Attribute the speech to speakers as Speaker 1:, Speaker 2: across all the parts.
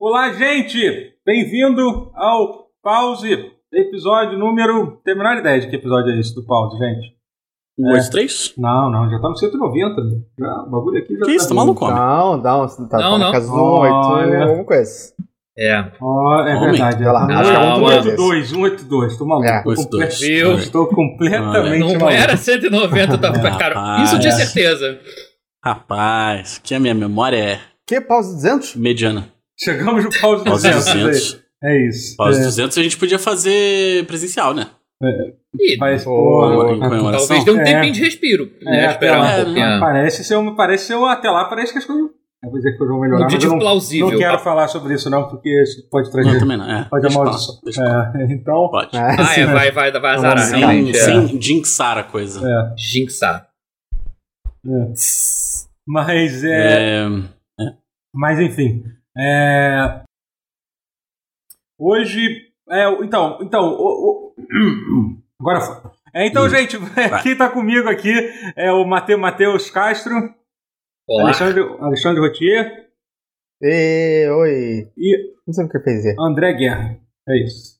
Speaker 1: Olá, gente! Bem-vindo ao Pause, episódio número. Tem a menor ideia de que episódio é esse do Pause, gente.
Speaker 2: Um,
Speaker 1: É.
Speaker 2: dois, três?
Speaker 1: Não, não, já tá no 190. né? Já, o bagulho aqui já
Speaker 2: Que
Speaker 1: tá.
Speaker 2: isso, tá maluco, homem?
Speaker 3: Não, não, tá, tá
Speaker 4: Não,
Speaker 3: na
Speaker 4: não.
Speaker 3: casa do
Speaker 1: Olha.
Speaker 3: 8, alguma coisa.
Speaker 4: É.
Speaker 1: Ó, é
Speaker 2: Homem?
Speaker 1: verdade.
Speaker 3: Vai lá,
Speaker 1: é.
Speaker 4: acho que é muito
Speaker 3: mais
Speaker 1: 182, 182, tô maluco.
Speaker 3: Ah, É.
Speaker 1: Tô
Speaker 2: Dois, dois.
Speaker 1: complet-
Speaker 4: Viu?
Speaker 1: Estou completamente
Speaker 4: Não
Speaker 1: maluco.
Speaker 4: era 190, tá,
Speaker 2: Rapaz.
Speaker 4: cara. Isso eu tinha certeza.
Speaker 2: Rapaz, que a minha memória é
Speaker 3: Que pausa 200?
Speaker 2: mediana.
Speaker 1: Chegamos no Pause
Speaker 2: Pause
Speaker 1: 200.
Speaker 2: 200.
Speaker 1: É isso.
Speaker 2: Pause
Speaker 1: é,
Speaker 2: 200 a gente podia fazer presencial, né?
Speaker 4: Ih,
Speaker 1: Mas,
Speaker 3: Pô,
Speaker 1: pô,
Speaker 2: Em comemoração.
Speaker 4: talvez dê um
Speaker 1: É.
Speaker 4: tempinho de respiro.
Speaker 1: É,
Speaker 4: Né? Esperar
Speaker 1: até
Speaker 2: lá.
Speaker 4: um pouquinho.
Speaker 1: Parece ser, um, parece ser um, até lá, parece que as coisas. Eu vou dizer que coisas vão
Speaker 4: Um
Speaker 1: melhorar. mas eu
Speaker 4: objetivo
Speaker 1: não,
Speaker 4: plausível.
Speaker 1: não quero falar sobre isso, não, porque isso pode
Speaker 2: tá? Não,
Speaker 1: trazer.
Speaker 2: também não. É,
Speaker 1: Pode
Speaker 2: deixa pra lá,
Speaker 1: amaldiçoar.
Speaker 2: deixa pra lá.
Speaker 1: É, então.
Speaker 2: Pode.
Speaker 3: É,
Speaker 4: Ah,
Speaker 3: assim,
Speaker 4: é,
Speaker 3: né?
Speaker 4: vai, vai, vai azarar,
Speaker 1: Vamos lá.
Speaker 4: realmente. é.
Speaker 2: Sem, sem jinxar a coisa.
Speaker 1: É,
Speaker 4: Jinxar.
Speaker 1: é. Mas é.
Speaker 2: É,
Speaker 1: Mas enfim. é, Hoje. é, então, então. o- o- Agora foi. É, então,
Speaker 2: Ih,
Speaker 1: gente, quem tá comigo aqui é o Mate- Matheus Castro,
Speaker 4: Olá.
Speaker 1: Alexandre, Alexandre Rotier
Speaker 3: Ê, oi.
Speaker 1: e
Speaker 3: Não sei o que eu pensei.
Speaker 1: André Guerra. É isso.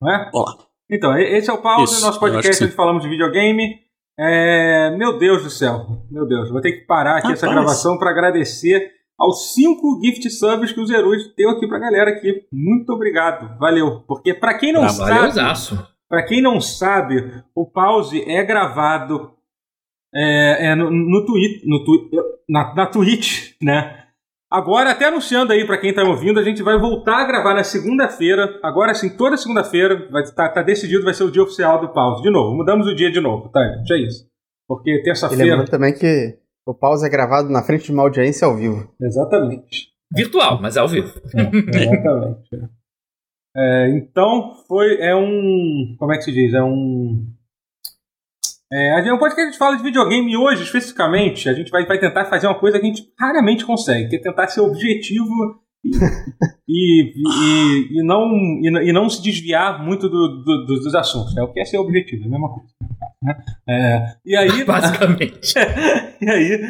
Speaker 1: Não é?
Speaker 2: Olá.
Speaker 1: Então, e- esse é o Pause,
Speaker 2: Isso,
Speaker 1: nosso
Speaker 2: eu acho
Speaker 1: podcast
Speaker 2: que
Speaker 1: onde falamos de videogame. É, Meu Deus do céu, meu Deus, vou ter que parar aqui essa
Speaker 2: Rapaz.
Speaker 1: gravação para agradecer aos cinco gift subs que o Zerus deu aqui pra galera aqui. Muito obrigado, valeu. Porque para quem
Speaker 2: Ah,
Speaker 1: não sabe,
Speaker 4: Trabalhosaço.
Speaker 1: para quem não sabe, o Pause é gravado é, é no, no Twitter, no Twi- na, na Twitch, né? Agora, até anunciando aí para quem tá ouvindo, a gente vai voltar a gravar na segunda-feira. Agora sim, toda segunda-feira, vai tá, tá decidido, vai ser o dia oficial do pause. De novo, mudamos o dia de novo, tá? gente? É isso. Porque
Speaker 3: E
Speaker 1: terça-feira.
Speaker 3: lembrando também que o pausa é gravado na frente de uma audiência ao vivo.
Speaker 1: Exatamente.
Speaker 4: Virtual, mas ao vivo.
Speaker 1: Exatamente. É, então, foi. É um. Como é que se diz? É um. É, a gente- é um podcast que a gente fala de videogame e hoje, especificamente, a gente vai, vai tentar fazer uma coisa que a gente raramente consegue, que é tentar ser objetivo e, e, e, e não, e, não- e não se desviar muito do- do- dos- dos assuntos. É o que é ser objetivo, é a mesma coisa. né? É, e aí.
Speaker 4: Basicamente.
Speaker 1: E aí,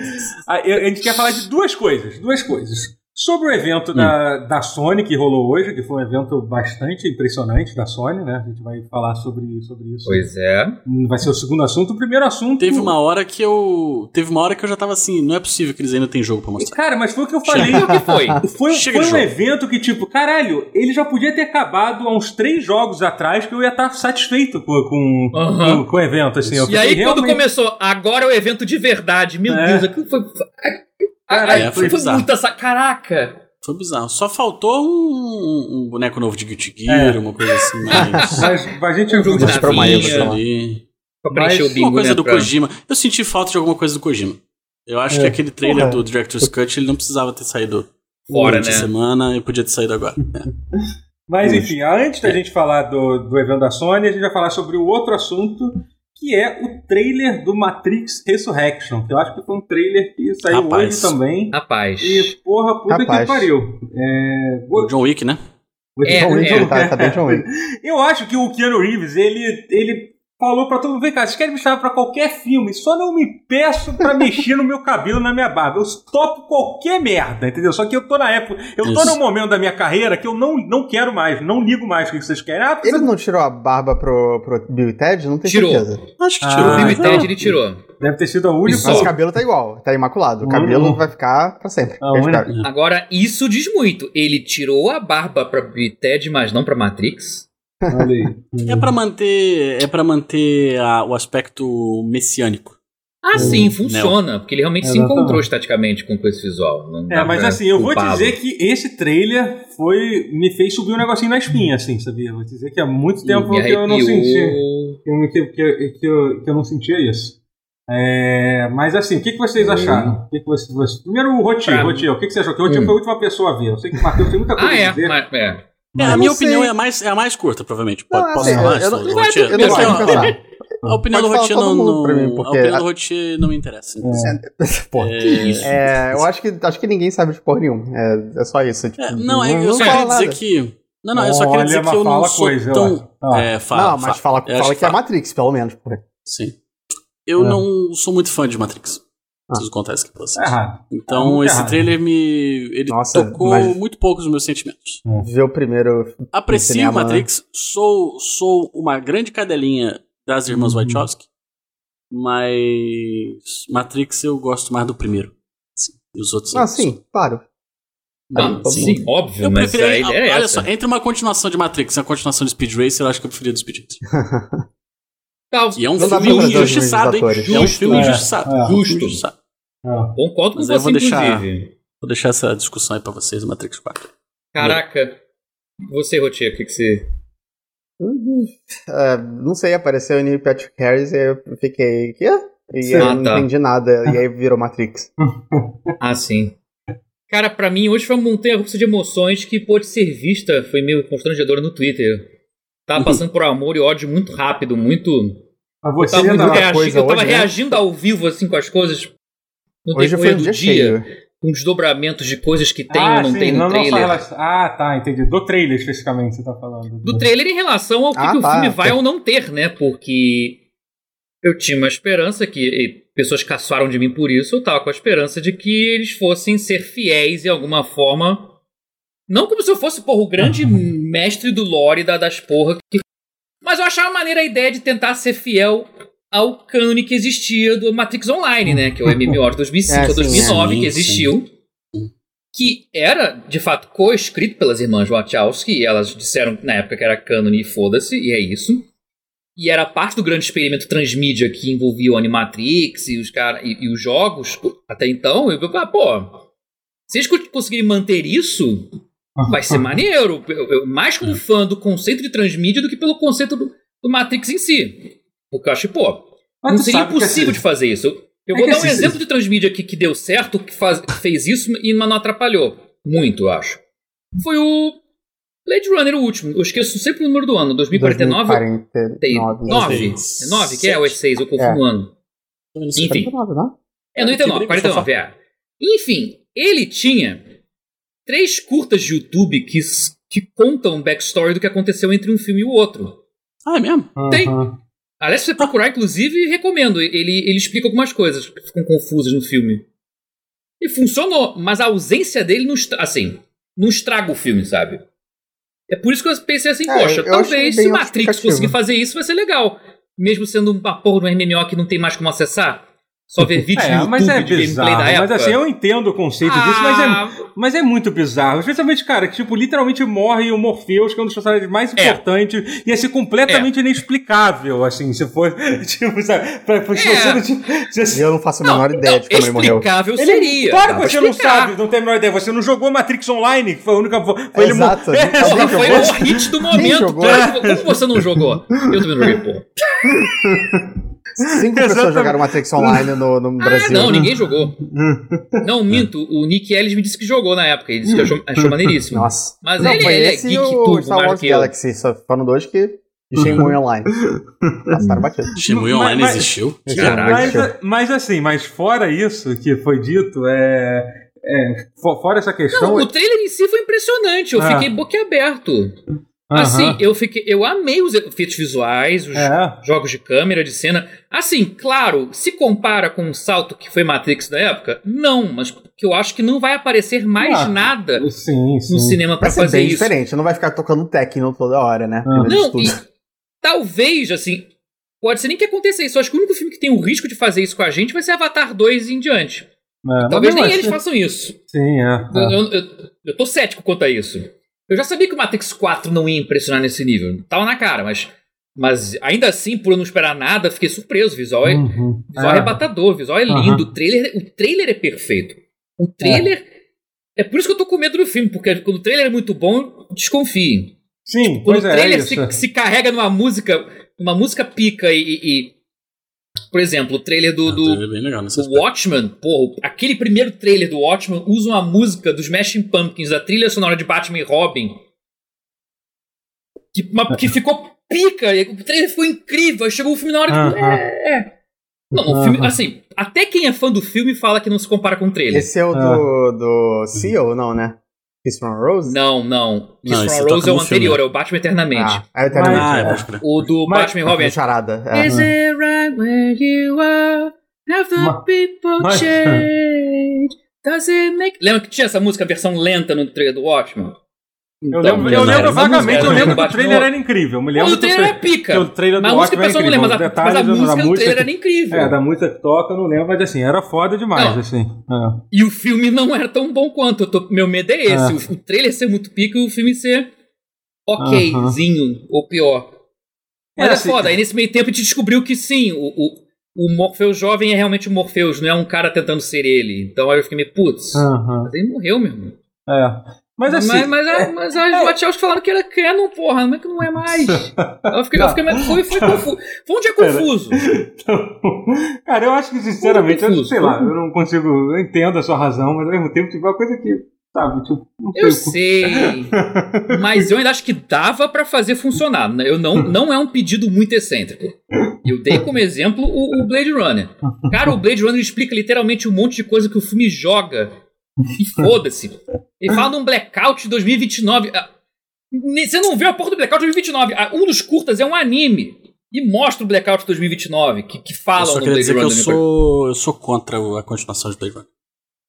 Speaker 1: a, a gente quer falar de duas coisas, duas coisas. Sobre o evento da, da Sony que rolou hoje, que foi um evento bastante impressionante da Sony, né? A gente vai falar sobre, sobre isso.
Speaker 4: Pois é.
Speaker 1: Hum, Vai ser o segundo assunto. O primeiro assunto.
Speaker 2: Teve uma hora que eu. Teve uma hora que eu já tava assim, não é possível que eles ainda têm jogo pra mostrar.
Speaker 1: Cara, mas foi o que eu
Speaker 4: Falei
Speaker 1: falei.
Speaker 4: o que foi.
Speaker 1: Foi,
Speaker 2: Chega
Speaker 1: foi
Speaker 2: de
Speaker 1: um
Speaker 2: jogo.
Speaker 1: evento que, tipo, caralho, ele já podia ter acabado há uns três jogos atrás que eu ia estar satisfeito com, com,
Speaker 4: Aham.
Speaker 1: com, com o evento, assim. Eu
Speaker 4: E aí,
Speaker 1: fiquei
Speaker 4: quando
Speaker 1: realmente-
Speaker 4: começou, agora é o evento de verdade. Meu
Speaker 1: É.
Speaker 4: Deus, aquilo foi.
Speaker 1: Caraca,
Speaker 4: Ai,
Speaker 2: foi
Speaker 4: foi
Speaker 2: bizarro.
Speaker 4: muita essa. Caraca!
Speaker 2: Foi bizarro. Só faltou um, um boneco novo de Guilty Gear,
Speaker 1: É.
Speaker 2: uma coisa assim, mas.
Speaker 1: Mas, mas a gente.
Speaker 4: Jogo de
Speaker 3: Mas pra uma
Speaker 4: navinha,
Speaker 3: época, né?
Speaker 2: ali.
Speaker 4: Pra
Speaker 1: Mas
Speaker 4: preencher o bingo,
Speaker 2: uma coisa
Speaker 4: né,
Speaker 2: do
Speaker 4: pra-
Speaker 2: Kojima. Eu senti falta de alguma coisa do Kojima. Eu acho
Speaker 1: É.
Speaker 2: que aquele trailer
Speaker 3: Porra.
Speaker 2: do Director's Cut ele não precisava ter saído
Speaker 4: Fora,
Speaker 2: durante a
Speaker 4: né?
Speaker 1: assim.
Speaker 2: semana, ele podia ter saído agora.
Speaker 1: Mas
Speaker 2: Hum.
Speaker 1: enfim, antes da gente falar do, do evento da Sony, a gente vai falar sobre o outro assunto, que é o trailer do Matrix Resurrection, que eu acho que foi um trailer que saiu
Speaker 2: Rapaz.
Speaker 1: hoje também.
Speaker 4: Rapaz.
Speaker 1: E porra, puta que
Speaker 3: Rapaz.
Speaker 1: pariu. É,
Speaker 2: O John Wick, né?
Speaker 1: vou te
Speaker 4: É,
Speaker 3: John
Speaker 1: falar,
Speaker 3: Wick,
Speaker 4: é.
Speaker 3: ele tá, tá bem John Wick.
Speaker 1: Eu acho que o Keanu Reeves, ele, ele falou pra todo mundo, vem cá, vocês querem me chamar pra qualquer filme, só não me peço pra mexer no meu cabelo, na minha barba. Eu topo qualquer merda, entendeu? Só que eu tô na época, eu tô
Speaker 2: Isso.
Speaker 1: num momento da minha carreira que eu não, não quero mais, não ligo mais o que vocês querem. Ah,
Speaker 3: Ele não tirou a barba pro, pro Bill e Ted? Não tenho
Speaker 4: Tirou.
Speaker 3: certeza.
Speaker 2: Acho que
Speaker 1: Ah,
Speaker 2: tirou. né? É,
Speaker 4: o Bill e
Speaker 1: então-
Speaker 4: Ted ele tirou.
Speaker 1: Deve ter sido a única.
Speaker 3: Mas
Speaker 4: Só.
Speaker 3: o cabelo tá igual, tá imaculado. O
Speaker 1: Hum.
Speaker 3: cabelo vai ficar pra sempre.
Speaker 1: Ah,
Speaker 3: Vai
Speaker 1: olha.
Speaker 3: ficar-
Speaker 4: Agora, isso diz muito. Ele tirou a barba pra Bill e Ted, mas não pra Matrix.
Speaker 1: Olha aí.
Speaker 2: É pra manter, é pra manter a- o aspecto messiânico.
Speaker 4: Ah, sim, funciona. Porque ele realmente se
Speaker 1: Exatamente.
Speaker 4: encontrou estaticamente com, com esse visual. Não
Speaker 1: É,
Speaker 4: dá
Speaker 1: mas
Speaker 4: pra
Speaker 1: assim, eu vou
Speaker 4: culpá-lo.
Speaker 1: dizer que esse trailer foi. me fez subir um negocinho na espinha, assim, sabia? Vou dizer que há muito tempo
Speaker 4: Me
Speaker 1: que eu não
Speaker 4: arrepiou.
Speaker 1: senti. Que, eu- que, que, que eu, que eu não sentia isso. É, mas assim, o que, que vocês
Speaker 4: Hum.
Speaker 1: acharam? O que que vocês- vocês- primeiro o Roti,
Speaker 4: Pra-
Speaker 1: Roti, o que, que você achou? Que o Roti
Speaker 4: Hum.
Speaker 1: foi a última pessoa a ver. Eu sei que o Matheus tem muita coisa
Speaker 4: Ah,
Speaker 1: a dizer.
Speaker 4: é, mas, é.
Speaker 2: É,
Speaker 3: Eu
Speaker 2: a
Speaker 3: não
Speaker 2: minha
Speaker 3: sei.
Speaker 2: opinião é a mais, é a mais curta, provavelmente. Po-
Speaker 3: Não,
Speaker 2: Posso
Speaker 3: assim,
Speaker 2: falar?
Speaker 3: eu- eu não-
Speaker 2: sobre o
Speaker 4: vai,
Speaker 2: Rotier?
Speaker 3: Eu não
Speaker 4: Pode
Speaker 3: gosto
Speaker 2: Porque
Speaker 3: de
Speaker 2: a-
Speaker 3: falar.
Speaker 2: A opinião do
Speaker 3: Pode falar
Speaker 2: Rotier
Speaker 3: todo
Speaker 2: não.
Speaker 3: mundo
Speaker 2: não-
Speaker 3: pra mim,
Speaker 2: A
Speaker 3: porque- É,
Speaker 2: opinião do Rotier não me interessa.
Speaker 3: Pô,
Speaker 2: É,
Speaker 3: É, eu acho que, acho que ninguém sabe de porra nenhuma. É, é só isso. Tipo,
Speaker 2: É, não, é, eu só
Speaker 3: fala
Speaker 2: queria dizer
Speaker 3: nada.
Speaker 2: que. Não, não, eu só queria
Speaker 1: Olha,
Speaker 2: dizer que
Speaker 1: mas
Speaker 2: eu não
Speaker 1: fala
Speaker 2: sou
Speaker 1: coisa, eu acho.
Speaker 2: tão.
Speaker 1: Ah.
Speaker 2: É, fala.
Speaker 3: não, mas fala,
Speaker 2: Eu
Speaker 3: fala
Speaker 2: acho
Speaker 3: que é Ah. É a Matrix, pelo menos. Porra.
Speaker 2: Sim. Eu
Speaker 1: É.
Speaker 2: não sou muito fã de Matrix. preciso contar isso aqui pra
Speaker 1: Tá
Speaker 2: vocês.
Speaker 1: errado.
Speaker 2: Então,
Speaker 1: Tá
Speaker 2: esse
Speaker 1: errado.
Speaker 2: trailer me. Ele
Speaker 3: Nossa,
Speaker 2: tocou
Speaker 3: mas-
Speaker 2: muito pouco nos meus sentimentos.
Speaker 3: Ver o primeiro.
Speaker 2: Aprecio
Speaker 3: cinema,
Speaker 2: Matrix, sou, sou uma grande cadelinha das irmãs
Speaker 3: Uhum.
Speaker 2: Wachowski, mas Matrix eu gosto mais do primeiro. Sim, e os outros. eu
Speaker 3: Ah, sim, claro.
Speaker 4: Ah,
Speaker 3: Aí,
Speaker 4: sim, óbvio,
Speaker 2: Eu
Speaker 4: mas
Speaker 2: preferia,
Speaker 4: a ideia é
Speaker 2: olha
Speaker 4: essa.
Speaker 2: só, entre uma continuação de Matrix e uma continuação de Speed Racer, eu acho que eu preferia do Speed Racer.
Speaker 4: Tal.
Speaker 2: E é um
Speaker 3: Não dá pra
Speaker 2: filme
Speaker 3: trazer os mesmos
Speaker 2: injustiçado, hein?
Speaker 3: atores. né?
Speaker 2: É um
Speaker 4: Justo,
Speaker 2: filme
Speaker 1: é,
Speaker 2: injustiçado.
Speaker 1: é.
Speaker 2: Justo.
Speaker 4: Justo.
Speaker 2: Injustiçado.
Speaker 1: É.
Speaker 4: Concordo com
Speaker 2: Mas
Speaker 4: você,
Speaker 2: aí eu vou deixar-
Speaker 4: inclusive.
Speaker 2: Vou deixar essa discussão aí pra vocês, Matrix 4.
Speaker 4: Caraca. Você, Rotier, o que, que você.
Speaker 3: É, não sei, apareceu o Neil Patrick Harris e eu fiquei. Quê? E eu
Speaker 4: Ah,
Speaker 3: não
Speaker 4: tá.
Speaker 3: entendi nada. E aí virou Matrix.
Speaker 4: Ah, sim. Cara, pra mim hoje foi uma montanha russa de emoções que pôde ser vista, foi meio constrangedora no Twitter. Tava passando por amor e ódio muito rápido, muito.
Speaker 1: Mas
Speaker 4: Eu tava,
Speaker 1: você tá-
Speaker 4: muito
Speaker 1: ainda.
Speaker 3: real.
Speaker 4: reagi-
Speaker 3: coisa
Speaker 4: eu tava
Speaker 3: hoje, né?
Speaker 4: reagindo ao vivo, assim, com as coisas. No
Speaker 3: Hoje
Speaker 4: decorrer
Speaker 3: foi um
Speaker 4: do
Speaker 3: dia,
Speaker 4: dia,
Speaker 3: cheio.
Speaker 4: com desdobramentos de coisas que tem ou
Speaker 1: ah,
Speaker 4: não
Speaker 1: sim,
Speaker 4: tem no
Speaker 1: não, não só
Speaker 4: trailer.
Speaker 1: relação- Ah, tá, entendi. Do trailer especificamente você tá falando.
Speaker 4: do trailer em relação ao que,
Speaker 3: Ah,
Speaker 4: que o
Speaker 3: tá.
Speaker 4: filme vai ou não ter, né? Porque eu tinha uma esperança que e pessoas caçaram de mim por isso, eu tava com a esperança de que eles fossem ser fiéis em alguma forma. Não como se eu fosse, porra, o grande
Speaker 3: Uhum.
Speaker 4: mestre do lore da, das porra que. Mas eu achava maneira a ideia de tentar ser fiel ao cânone que existia do Matrix Online, né? Que é o MMO de 2005
Speaker 3: É,
Speaker 4: ou
Speaker 3: sim,
Speaker 4: 2009
Speaker 2: sim,
Speaker 4: que
Speaker 2: sim.
Speaker 4: existiu que era, de fato, co-escrito pelas irmãs Wachowski, e elas disseram na época que era cânone e foda-se, e é isso. E era parte do grande experimento transmídia que envolvia o Animatrix e os, cara, e, e os jogos até então. Eu, ah, pô, se eles co- conseguirem manter isso, vai ser maneiro. Eu- eu- mais como fã do conceito de transmídia do que pelo conceito do, do Matrix em si. Porque eu acho, pô,
Speaker 1: Mas
Speaker 4: não
Speaker 1: tu
Speaker 4: seria
Speaker 1: sabe que assim,
Speaker 4: impossível tipo, de
Speaker 1: esse-
Speaker 4: fazer isso. Eu- Eu
Speaker 1: É
Speaker 4: vou
Speaker 1: que
Speaker 4: dar um
Speaker 1: assim,
Speaker 4: exemplo de transmídia aqui que deu certo, que, faz- que fez isso e mas não atrapalhou. Muito, eu acho. Foi o Blade Runner, o último. Eu esqueço sempre o número do ano. 2049?
Speaker 3: 2049.
Speaker 4: 9?
Speaker 2: Seis.
Speaker 4: É 9 que é o 6 eu confundo
Speaker 3: É.
Speaker 4: o ano.
Speaker 2: Enfim.
Speaker 3: 49, não?
Speaker 4: É, 99, 49, é. Enfim, ele tinha três curtas de YouTube que, s- que contam backstory do que aconteceu entre um filme e o outro.
Speaker 2: Ah, é mesmo?
Speaker 4: Tem.
Speaker 1: Aham.
Speaker 4: Aliás, se você procurar, inclusive, recomendo. Ele, ele explica algumas coisas que ficam confusas no filme. E funcionou, mas a ausência dele não, estra- assim, não estraga o filme, sabe? É por isso que eu pensei assim,
Speaker 3: É,
Speaker 4: poxa,
Speaker 3: eu achei bem
Speaker 4: talvez se Matrix
Speaker 3: justificativo.
Speaker 4: conseguir fazer isso, vai ser legal. Mesmo sendo uma porra de um MMO que não tem mais como acessar, só ver vídeos
Speaker 1: É,
Speaker 4: no
Speaker 1: mas
Speaker 4: YouTube
Speaker 1: é
Speaker 4: de
Speaker 1: bizarro.
Speaker 4: gameplay da época. Ah.
Speaker 1: Mas assim, eu entendo o conceito disso, mas é, mas é muito bizarro. Especialmente, cara, que tipo, literalmente morre o Morpheus, que é um dos personagens mais
Speaker 4: É.
Speaker 1: importantes, ia ser completamente inexplicável, assim, se for, tipo, sabe, pra, pra, se
Speaker 4: É.
Speaker 1: você não tinha- se-
Speaker 3: E Eu não faço a menor ideia de como ele É, tipo, morreu. Ah,
Speaker 4: explicável
Speaker 1: Ele-
Speaker 4: seria.
Speaker 1: Claro
Speaker 4: dá
Speaker 1: que
Speaker 4: pra
Speaker 1: você não
Speaker 4: explicar.
Speaker 1: sabe, não tem a menor ideia. Você não jogou Matrix Online, que foi a única. Foi ele mo-
Speaker 3: Exato,
Speaker 1: É,
Speaker 3: gente, tá
Speaker 1: exato.
Speaker 4: Porra,
Speaker 3: Alguém
Speaker 4: foi
Speaker 3: jogou?
Speaker 4: o hit do
Speaker 3: Quem
Speaker 4: momento.
Speaker 3: jogou?
Speaker 4: Claro que- Como você não jogou? Eu também não joguei, porra.
Speaker 3: Cinco pessoas
Speaker 1: Exatamente.
Speaker 3: jogaram Matrix Online no, no Brasil. né?
Speaker 4: Ah, não, ninguém jogou. não, minto. O Nick Ellis me disse que jogou na época. Ele disse que achou, achou maneiríssimo.
Speaker 3: Nossa.
Speaker 4: Mas
Speaker 3: não,
Speaker 4: ele,
Speaker 3: foi
Speaker 4: ele é
Speaker 3: esse
Speaker 4: geek
Speaker 3: e o
Speaker 4: tudo,
Speaker 3: Star
Speaker 4: mais
Speaker 3: Wars
Speaker 4: que eu.
Speaker 3: Galaxy. Só foram dois que Shenmue Online. Passaram batido.
Speaker 2: Shenmue
Speaker 1: Mas-
Speaker 2: Online
Speaker 1: mas-
Speaker 2: existiu?
Speaker 4: Caraca.
Speaker 1: Mas, mas assim, mas fora isso que foi dito, é. é, fo- fora essa
Speaker 3: Então
Speaker 4: Não,
Speaker 1: questão.
Speaker 3: é-
Speaker 4: o trailer em si foi impressionante. Eu
Speaker 1: Ah.
Speaker 4: fiquei boquiaberto.
Speaker 1: Aham.
Speaker 4: Assim, eu fiquei, eu amei os efeitos visuais, os
Speaker 1: É.
Speaker 4: jogos de câmera, de cena. Assim, claro, se compara com o salto que foi Matrix da época, não. Mas que eu acho que não vai aparecer mais
Speaker 1: Ah,
Speaker 4: nada no
Speaker 1: Sim, sim.
Speaker 4: cinema pra
Speaker 3: Vai ser
Speaker 4: fazer
Speaker 3: bem
Speaker 4: isso.
Speaker 3: diferente, não vai ficar tocando techno toda hora, né?
Speaker 1: Ah.
Speaker 3: Primeiro de
Speaker 4: Não,
Speaker 3: tudo.
Speaker 4: e talvez, assim, pode ser nem que aconteça isso. Eu acho que o único filme que tem o risco de fazer isso com a gente vai ser Avatar 2 em diante.
Speaker 1: É,
Speaker 4: Talvez
Speaker 1: mas
Speaker 4: nem
Speaker 1: eu
Speaker 4: eles
Speaker 1: acho-
Speaker 4: façam isso.
Speaker 1: Sim, é.
Speaker 4: Eu,
Speaker 1: tá.
Speaker 4: eu, eu- eu tô cético quanto a isso. Eu já sabia que o Matrix 4 não ia impressionar nesse nível. Tava na cara, mas, mas ainda assim, por eu não esperar nada, fiquei surpreso. O visual é,
Speaker 1: Uhum.
Speaker 4: o visual é arrebatador, o visual é
Speaker 1: Aham.
Speaker 4: lindo. O, trailer, o trailer é perfeito. O trailer. É. por isso que eu tô com medo do filme, porque quando o trailer é muito bom, desconfiem.
Speaker 1: Sim,
Speaker 4: Quando
Speaker 1: pois
Speaker 4: o
Speaker 1: é. é
Speaker 4: tipo, trailer assim,
Speaker 1: isso.
Speaker 4: se, se carrega numa música, uma música pica e. e- e- por exemplo, o Ah, trailer do, do,
Speaker 2: É bem legal nesse
Speaker 4: do Watchmen, porra, aquele primeiro trailer do Watchmen usa uma música dos Smashing Pumpkins, da trilha sonora de Batman e Robin. Que, uma- que ficou pica, e o trailer ficou incrível, aí chegou o filme na hora tipo,
Speaker 1: Aham.
Speaker 4: é, é. Não, o filme, assim, até quem é fã do filme fala que não se compara com o trailer.
Speaker 3: Esse é o
Speaker 1: Ah.
Speaker 3: do, do CEO, não, né? Kiss from a Rose?
Speaker 4: Não, não. Kiss
Speaker 2: Não, esse
Speaker 4: from a
Speaker 2: tá
Speaker 4: Rose é o
Speaker 2: como filme.
Speaker 4: anterior, é o Batman Eternamente.
Speaker 3: Ah, é
Speaker 1: Mas-
Speaker 3: eternamente.
Speaker 2: Ah,
Speaker 3: é.
Speaker 2: é, pode crer.
Speaker 4: O do
Speaker 1: Mas-
Speaker 4: Batman e Robin é
Speaker 3: Charada. É.
Speaker 4: it right where you are? Never
Speaker 1: Ma-
Speaker 4: people
Speaker 1: mas-
Speaker 4: change. Doesn't make. Lembra que tinha essa música, a versão lenta no trailer do Watchmen?
Speaker 1: Eu
Speaker 2: Então,
Speaker 1: lembro, eu
Speaker 2: não
Speaker 4: né,
Speaker 2: era
Speaker 1: lembro
Speaker 2: essa música,
Speaker 1: vagamente, eu
Speaker 2: era
Speaker 1: lembro que
Speaker 4: um
Speaker 1: o trailer
Speaker 4: bate-bola.
Speaker 1: era incrível. Me
Speaker 4: Pô,
Speaker 1: lembro
Speaker 4: o trailer é pica.
Speaker 1: o trailer do
Speaker 4: Mas a música
Speaker 1: Watchmen é
Speaker 4: pessoal não
Speaker 1: incrível.
Speaker 4: lembra, mas
Speaker 1: os
Speaker 4: a, mas a
Speaker 1: detalhes,
Speaker 4: música do trailer
Speaker 1: que-
Speaker 4: era incrível.
Speaker 1: É, da música que toca eu não lembro, mas assim, era foda demais,
Speaker 4: Não.
Speaker 1: assim. É.
Speaker 4: E o filme não era tão bom quanto. Eu tô- meu medo é esse.
Speaker 1: Ah.
Speaker 4: O, o trailer ser muito pica e o filme ser okzinho ou pior. Mas é,
Speaker 1: É, assim-
Speaker 4: foda. Aí nesse meio tempo a gente descobriu que sim, o, o, o Morpheus jovem é realmente o Morpheus, não é um cara tentando ser ele. Então aí eu fiquei meio, putz,
Speaker 1: Aham,
Speaker 4: mas ele morreu, meu irmão.
Speaker 1: é. Ah. Mas assim,
Speaker 4: mas, mas, a- mas as
Speaker 1: é.
Speaker 4: Wachowski falaram que era canon, porra, como é que não é mais? eu fiquei, eu fiquei meio, foi, foi confuso. Foi um dia confuso.
Speaker 1: cara, eu acho que sinceramente, eu,
Speaker 4: Confuso.
Speaker 1: sei lá, eu não consigo, eu entendo a sua razão, mas ao mesmo tempo, tipo, é uma coisa que, sabe, tipo, não sei
Speaker 4: Eu
Speaker 1: o-
Speaker 4: sei. Mas eu ainda acho que dava pra fazer funcionar. Eu não, não é um pedido muito excêntrico. Eu dei como exemplo o, o Blade Runner. Cara, o Blade Runner explica literalmente um monte de coisa que o filme joga. E foda-se. Ele fala num blackout de 2029. Ah, ne- Você não vê a porra do blackout de 2029. Ah, Um dos curtas é um anime. E mostra o blackout de 2029, que, que
Speaker 2: Eu
Speaker 4: falam
Speaker 2: só
Speaker 4: no
Speaker 2: queria
Speaker 4: Blade
Speaker 2: dizer que
Speaker 4: Runner.
Speaker 2: eu sou, eu sou contra o- a continuação de Blade Runner.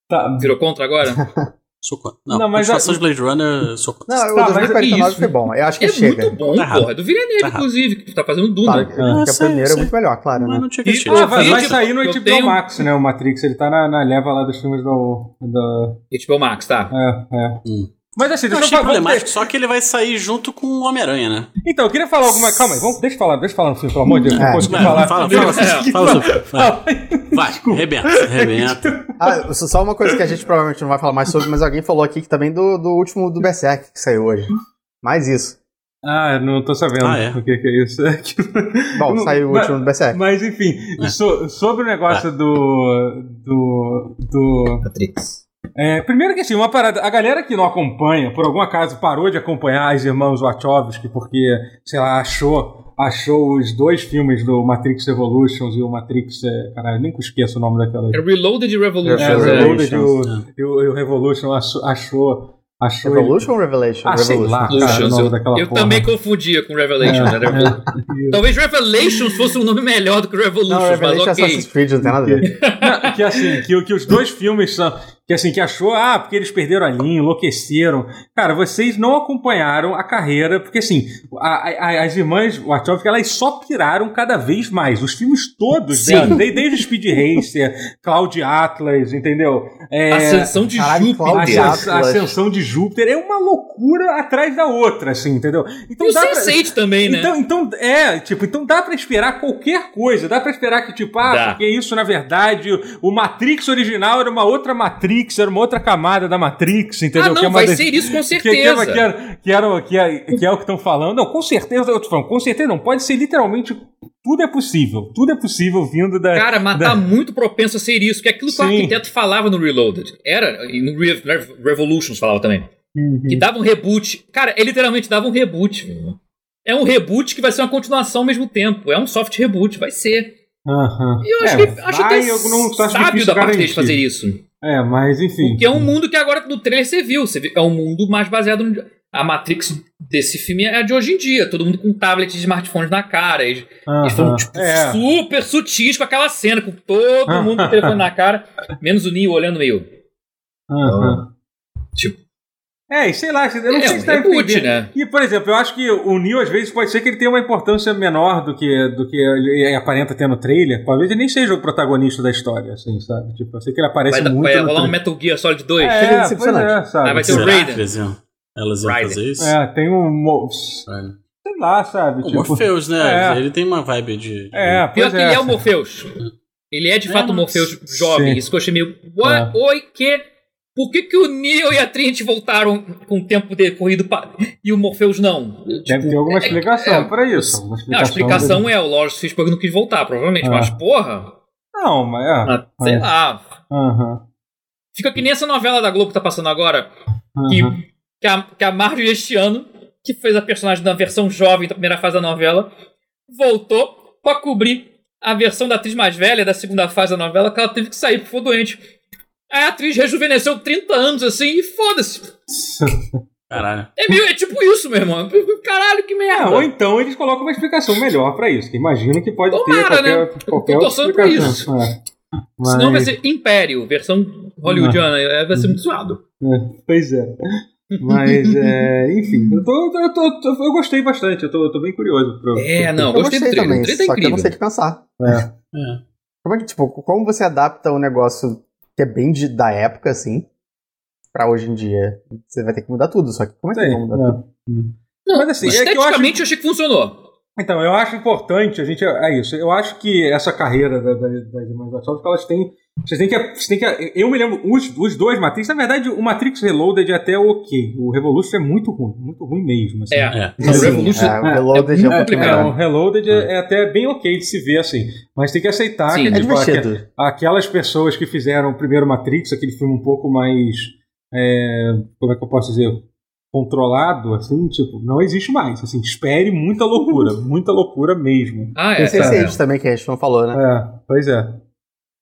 Speaker 1: Tá,
Speaker 4: Virou contra agora?
Speaker 2: Sou contra. Não,
Speaker 1: Não,
Speaker 2: a
Speaker 1: mas a-
Speaker 2: continuação de Blade Runner, eu sou contra.
Speaker 3: Não, o
Speaker 1: Tá, mas
Speaker 3: 2049
Speaker 4: isso-
Speaker 3: foi bom. Eu acho que
Speaker 4: É
Speaker 3: chega.
Speaker 4: muito bom,
Speaker 2: Tá errado.
Speaker 4: porra. É do Villeneuve,
Speaker 2: Tá errado.
Speaker 4: inclusive, que tu tá fazendo um Duna.
Speaker 3: Claro,
Speaker 1: Ah,
Speaker 3: porque a
Speaker 2: sei,
Speaker 3: primeira é
Speaker 2: sei.
Speaker 3: muito melhor, claro,
Speaker 2: Mas
Speaker 3: né?
Speaker 2: não tinha assistido.
Speaker 1: Ah,
Speaker 4: Eu
Speaker 1: vai,
Speaker 4: vi,
Speaker 1: vai
Speaker 4: tipo,
Speaker 1: sair no
Speaker 4: eu
Speaker 1: HBO
Speaker 4: tenho-
Speaker 1: Max, né? O Matrix, ele tá na, na leva lá dos filmes do. do
Speaker 4: HBO Max, tá?
Speaker 1: é, é.
Speaker 2: Hum.
Speaker 1: Mas assim,
Speaker 2: Eu
Speaker 1: deixa eu
Speaker 2: achei
Speaker 1: falar. vamos
Speaker 2: problemático, só que ele vai sair junto com o Homem-Aranha, né?
Speaker 1: ter- Então, eu queria falar alguma. Calma aí, vamos, deixa eu falar, deixa eu falar no filme, pelo amor de Deus. Não
Speaker 3: É.
Speaker 1: consegui
Speaker 2: Vai,
Speaker 1: falar.
Speaker 2: fala,
Speaker 1: Eu não
Speaker 4: fala,
Speaker 1: consegui
Speaker 2: fala,
Speaker 1: falar.
Speaker 2: fala.
Speaker 1: Fala.
Speaker 2: Vai, rebenta, rebenta.
Speaker 3: Ah, só- só uma coisa que a gente provavelmente não vai falar mais sobre, mas alguém falou aqui que também do, do último do Berserk que saiu hoje. Mais isso.
Speaker 1: Ah, não tô sabendo
Speaker 2: Ah, é?
Speaker 1: o que, que é isso. É que-
Speaker 3: Bom,
Speaker 1: Não,
Speaker 3: saiu o
Speaker 1: mas-
Speaker 3: último do Berserk.
Speaker 1: Mas enfim, so- sobre o negócio do. do. do.
Speaker 4: Matrix.
Speaker 1: É, primeiro que assim, uma parada. A galera que não acompanha, por algum acaso, parou de acompanhar as irmãs Wachowski porque, sei lá, achou, achou os dois filmes do Matrix Evolutions e o Matrix. É, caralho, nem que eu esqueço o nome daquela.
Speaker 4: É Reloaded e Revolution.
Speaker 1: É, o
Speaker 3: Revolution.
Speaker 4: É,
Speaker 1: Reloaded e o, e o- e o Revolution achou. achou, achou
Speaker 3: Revolution ou Revelation?
Speaker 1: Ah, sei
Speaker 3: Revolution.
Speaker 1: lá, cara, o
Speaker 4: Revolutions.
Speaker 1: nome
Speaker 4: Eu,
Speaker 1: daquela
Speaker 4: eu
Speaker 1: porra. É.
Speaker 4: também confundia com Revelations. né? Talvez Revelations fosse um nome melhor do que Revolution,
Speaker 3: Não, Revelation é
Speaker 4: mas ok.
Speaker 3: Assassin's Creed, não tem nada a ver.
Speaker 1: Não, que assim, que, que os dois filmes são. Que assim, que achou, ah, porque eles perderam a linha, enlouqueceram. Cara, vocês não acompanharam a carreira, porque assim, a- a- a- as irmãs Wachowski, elas só piraram cada vez mais. Os filmes todos,
Speaker 4: Sim.
Speaker 1: dela, de- desde Speed Racer, Cloud Atlas, entendeu? É,
Speaker 4: Ascensão de
Speaker 3: Caralho,
Speaker 1: a
Speaker 3: Cláudio.
Speaker 4: Júpiter.
Speaker 1: ascens- a
Speaker 3: Atlas.
Speaker 1: ascensão de Júpiter é uma loucura atrás da outra, assim, entendeu?
Speaker 4: E
Speaker 1: Então
Speaker 4: o
Speaker 1: dá pra-
Speaker 4: Sense8 também, né?
Speaker 1: então, então, é, tipo, então dá pra esperar qualquer coisa. Dá pra esperar que, tipo, ah,
Speaker 4: Dá.
Speaker 1: porque isso, na verdade, o Matrix original era uma outra Matrix, era uma outra camada da Matrix, entendeu?
Speaker 4: ah, não,
Speaker 1: que é uma
Speaker 4: vai
Speaker 1: das-
Speaker 4: ser isso com
Speaker 1: que, que, era-
Speaker 4: certeza.
Speaker 1: que, era- que, era, que, é, que é o que estão falando. Não, com certeza, eu tô falando, com certeza não. Pode ser literalmente. Tudo é possível. Tudo é possível vindo da.
Speaker 4: Cara, mas
Speaker 1: da-
Speaker 4: tá muito propenso a ser isso, porque aquilo que o
Speaker 1: É. Sim.
Speaker 4: arquiteto falava no Reloaded. Era, e no Re Re- Revolutions falava também.
Speaker 1: Uhum.
Speaker 4: Que dava um reboot. Cara, é literalmente dava um reboot. meu. É um reboot que vai ser uma continuação ao mesmo tempo. É um soft reboot, vai ser.
Speaker 1: Aham.
Speaker 4: E eu acho
Speaker 1: É,
Speaker 4: que acho até
Speaker 1: vai, eu não- acho
Speaker 4: sábio
Speaker 1: difícil
Speaker 4: da parte
Speaker 1: garantir.
Speaker 4: deles fazer isso.
Speaker 1: É, mas enfim.
Speaker 4: Porque é um mundo que agora no trailer você viu. Você viu- é um mundo mais baseado no. A Matrix desse filme é a de hoje em dia. Todo mundo com tablets e smartphones na cara. Eles,
Speaker 1: Aham.
Speaker 4: eles foram, tipo,
Speaker 1: É.
Speaker 4: super sutis com aquela cena, com todo mundo com o telefone na cara, menos o Neo olhando meio.
Speaker 1: Aham.
Speaker 4: Tipo-
Speaker 1: É, e sei lá, eu não
Speaker 4: é
Speaker 1: sei
Speaker 4: um
Speaker 1: se tá
Speaker 4: reboot,
Speaker 1: entendendo.
Speaker 4: né?
Speaker 1: E, por exemplo, eu acho que o Neo, às vezes, pode ser que ele tenha uma importância menor do que, do que ele aparenta ter no trailer. Talvez ele nem seja o protagonista da história, assim, sabe? Tipo, eu sei que ele aparece
Speaker 4: Vai, dar-
Speaker 1: muito
Speaker 4: vai
Speaker 1: no
Speaker 4: rolar um
Speaker 1: trailer.
Speaker 4: Metal Gear Solid 2.
Speaker 1: É,
Speaker 3: Seria
Speaker 1: pois é,
Speaker 3: decepcionante.
Speaker 1: sabe?
Speaker 4: Ah, vai ter o
Speaker 2: Será
Speaker 4: Raiden.
Speaker 2: que eles iam- Elas iam
Speaker 4: Raiden.
Speaker 2: fazer isso?
Speaker 1: É, tem um... mo-
Speaker 2: Raiden.
Speaker 1: Sei lá, sabe?
Speaker 2: O
Speaker 1: tipo-
Speaker 2: Morpheus, né?
Speaker 1: É.
Speaker 2: Ele tem uma vibe de. de-
Speaker 1: É,
Speaker 4: Pior
Speaker 1: pois
Speaker 4: que ele é o
Speaker 1: é.
Speaker 4: Morpheus. Ele é de
Speaker 2: É,
Speaker 4: fato o
Speaker 2: mas-
Speaker 4: Morpheus jovem.
Speaker 1: Sim.
Speaker 4: Isso que eu achei meio. Ué,
Speaker 1: É.
Speaker 4: Oi, que. Por que, que o Neo e a Trinity voltaram com o tempo decorrido pa- e o Morpheus não?
Speaker 1: Deve ter alguma explicação
Speaker 4: é,
Speaker 1: pra isso. Uma
Speaker 4: Não, a explicação é o Lawrence Fishburne não quis voltar, provavelmente.
Speaker 1: Ah.
Speaker 4: Mas porra,
Speaker 1: Não, mas... É.
Speaker 4: ah, sei
Speaker 1: Ah.
Speaker 4: lá.
Speaker 1: Aham,
Speaker 4: Fica que nem essa novela da Globo que tá passando agora, que,
Speaker 1: aham.
Speaker 4: que, a, que a Marjorie este ano, que fez a personagem da versão jovem da primeira fase da novela, voltou pra cobrir a versão da atriz mais velha da segunda fase da novela, que ela teve que sair porque foi doente. Aí A atriz rejuvenesceu 30 anos assim e foda-se.
Speaker 2: Caralho.
Speaker 4: É meio, é tipo isso, meu irmão. Caralho, que merda.
Speaker 1: É, ou então eles colocam uma explicação melhor pra isso, que imagino que pode ter
Speaker 4: Tomara,
Speaker 1: qualquer,
Speaker 4: né?
Speaker 1: qualquer
Speaker 4: Eu tô
Speaker 1: outra
Speaker 4: torcendo pra
Speaker 1: explicação. É. Mas-
Speaker 4: Senão vai ser Império, versão hollywoodiana. é, Vai ser muito zoado.
Speaker 1: Pois é. Mas, é, enfim, eu, tô, eu, tô, eu, tô- eu gostei bastante, eu tô, eu tô bem curioso. Pro,
Speaker 4: É,
Speaker 1: pro-
Speaker 4: não, gostei, do trailer. o trailer tá
Speaker 3: só que eu
Speaker 4: incrível.
Speaker 3: não sei o que pensar.
Speaker 1: É.
Speaker 2: É.
Speaker 3: Como é que, tipo, como você adapta um negócio que é bem de- da época, assim, pra hoje em dia? Você vai ter que mudar tudo, só que como é que
Speaker 1: Sei,
Speaker 3: vai mudar tudo?
Speaker 1: é.
Speaker 4: Não,
Speaker 1: Mas assim, é que eu acho-
Speaker 4: esteticamente eu achei que funcionou.
Speaker 1: Então, eu acho importante, a gente. É isso. Eu acho que essa carreira da, da, das irmãs Wachowski, elas têm. Vocês têm que, vocês têm que. Eu me lembro, os, os dois Matrix, na verdade, o Matrix Reloaded é até ok. O Revolution é muito ruim, muito ruim mesmo. assim.
Speaker 4: É.
Speaker 2: É.
Speaker 4: Não,
Speaker 1: Sim,
Speaker 4: Revolution
Speaker 3: É, o
Speaker 1: É,
Speaker 3: Reloaded é, um
Speaker 1: É,
Speaker 3: pouquinho
Speaker 1: é, o
Speaker 3: melhor.
Speaker 1: Reloaded é, é até bem ok de se ver assim. Mas tem que aceitar
Speaker 4: Sim.
Speaker 1: que,
Speaker 3: É
Speaker 1: tipo, aque-
Speaker 3: divertido.
Speaker 1: aquelas pessoas que fizeram o primeiro Matrix, aquele filme um pouco mais. é, como é que eu posso dizer? Controlado, assim, tipo, não existe mais. Assim, espere muita loucura, muita loucura mesmo.
Speaker 4: Ah, é.
Speaker 3: Tem
Speaker 4: é,
Speaker 1: tá.
Speaker 3: Sense8
Speaker 4: é.
Speaker 3: também, que a gente não falou, né?
Speaker 1: É, pois é.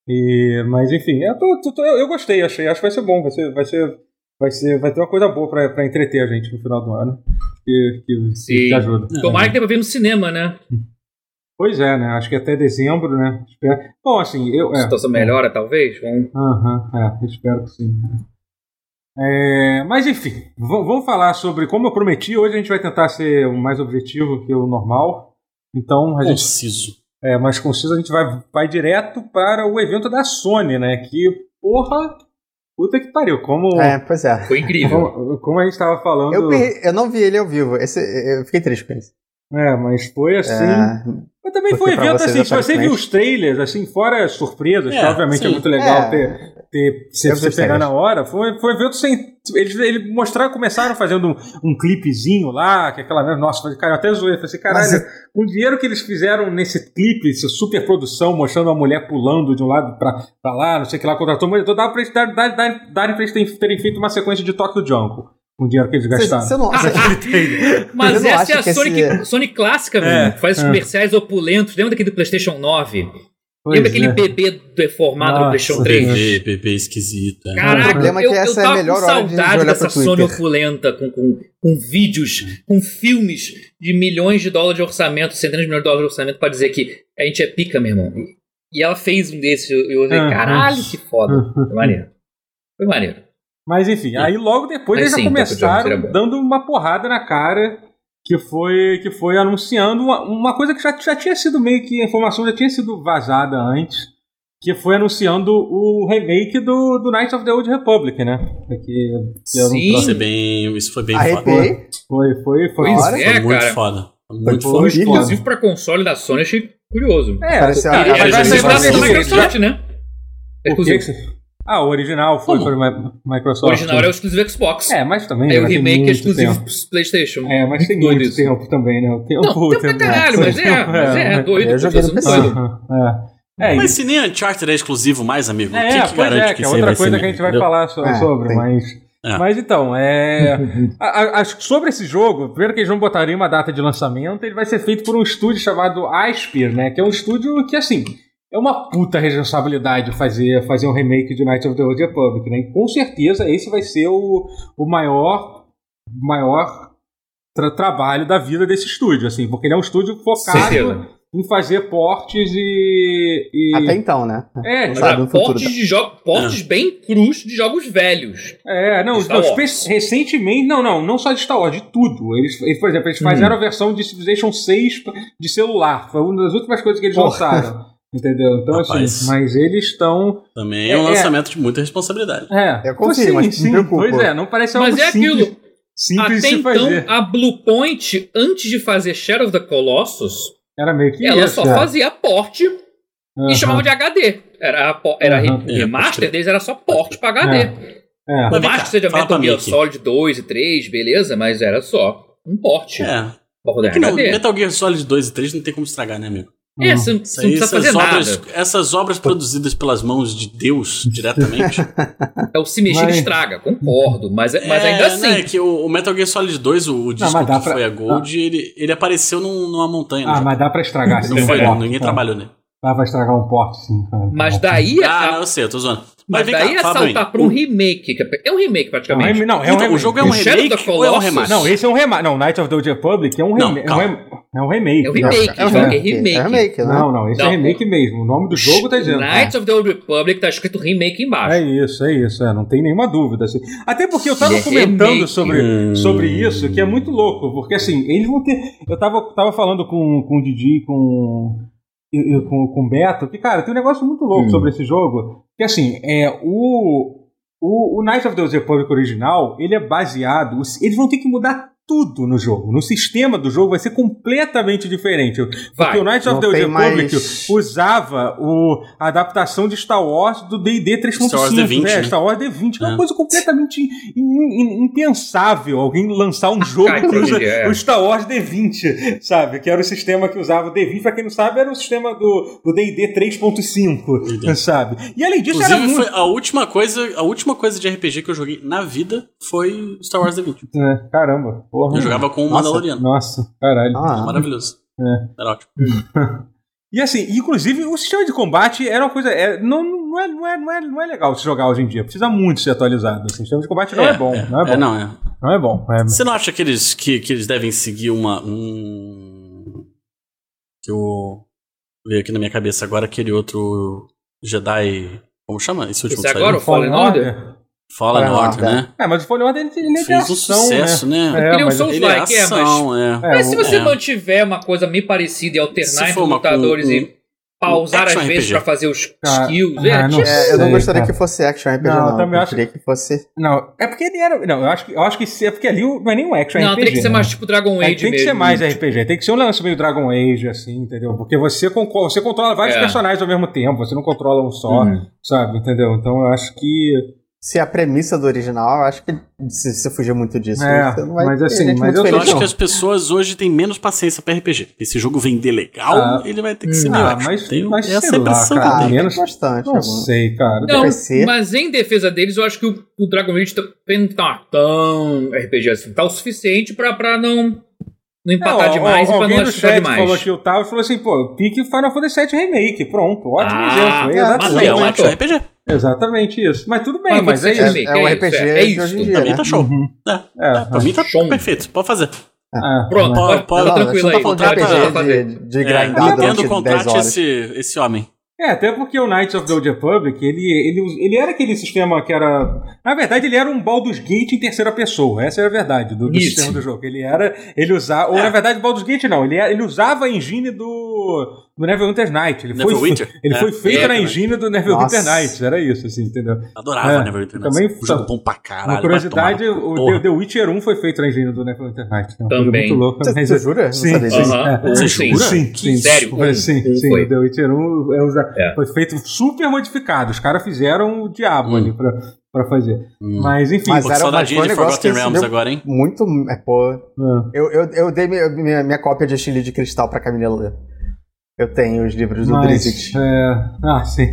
Speaker 1: E, mas enfim, eu, tô- tô- tô- eu gostei, achei, acho que vai ser bom, vai ser, vai ser, vai ser, vai ter uma coisa boa pra, pra entreter a gente no final do ano. Que, que,
Speaker 4: Sim.
Speaker 1: que ajuda.
Speaker 4: Tomara que dê pra ver no cinema, né?
Speaker 1: Pois é, né? Acho que até dezembro, né? Espero... Bom, assim, eu.
Speaker 4: A
Speaker 1: É.
Speaker 4: situação melhora, talvez. um- Vamos...
Speaker 1: Aham, é, espero que sim. É, mas enfim, v- vamos falar sobre. Como eu prometi, hoje a gente vai tentar ser o mais objetivo que o normal. Então, a gente
Speaker 2: Conciso.
Speaker 1: é mais conciso, a gente vai, vai direto para o evento da Sony, né? Que, porra, puta que pariu. Como,
Speaker 3: É, pois é.
Speaker 4: Foi incrível.
Speaker 1: como, como a gente estava falando.
Speaker 3: Eu, perre- eu não vi ele ao vivo. Esse, eu fiquei triste com isso.
Speaker 1: É, mas foi assim.
Speaker 3: É,
Speaker 1: Mas também
Speaker 3: Porque
Speaker 1: foi um
Speaker 3: pra
Speaker 1: evento
Speaker 3: vocês, é
Speaker 1: assim, se você
Speaker 3: aparentemente-
Speaker 1: viu os trailers, assim, fora as surpresas,
Speaker 2: É,
Speaker 1: que obviamente é
Speaker 2: sim.
Speaker 1: muito legal
Speaker 3: É.
Speaker 1: ter, ter se
Speaker 3: Eu
Speaker 1: você
Speaker 3: gostei,
Speaker 1: pegar
Speaker 3: eu
Speaker 1: na hora, foi, foi um evento sem. Eles, eles mostraram, começaram fazendo um, um clipezinho lá, que é aquela. Nossa, falei, cara, eu até zoei. Falei assim, caralho,
Speaker 3: é
Speaker 1: com o dinheiro que eles fizeram nesse clipe, essa super produção, mostrando a mulher pulando de um lado pra, pra lá, não sei o que lá, contratou o monitor, dava pra eles dar- dar- dar- darem pra eles terem, terem feito uma sequência de Tokyo Jungle, com o dinheiro que eles
Speaker 3: É, Você
Speaker 1: gastaram.
Speaker 3: você não
Speaker 4: Ah,
Speaker 3: acha
Speaker 4: Mas
Speaker 3: Eu não
Speaker 4: essa
Speaker 3: acho
Speaker 4: é a
Speaker 3: que
Speaker 4: Sony,
Speaker 3: esse-
Speaker 4: que- Sony clássica,
Speaker 1: É,
Speaker 4: velho. que Faz os
Speaker 1: é.
Speaker 4: comerciais opulentos. Lembra daquele do PlayStation 9?
Speaker 1: Pois
Speaker 4: Lembra aquele
Speaker 1: é.
Speaker 4: bebê deformado do
Speaker 1: Nossa,
Speaker 4: PlayStation
Speaker 1: sim.
Speaker 4: 3?
Speaker 2: Bebê, bebê esquisito. é.
Speaker 4: Caraca,
Speaker 1: O
Speaker 3: problema é
Speaker 4: eu,
Speaker 3: que essa
Speaker 4: eu
Speaker 3: é a
Speaker 4: tava
Speaker 3: melhor
Speaker 4: com
Speaker 3: hora de
Speaker 4: saudade
Speaker 3: olhar
Speaker 4: dessa
Speaker 3: pro
Speaker 4: Sony
Speaker 3: Twitter.
Speaker 4: opulenta, com, com, com vídeos, com filmes de milhões de dólares de orçamento, centenas de milhões de dólares de orçamento, pra dizer que a gente é pica, meu irmão. E- E ela fez um desses, eu, eu falei,
Speaker 1: Ah,
Speaker 4: caralho, que foda.
Speaker 1: Hum.
Speaker 4: Foi maneiro. Foi maneiro.
Speaker 1: Mas enfim, aí logo depois
Speaker 4: É. Mas
Speaker 1: eles já
Speaker 4: sim, tá Tokyo Jungle
Speaker 1: começaram
Speaker 4: seria bom.
Speaker 1: dando uma porrada na cara que foi que foi anunciando uma, uma coisa que já, já tinha sido meio que a informação já tinha sido vazada antes, que foi anunciando o remake do, do Knights of the Old Republic, né? Que Eu não
Speaker 4: Sim,
Speaker 1: trouxe
Speaker 2: Isso, é bem, isso foi bem foda.
Speaker 3: Arrepiei.
Speaker 1: foi foi foi.
Speaker 4: Pois
Speaker 3: Claro.
Speaker 2: Foi
Speaker 4: é,
Speaker 2: muito
Speaker 4: cara.
Speaker 2: foda. Muito
Speaker 3: Foi
Speaker 2: foda.
Speaker 3: horrível.
Speaker 4: Inclusive pra console da Sony, achei curioso.
Speaker 1: É,
Speaker 3: Pareceu
Speaker 1: cara,
Speaker 3: a-
Speaker 1: mas vai
Speaker 4: Ele vai
Speaker 2: Eles
Speaker 1: sair
Speaker 4: sair
Speaker 1: pra
Speaker 4: da
Speaker 2: lançaram
Speaker 1: Sony.
Speaker 4: Microsoft, né? É
Speaker 1: Por que que
Speaker 4: exclusivo.
Speaker 1: você- Ah, o original foi
Speaker 2: Como?
Speaker 1: para Microsoft.
Speaker 4: O original era exclusivo Xbox.
Speaker 1: É, mas também.
Speaker 4: Aí o
Speaker 1: né, tem
Speaker 4: remake é
Speaker 1: muito
Speaker 4: exclusivo
Speaker 1: tempo.
Speaker 4: PlayStation.
Speaker 1: É, mas tem
Speaker 4: Doido
Speaker 1: muito
Speaker 4: isso.
Speaker 1: tempo também, né? O tempo,
Speaker 4: Não, tem pra caralho, mas é, mas é, é doido.
Speaker 3: Eu joguei no
Speaker 4: tô pensando
Speaker 3: PC.
Speaker 4: doido.
Speaker 1: Aham, assim, é. É,
Speaker 2: Mas se nem Uncharted é exclusivo mais, amigo,
Speaker 1: É,
Speaker 2: o que, que
Speaker 1: pois
Speaker 2: garante
Speaker 1: é, que é
Speaker 2: isso aí
Speaker 1: outra
Speaker 2: vai ser
Speaker 1: coisa que a
Speaker 2: mesmo,
Speaker 1: gente vai
Speaker 2: entendeu?
Speaker 1: falar so-
Speaker 3: É,
Speaker 1: sobre,
Speaker 3: tem.
Speaker 1: mas.
Speaker 2: É.
Speaker 1: Mas então, é. a- a- acho que sobre esse jogo, primeiro que eles não botariam uma data de lançamento, ele vai ser feito por um estúdio chamado Aspir, né? Que é um estúdio que, assim, é uma puta responsabilidade fazer, fazer um remake de Knights of the Old Republic, né? E com certeza esse vai ser o, o maior. maior tra- trabalho da vida desse estúdio, assim, porque ele é um estúdio focado
Speaker 4: Certeza.
Speaker 1: em fazer portes e. e-
Speaker 3: Até então, né?
Speaker 1: é,
Speaker 3: Não
Speaker 4: Mas
Speaker 3: sabe
Speaker 4: era
Speaker 3: o futuro
Speaker 4: portes, de jo-
Speaker 1: Ah.
Speaker 4: portes bem crus de jogos velhos.
Speaker 1: É, não,
Speaker 4: Star
Speaker 1: não,
Speaker 4: Wars.
Speaker 1: espe- recentemente, não, não, não só de Star Wars, de tudo. Eles, eles, por exemplo,
Speaker 3: Hum.
Speaker 1: eles fizeram a versão de Civilization 6 pra- de celular. Foi uma das últimas coisas que eles
Speaker 3: Porra.
Speaker 1: lançaram. Entendeu? Então,
Speaker 2: Rapaz.
Speaker 1: assim, mas eles estão.
Speaker 2: Também é um
Speaker 1: É, é.
Speaker 2: lançamento de muita responsabilidade.
Speaker 1: É,
Speaker 3: Eu confio, mas me preocupo.
Speaker 1: Pois é, não parece algo
Speaker 4: Mas é
Speaker 1: simples,
Speaker 4: aquilo.
Speaker 1: simples de
Speaker 4: Até
Speaker 1: se
Speaker 4: então,
Speaker 1: fazer.
Speaker 4: a Bluepoint, antes de fazer Shadow of the Colossus,
Speaker 1: Era meio que
Speaker 4: ela
Speaker 1: isso.
Speaker 4: só
Speaker 1: é.
Speaker 4: fazia porte
Speaker 1: Aham.
Speaker 4: e chamava de HD. Era, a po- era re-
Speaker 1: Aham.
Speaker 2: É, pode
Speaker 4: remaster
Speaker 2: crer.
Speaker 4: deles, era só porte pra HD.
Speaker 1: É.
Speaker 4: Por
Speaker 2: Mas vem
Speaker 4: mais
Speaker 2: cá,
Speaker 4: que seja
Speaker 2: fala pra
Speaker 4: Metal Gear
Speaker 2: mim aqui.
Speaker 4: Solid 2 e 3, beleza, mas era só um porte. É.
Speaker 2: É.
Speaker 4: Pra rodar
Speaker 2: Que não,
Speaker 4: HD.
Speaker 2: Metal Gear Solid 2 e 3 não tem como estragar, né, amigo?
Speaker 4: É, você não,
Speaker 2: Isso
Speaker 4: você não
Speaker 2: aí,
Speaker 4: precisa fazer
Speaker 2: essas, obras,
Speaker 4: nada.
Speaker 2: essas obras produzidas pelas mãos de Deus diretamente.
Speaker 4: É o se mexer
Speaker 1: Mas-
Speaker 4: estraga, concordo. Mas, mas
Speaker 2: É,
Speaker 4: ainda assim,
Speaker 2: né, que o, o Metal Gear Solid 2, o, o disco
Speaker 1: mas dá
Speaker 2: que
Speaker 1: pra-
Speaker 2: foi a Gold, ele, ele apareceu num- numa montanha.
Speaker 1: Ah,
Speaker 2: né?
Speaker 1: mas dá pra estragar.
Speaker 2: Não
Speaker 1: sim,
Speaker 2: foi,
Speaker 1: dá.
Speaker 2: ninguém
Speaker 1: Tá.
Speaker 2: trabalhou nele.
Speaker 1: Ah, vai estragar um porte, sim, cara. É
Speaker 4: Mas
Speaker 1: Porte.
Speaker 4: daí.
Speaker 2: Ah,
Speaker 4: a-
Speaker 2: não, eu sei, eu tô zoando.
Speaker 4: mas
Speaker 2: Mas, vem
Speaker 4: daí
Speaker 2: cá, fala pra mim.
Speaker 4: assaltar pra um remake. que é- É um remake,
Speaker 1: Não,
Speaker 4: praticamente.
Speaker 1: rem- não, é um
Speaker 2: Então, o
Speaker 1: remake.
Speaker 2: jogo é um
Speaker 4: O assim. Shadow
Speaker 2: remake
Speaker 4: of the
Speaker 2: ou é um
Speaker 4: Colossus-
Speaker 2: remake?
Speaker 1: Não, esse é um remake. Não, Night of the Old Republic é um,
Speaker 2: Não,
Speaker 1: rem... é um
Speaker 2: calma.
Speaker 1: rem- é um remake.
Speaker 4: É um remake,
Speaker 3: é um
Speaker 1: jogo, é
Speaker 4: remake.
Speaker 3: É remake, né?
Speaker 1: Não, não, esse
Speaker 4: Não.
Speaker 1: é remake mesmo. O nome do jogo tá dizendo.
Speaker 2: né?
Speaker 4: Knights of the Old Republic tá escrito remake embaixo.
Speaker 1: É isso, é isso, é, não tem nenhuma dúvida. assim. Até porque eu tava
Speaker 4: É
Speaker 1: comentando
Speaker 4: remake.
Speaker 1: sobre,
Speaker 2: Hum.
Speaker 1: sobre isso, que é muito louco, porque assim, eles vão ter. Eu tava, tava falando com, com o Didi e com, e- e com, com o Beto, que, cara, tem um negócio muito louco
Speaker 2: Hum.
Speaker 1: sobre esse jogo, que assim, é o. O, o Knights of the Old Republic original, ele é baseado. os- Eles vão ter que mudar tudo no jogo. No sistema do jogo vai ser completamente diferente. Porque
Speaker 4: Vai.
Speaker 1: o Knights of
Speaker 3: Não
Speaker 1: the Old
Speaker 3: tem mais-
Speaker 1: Republic usava o, a adaptação de Star Wars do D&D 3.5.
Speaker 2: Star Wars D20,
Speaker 1: né?
Speaker 2: né?
Speaker 1: Star Wars D20, que é uma
Speaker 2: É.
Speaker 1: coisa completamente in- in- impensável. Alguém lançar um jogo
Speaker 4: Ah,
Speaker 1: que usa
Speaker 4: entendi, é.
Speaker 1: o Star Wars D20, sabe? Que era o sistema que usava o D20. Pra quem não sabe, era o sistema do do D&D 3.5,
Speaker 2: Entendi.
Speaker 1: sabe? E além disso, era
Speaker 2: Inclusive,
Speaker 1: muito...
Speaker 2: foi a última coisa, a última coisa de RPG que eu joguei na vida foi Star Wars The 20.
Speaker 1: É, Caramba, porra.
Speaker 2: Eu jogava com o
Speaker 3: Nossa.
Speaker 2: Mandaloriano.
Speaker 1: Nossa, caralho.
Speaker 3: Ah,
Speaker 2: Maravilhoso. Era ótimo.
Speaker 1: E assim, inclusive, o sistema de combate era uma coisa. é, não, não, é, não, é, não, é, não é legal se jogar hoje em dia. Precisa muito ser atualizado. O sistema de combate não é, bom. não é bom.
Speaker 2: É, não, é.
Speaker 1: Não é bom. É,
Speaker 2: Você não acha que eles, que, que eles devem seguir uma. Um. Que o. Veio aqui na minha cabeça agora aquele outro Jedi. Como chama? Esse último
Speaker 4: Esse é
Speaker 2: que saiu?
Speaker 4: agora, o Fallen Order?
Speaker 2: Fala
Speaker 3: Fallen
Speaker 2: no Order,
Speaker 3: Order.
Speaker 2: né?
Speaker 1: É, mas o Folha Order ele, ele é de
Speaker 2: Fez um
Speaker 1: ação,
Speaker 2: sucesso, né?
Speaker 1: né?
Speaker 4: Ele é um
Speaker 1: mas-
Speaker 4: Souls-
Speaker 2: Ele é
Speaker 4: Like, é, mas-
Speaker 2: ação, é.
Speaker 1: é,
Speaker 4: Mas se
Speaker 1: o-
Speaker 4: você
Speaker 2: é.
Speaker 4: mantiver uma coisa meio parecida e
Speaker 2: Se
Speaker 4: alternar entre
Speaker 2: for uma um,
Speaker 4: lutadores
Speaker 2: com-
Speaker 4: e pausar às
Speaker 2: action
Speaker 4: vezes
Speaker 2: RPG.
Speaker 4: pra fazer os
Speaker 1: Ah,
Speaker 4: skills,
Speaker 1: ah,
Speaker 4: é,
Speaker 1: não
Speaker 4: tipo,
Speaker 3: É, eu não
Speaker 1: Sei,
Speaker 3: gostaria
Speaker 1: cara.
Speaker 3: que fosse action RPG,
Speaker 1: Não,
Speaker 3: não.
Speaker 1: eu também
Speaker 3: eu
Speaker 1: acho-
Speaker 3: queria que fosse.
Speaker 1: Não, é porque ele era. Não, eu acho que, eu acho que se- é porque ali o- não é nem um action
Speaker 4: não,
Speaker 1: RPG.
Speaker 4: tem que ser
Speaker 1: né?
Speaker 4: mais tipo Dragon
Speaker 1: É,
Speaker 4: Age
Speaker 1: tem que
Speaker 4: mesmo.
Speaker 1: ser mais RPG, tem que ser um lance meio Dragon Age, assim, entendeu? Porque você, conco- você controla vários
Speaker 4: É.
Speaker 1: personagens ao mesmo tempo, você não controla um só,
Speaker 2: Uhum.
Speaker 1: sabe? Entendeu? Então eu acho que
Speaker 3: Se é a premissa do original, eu acho que se você fugir muito disso,
Speaker 1: É,
Speaker 3: você não vai
Speaker 1: mas
Speaker 3: ter
Speaker 1: assim,
Speaker 3: gente
Speaker 1: mas
Speaker 3: muito
Speaker 1: eu tô-
Speaker 2: Eu
Speaker 3: feliz,
Speaker 2: acho
Speaker 3: não.
Speaker 2: que as pessoas hoje têm menos paciência pra RPG. Esse jogo vender legal,
Speaker 1: Ah,
Speaker 2: ele vai ter que ser
Speaker 1: ah,
Speaker 2: meio action.
Speaker 1: mas-
Speaker 2: Tenho
Speaker 1: mas sei
Speaker 2: essa
Speaker 1: lá,
Speaker 2: impressão
Speaker 1: cara.
Speaker 2: que
Speaker 3: Ah,
Speaker 2: eu tenho.
Speaker 1: menos-
Speaker 3: menos bastante.
Speaker 1: Não
Speaker 3: algum.
Speaker 4: é
Speaker 1: sei, cara.
Speaker 4: Não,
Speaker 3: Vai ser.
Speaker 4: mas em defesa deles, eu acho que o, o Dragon Age também não tá tão RPG assim, tá o suficiente pra, pra não, não empatar
Speaker 1: Não,
Speaker 4: demais
Speaker 1: al-
Speaker 4: e pra
Speaker 1: alguém
Speaker 4: não
Speaker 1: no
Speaker 4: assustar
Speaker 1: chat
Speaker 4: demais.
Speaker 1: falou que o Tava falou assim, pô, pique Final Fantasy VII Remake, pronto, ótimo
Speaker 4: Ah,
Speaker 1: exemplo.
Speaker 3: é,
Speaker 2: Mas
Speaker 1: Exatamente,
Speaker 2: é um action
Speaker 4: Matou.
Speaker 2: RPG.
Speaker 1: exatamente isso. Mas tudo bem,
Speaker 4: Final
Speaker 1: mas é isso.
Speaker 4: Fantasy VII.
Speaker 3: É um
Speaker 4: É isso,
Speaker 3: RPG
Speaker 4: é, é
Speaker 3: de
Speaker 4: isso.
Speaker 3: hoje em
Speaker 2: Pra
Speaker 3: dia,
Speaker 2: mim
Speaker 3: né?
Speaker 2: tá show.
Speaker 1: Uhum.
Speaker 2: É,
Speaker 1: É,
Speaker 2: Pra mim tá
Speaker 4: Show.
Speaker 2: perfeito, pode fazer.
Speaker 1: é.
Speaker 4: Pronto,
Speaker 2: Pô,
Speaker 4: pode,
Speaker 2: pô,
Speaker 4: pode
Speaker 3: Não,
Speaker 4: tá
Speaker 3: não,
Speaker 4: tranquilo
Speaker 3: você
Speaker 4: aí.
Speaker 3: tá falando
Speaker 4: pode-
Speaker 2: contrata-
Speaker 4: pode
Speaker 3: de
Speaker 4: fazer.
Speaker 3: RPG de, de
Speaker 1: né?
Speaker 2: É,
Speaker 3: grindar
Speaker 2: Nintendo
Speaker 3: durante 10
Speaker 2: contrate
Speaker 3: horas.
Speaker 2: esse, esse homem.
Speaker 1: É, até porque o Knights of the Old Republic, ele, ele, ele era aquele sistema que era. Na verdade, ele era um Baldur's Gate em terceira pessoa. Essa era a verdade do, do
Speaker 4: Isso. É.
Speaker 1: sistema do jogo. Ele era. Ele usava. Ou, na verdade, Baldur's Gate não. Ele, era- ele usava a engine do. Do Neverwinter's Night. Ele foi,
Speaker 2: Neverwinter,
Speaker 1: ele
Speaker 2: é.
Speaker 1: foi feito
Speaker 4: É,
Speaker 1: na
Speaker 4: também.
Speaker 1: engine do Neverwinter
Speaker 3: Nossa.
Speaker 1: Nights. Era isso, assim, entendeu?
Speaker 2: Adorava
Speaker 1: É,
Speaker 2: Neverwinter
Speaker 1: também
Speaker 2: Nights. Um jogo bom pra caralho.
Speaker 1: Uma curiosidade,
Speaker 2: vai tomar
Speaker 1: o
Speaker 2: na porra.
Speaker 1: The, The Witcher 1 foi feito na engine do Neverwinter Nights. né? Uma coisa
Speaker 4: Também.
Speaker 1: Muito louca.
Speaker 3: Você,
Speaker 1: mas-
Speaker 3: você jura? Não
Speaker 1: Sim,
Speaker 3: sabia
Speaker 1: sim.
Speaker 3: disso.
Speaker 4: Aham,
Speaker 1: É.
Speaker 2: Você
Speaker 4: sim.
Speaker 2: jura?
Speaker 1: Sim, sim,
Speaker 4: Sério?
Speaker 1: Foi, sim,
Speaker 4: Um
Speaker 1: sim.
Speaker 4: foi.
Speaker 1: O The Witcher 1 é usa-
Speaker 4: É.
Speaker 1: foi feito super modificado. Os caras fizeram o diabo
Speaker 2: Hum.
Speaker 1: ali pra, pra fazer.
Speaker 2: Hum.
Speaker 1: Mas enfim.
Speaker 3: Mas
Speaker 2: Pô,
Speaker 1: é,
Speaker 2: que
Speaker 3: era-
Speaker 2: saudadinha
Speaker 3: mas foi
Speaker 2: de
Speaker 3: um negócio que
Speaker 2: Forgotten Realms
Speaker 3: recebeu-
Speaker 2: agora, hein?
Speaker 3: Muito. É, pô.
Speaker 1: ah,
Speaker 3: Eu, eu, eu dei minha, minha, minha cópia de Chile de Cristal pra Camila ler. Eu tenho os livros do
Speaker 1: mas,
Speaker 3: Drizzt.
Speaker 1: é, ah, sim.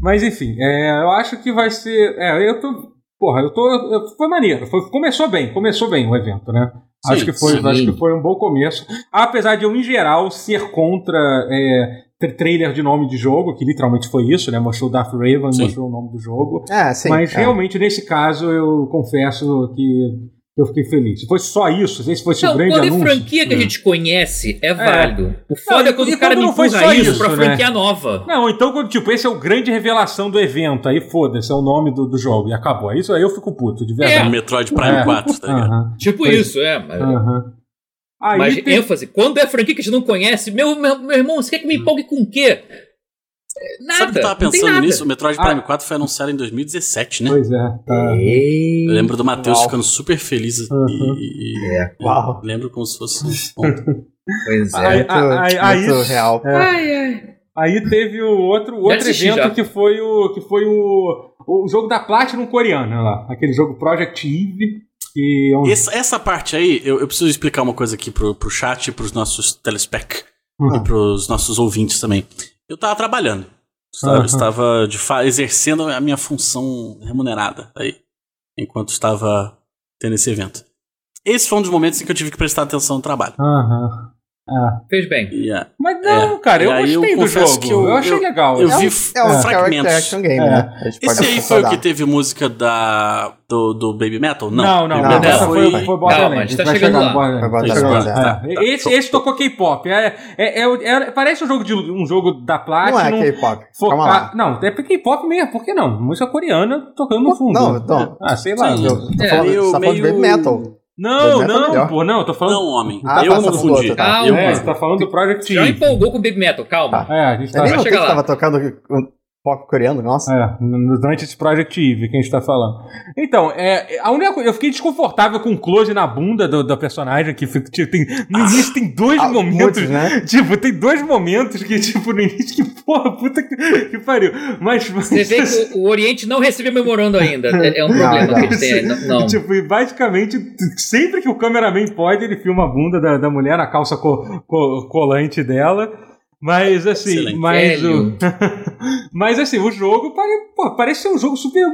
Speaker 1: Mas enfim, é, eu acho que vai ser. É, eu tô. Porra, eu tô. eu- foi maneiro. Foi- começou bem, começou bem o evento, né?
Speaker 2: Sim,
Speaker 1: acho, que foi,
Speaker 2: sim.
Speaker 1: acho que foi um bom começo. Apesar de eu, em geral, ser contra é, tra- trailer de nome de jogo, que literalmente foi isso, né? Mostrou o Darth Raven,
Speaker 2: Sim.
Speaker 1: mostrou o nome do jogo.
Speaker 3: É, sim.
Speaker 1: Mas
Speaker 3: é.
Speaker 1: realmente, nesse caso, eu confesso que eu fiquei feliz. Se fosse só isso, se esse fosse o
Speaker 4: Não,
Speaker 1: grande
Speaker 4: quando é
Speaker 1: anúncio.
Speaker 4: franquia que a
Speaker 2: Hum.
Speaker 4: gente conhece, é válido. O foda
Speaker 1: Não,
Speaker 4: é quando
Speaker 1: e
Speaker 4: o cara
Speaker 1: quando
Speaker 4: me
Speaker 1: não foi
Speaker 4: empurra
Speaker 1: só
Speaker 4: isso,
Speaker 1: isso,
Speaker 4: pra
Speaker 1: né?
Speaker 4: franquia nova.
Speaker 1: Não, então quando, tipo, esse é o grande revelação do evento, aí foda-se, é o nome do, do jogo e acabou. Isso aí eu fico puto, de
Speaker 4: É.
Speaker 1: verdade.
Speaker 2: Metroid Prime
Speaker 1: É.
Speaker 2: 4, tá ligado?
Speaker 1: Aham,
Speaker 4: Tipo
Speaker 1: Pois-
Speaker 4: isso, é. Mas,
Speaker 1: aham. Aí
Speaker 4: mas
Speaker 1: tem-
Speaker 4: ênfase. Quando é franquia que a gente não conhece, meu, meu, meu irmão, você quer que me empolgue com o quê? É, Nada.
Speaker 2: Hum. Sabe o que eu tava
Speaker 4: não tem
Speaker 2: pensando
Speaker 4: nada.
Speaker 2: nisso? O Metroid
Speaker 1: Ah.
Speaker 2: Prime 4 foi anunciado em 2017, né?
Speaker 1: Pois é, tá.
Speaker 2: Eu lembro do Matheus
Speaker 3: Uau.
Speaker 2: ficando super feliz e-
Speaker 1: Uhum.
Speaker 2: e. e-
Speaker 4: É,
Speaker 3: Uau.
Speaker 2: Lembro como se fosse. um ontem.
Speaker 4: pois é.
Speaker 1: Ai,
Speaker 3: Muito,
Speaker 1: ai, ai,
Speaker 3: muito
Speaker 1: isso-
Speaker 3: real.
Speaker 1: É.
Speaker 4: Ai, ai.
Speaker 1: Aí teve o outro, o outro
Speaker 4: assisti
Speaker 1: evento
Speaker 4: já.
Speaker 1: que foi o que foi o, o jogo da Platinum coreana lá, aquele jogo Project Eve, que é um
Speaker 2: Essa, essa parte aí, eu, eu preciso explicar uma coisa aqui pro, pro chat, pros nossos telespec e
Speaker 1: Uhum.
Speaker 2: pros nossos ouvintes também. Eu tava trabalhando. Sabe?
Speaker 1: Uhum.
Speaker 2: Estava de fa- exercendo a minha função remunerada aí, enquanto estava tendo esse evento. Esse foi um dos momentos em que eu tive que prestar atenção no trabalho.
Speaker 1: Aham. Ah.
Speaker 4: Fez bem.
Speaker 2: E, ah,
Speaker 1: Mas não,
Speaker 4: É.
Speaker 1: cara,
Speaker 2: E
Speaker 1: eu
Speaker 2: aí eu
Speaker 1: gostei do
Speaker 2: confesso
Speaker 1: jogo.
Speaker 2: que eu-
Speaker 1: eu, achei
Speaker 2: eu-
Speaker 1: legal.
Speaker 2: eu
Speaker 1: É um-
Speaker 2: vi
Speaker 3: É um character
Speaker 2: fragmentos.
Speaker 3: action game,
Speaker 1: É.
Speaker 3: né? A gente
Speaker 2: Esse aí foi o
Speaker 3: concordar.
Speaker 2: que teve música da, do, do Baby Metal?
Speaker 1: Não, não,
Speaker 3: não,
Speaker 1: não,
Speaker 3: não,
Speaker 1: essa foi, foi
Speaker 2: foi-
Speaker 4: Calma, a gente
Speaker 1: Borderlands.
Speaker 4: tá
Speaker 1: vai
Speaker 4: chegando
Speaker 1: chegar
Speaker 4: lá.
Speaker 1: no Borderlands.
Speaker 3: Foi
Speaker 2: Isso,
Speaker 3: Borderlands,
Speaker 2: tá,
Speaker 3: é.
Speaker 2: tá.
Speaker 1: É, Esse, esse tocou K-pop. É, é- é- é- parece um jogo, de, um jogo da
Speaker 3: Não
Speaker 1: Platinum.
Speaker 3: é K-pop. Calma lá.
Speaker 1: focar... Não, é porque K-pop mesmo. Por que não? Música coreana tocando no fundo.
Speaker 3: Não, então- não.
Speaker 1: Ah, sei lá.
Speaker 2: Sim.
Speaker 3: Eu tô
Speaker 4: É,
Speaker 3: falando,
Speaker 2: meio-
Speaker 3: você tá falando de baby
Speaker 2: meio-
Speaker 3: metal.
Speaker 1: Não,
Speaker 3: Mas essa é
Speaker 1: não,
Speaker 3: melhor.
Speaker 1: pô, não, eu tô falando.
Speaker 2: Não, homem.
Speaker 3: Ah,
Speaker 2: eu
Speaker 3: tá, tá,
Speaker 2: confundi.
Speaker 3: tá, tá.
Speaker 1: É,
Speaker 2: Eu
Speaker 4: Calma.
Speaker 1: você tá falando do Project
Speaker 4: Já
Speaker 1: E.
Speaker 4: empolgou com o Baby Metal, calma.
Speaker 1: É, a gente tá.
Speaker 2: Ah,
Speaker 3: Eu nem
Speaker 4: Vai
Speaker 3: notei
Speaker 4: chegar
Speaker 3: que
Speaker 4: lá.
Speaker 3: tava tocando um pop coreano, nossa.
Speaker 1: É, no- durante esse Project Eve que a gente tá falando. Então, é, a única coisa, eu fiquei desconfortável com o close na bunda do- da personagem que fica- tipo, tem, no início tem
Speaker 4: É.
Speaker 1: dois
Speaker 3: Ah,
Speaker 1: momentos,
Speaker 3: putz, né?
Speaker 1: Tipo, tem dois momentos que, tipo, no início, que porra, puta que, que pariu. Mas. mas
Speaker 4: Você vê que é o, o Oriente não recebeu memorando ainda. É, é um problema
Speaker 3: não.
Speaker 4: que eles têm aí. Não. não.
Speaker 1: Tipo, e basicamente, t- sempre que o cameraman pode, ele filma a bunda da, da mulher na calça co- co- colante dela. Mas assim,
Speaker 2: Excelente.
Speaker 1: mas o,
Speaker 4: Velho.
Speaker 1: mas assim, o jogo pare- pô, parece ser um jogo super.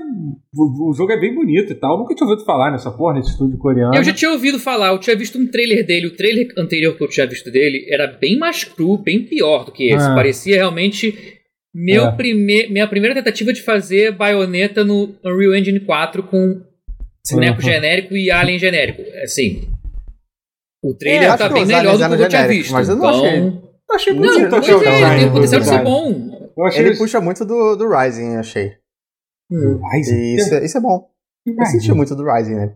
Speaker 1: O, o jogo é bem bonito e tal. Eu nunca tinha ouvido falar nessa porra, nesse estúdio coreano.
Speaker 4: Eu já tinha ouvido falar, eu tinha visto um trailer dele, o trailer anterior que eu tinha visto dele era bem mais cru, bem pior do que esse.
Speaker 1: Ah.
Speaker 4: Parecia realmente meu
Speaker 1: É.
Speaker 4: prime- minha primeira tentativa de fazer baioneta no Unreal Engine 4 com boneco
Speaker 1: Uhum.
Speaker 4: genérico e alien genérico. Assim. O
Speaker 3: É,
Speaker 4: trailer
Speaker 3: acho
Speaker 4: tá
Speaker 3: que
Speaker 4: bem
Speaker 3: os
Speaker 4: melhor
Speaker 3: aliens
Speaker 4: do que
Speaker 3: eram
Speaker 4: eu tinha
Speaker 3: genéricos,
Speaker 4: visto.
Speaker 3: mas eu não
Speaker 4: então,
Speaker 3: achei-
Speaker 1: Eu achei
Speaker 4: Não,
Speaker 1: bonito
Speaker 4: pois
Speaker 1: até o
Speaker 4: é, ele tem
Speaker 1: design,
Speaker 4: potencial de
Speaker 1: verdade.
Speaker 4: ser bom.
Speaker 1: Eu achei
Speaker 3: Ele puxa muito do, do Rising, eu achei.
Speaker 4: Hum.
Speaker 1: Rising.
Speaker 3: E isso, é- isso é bom. Eu senti muito do Rising, né?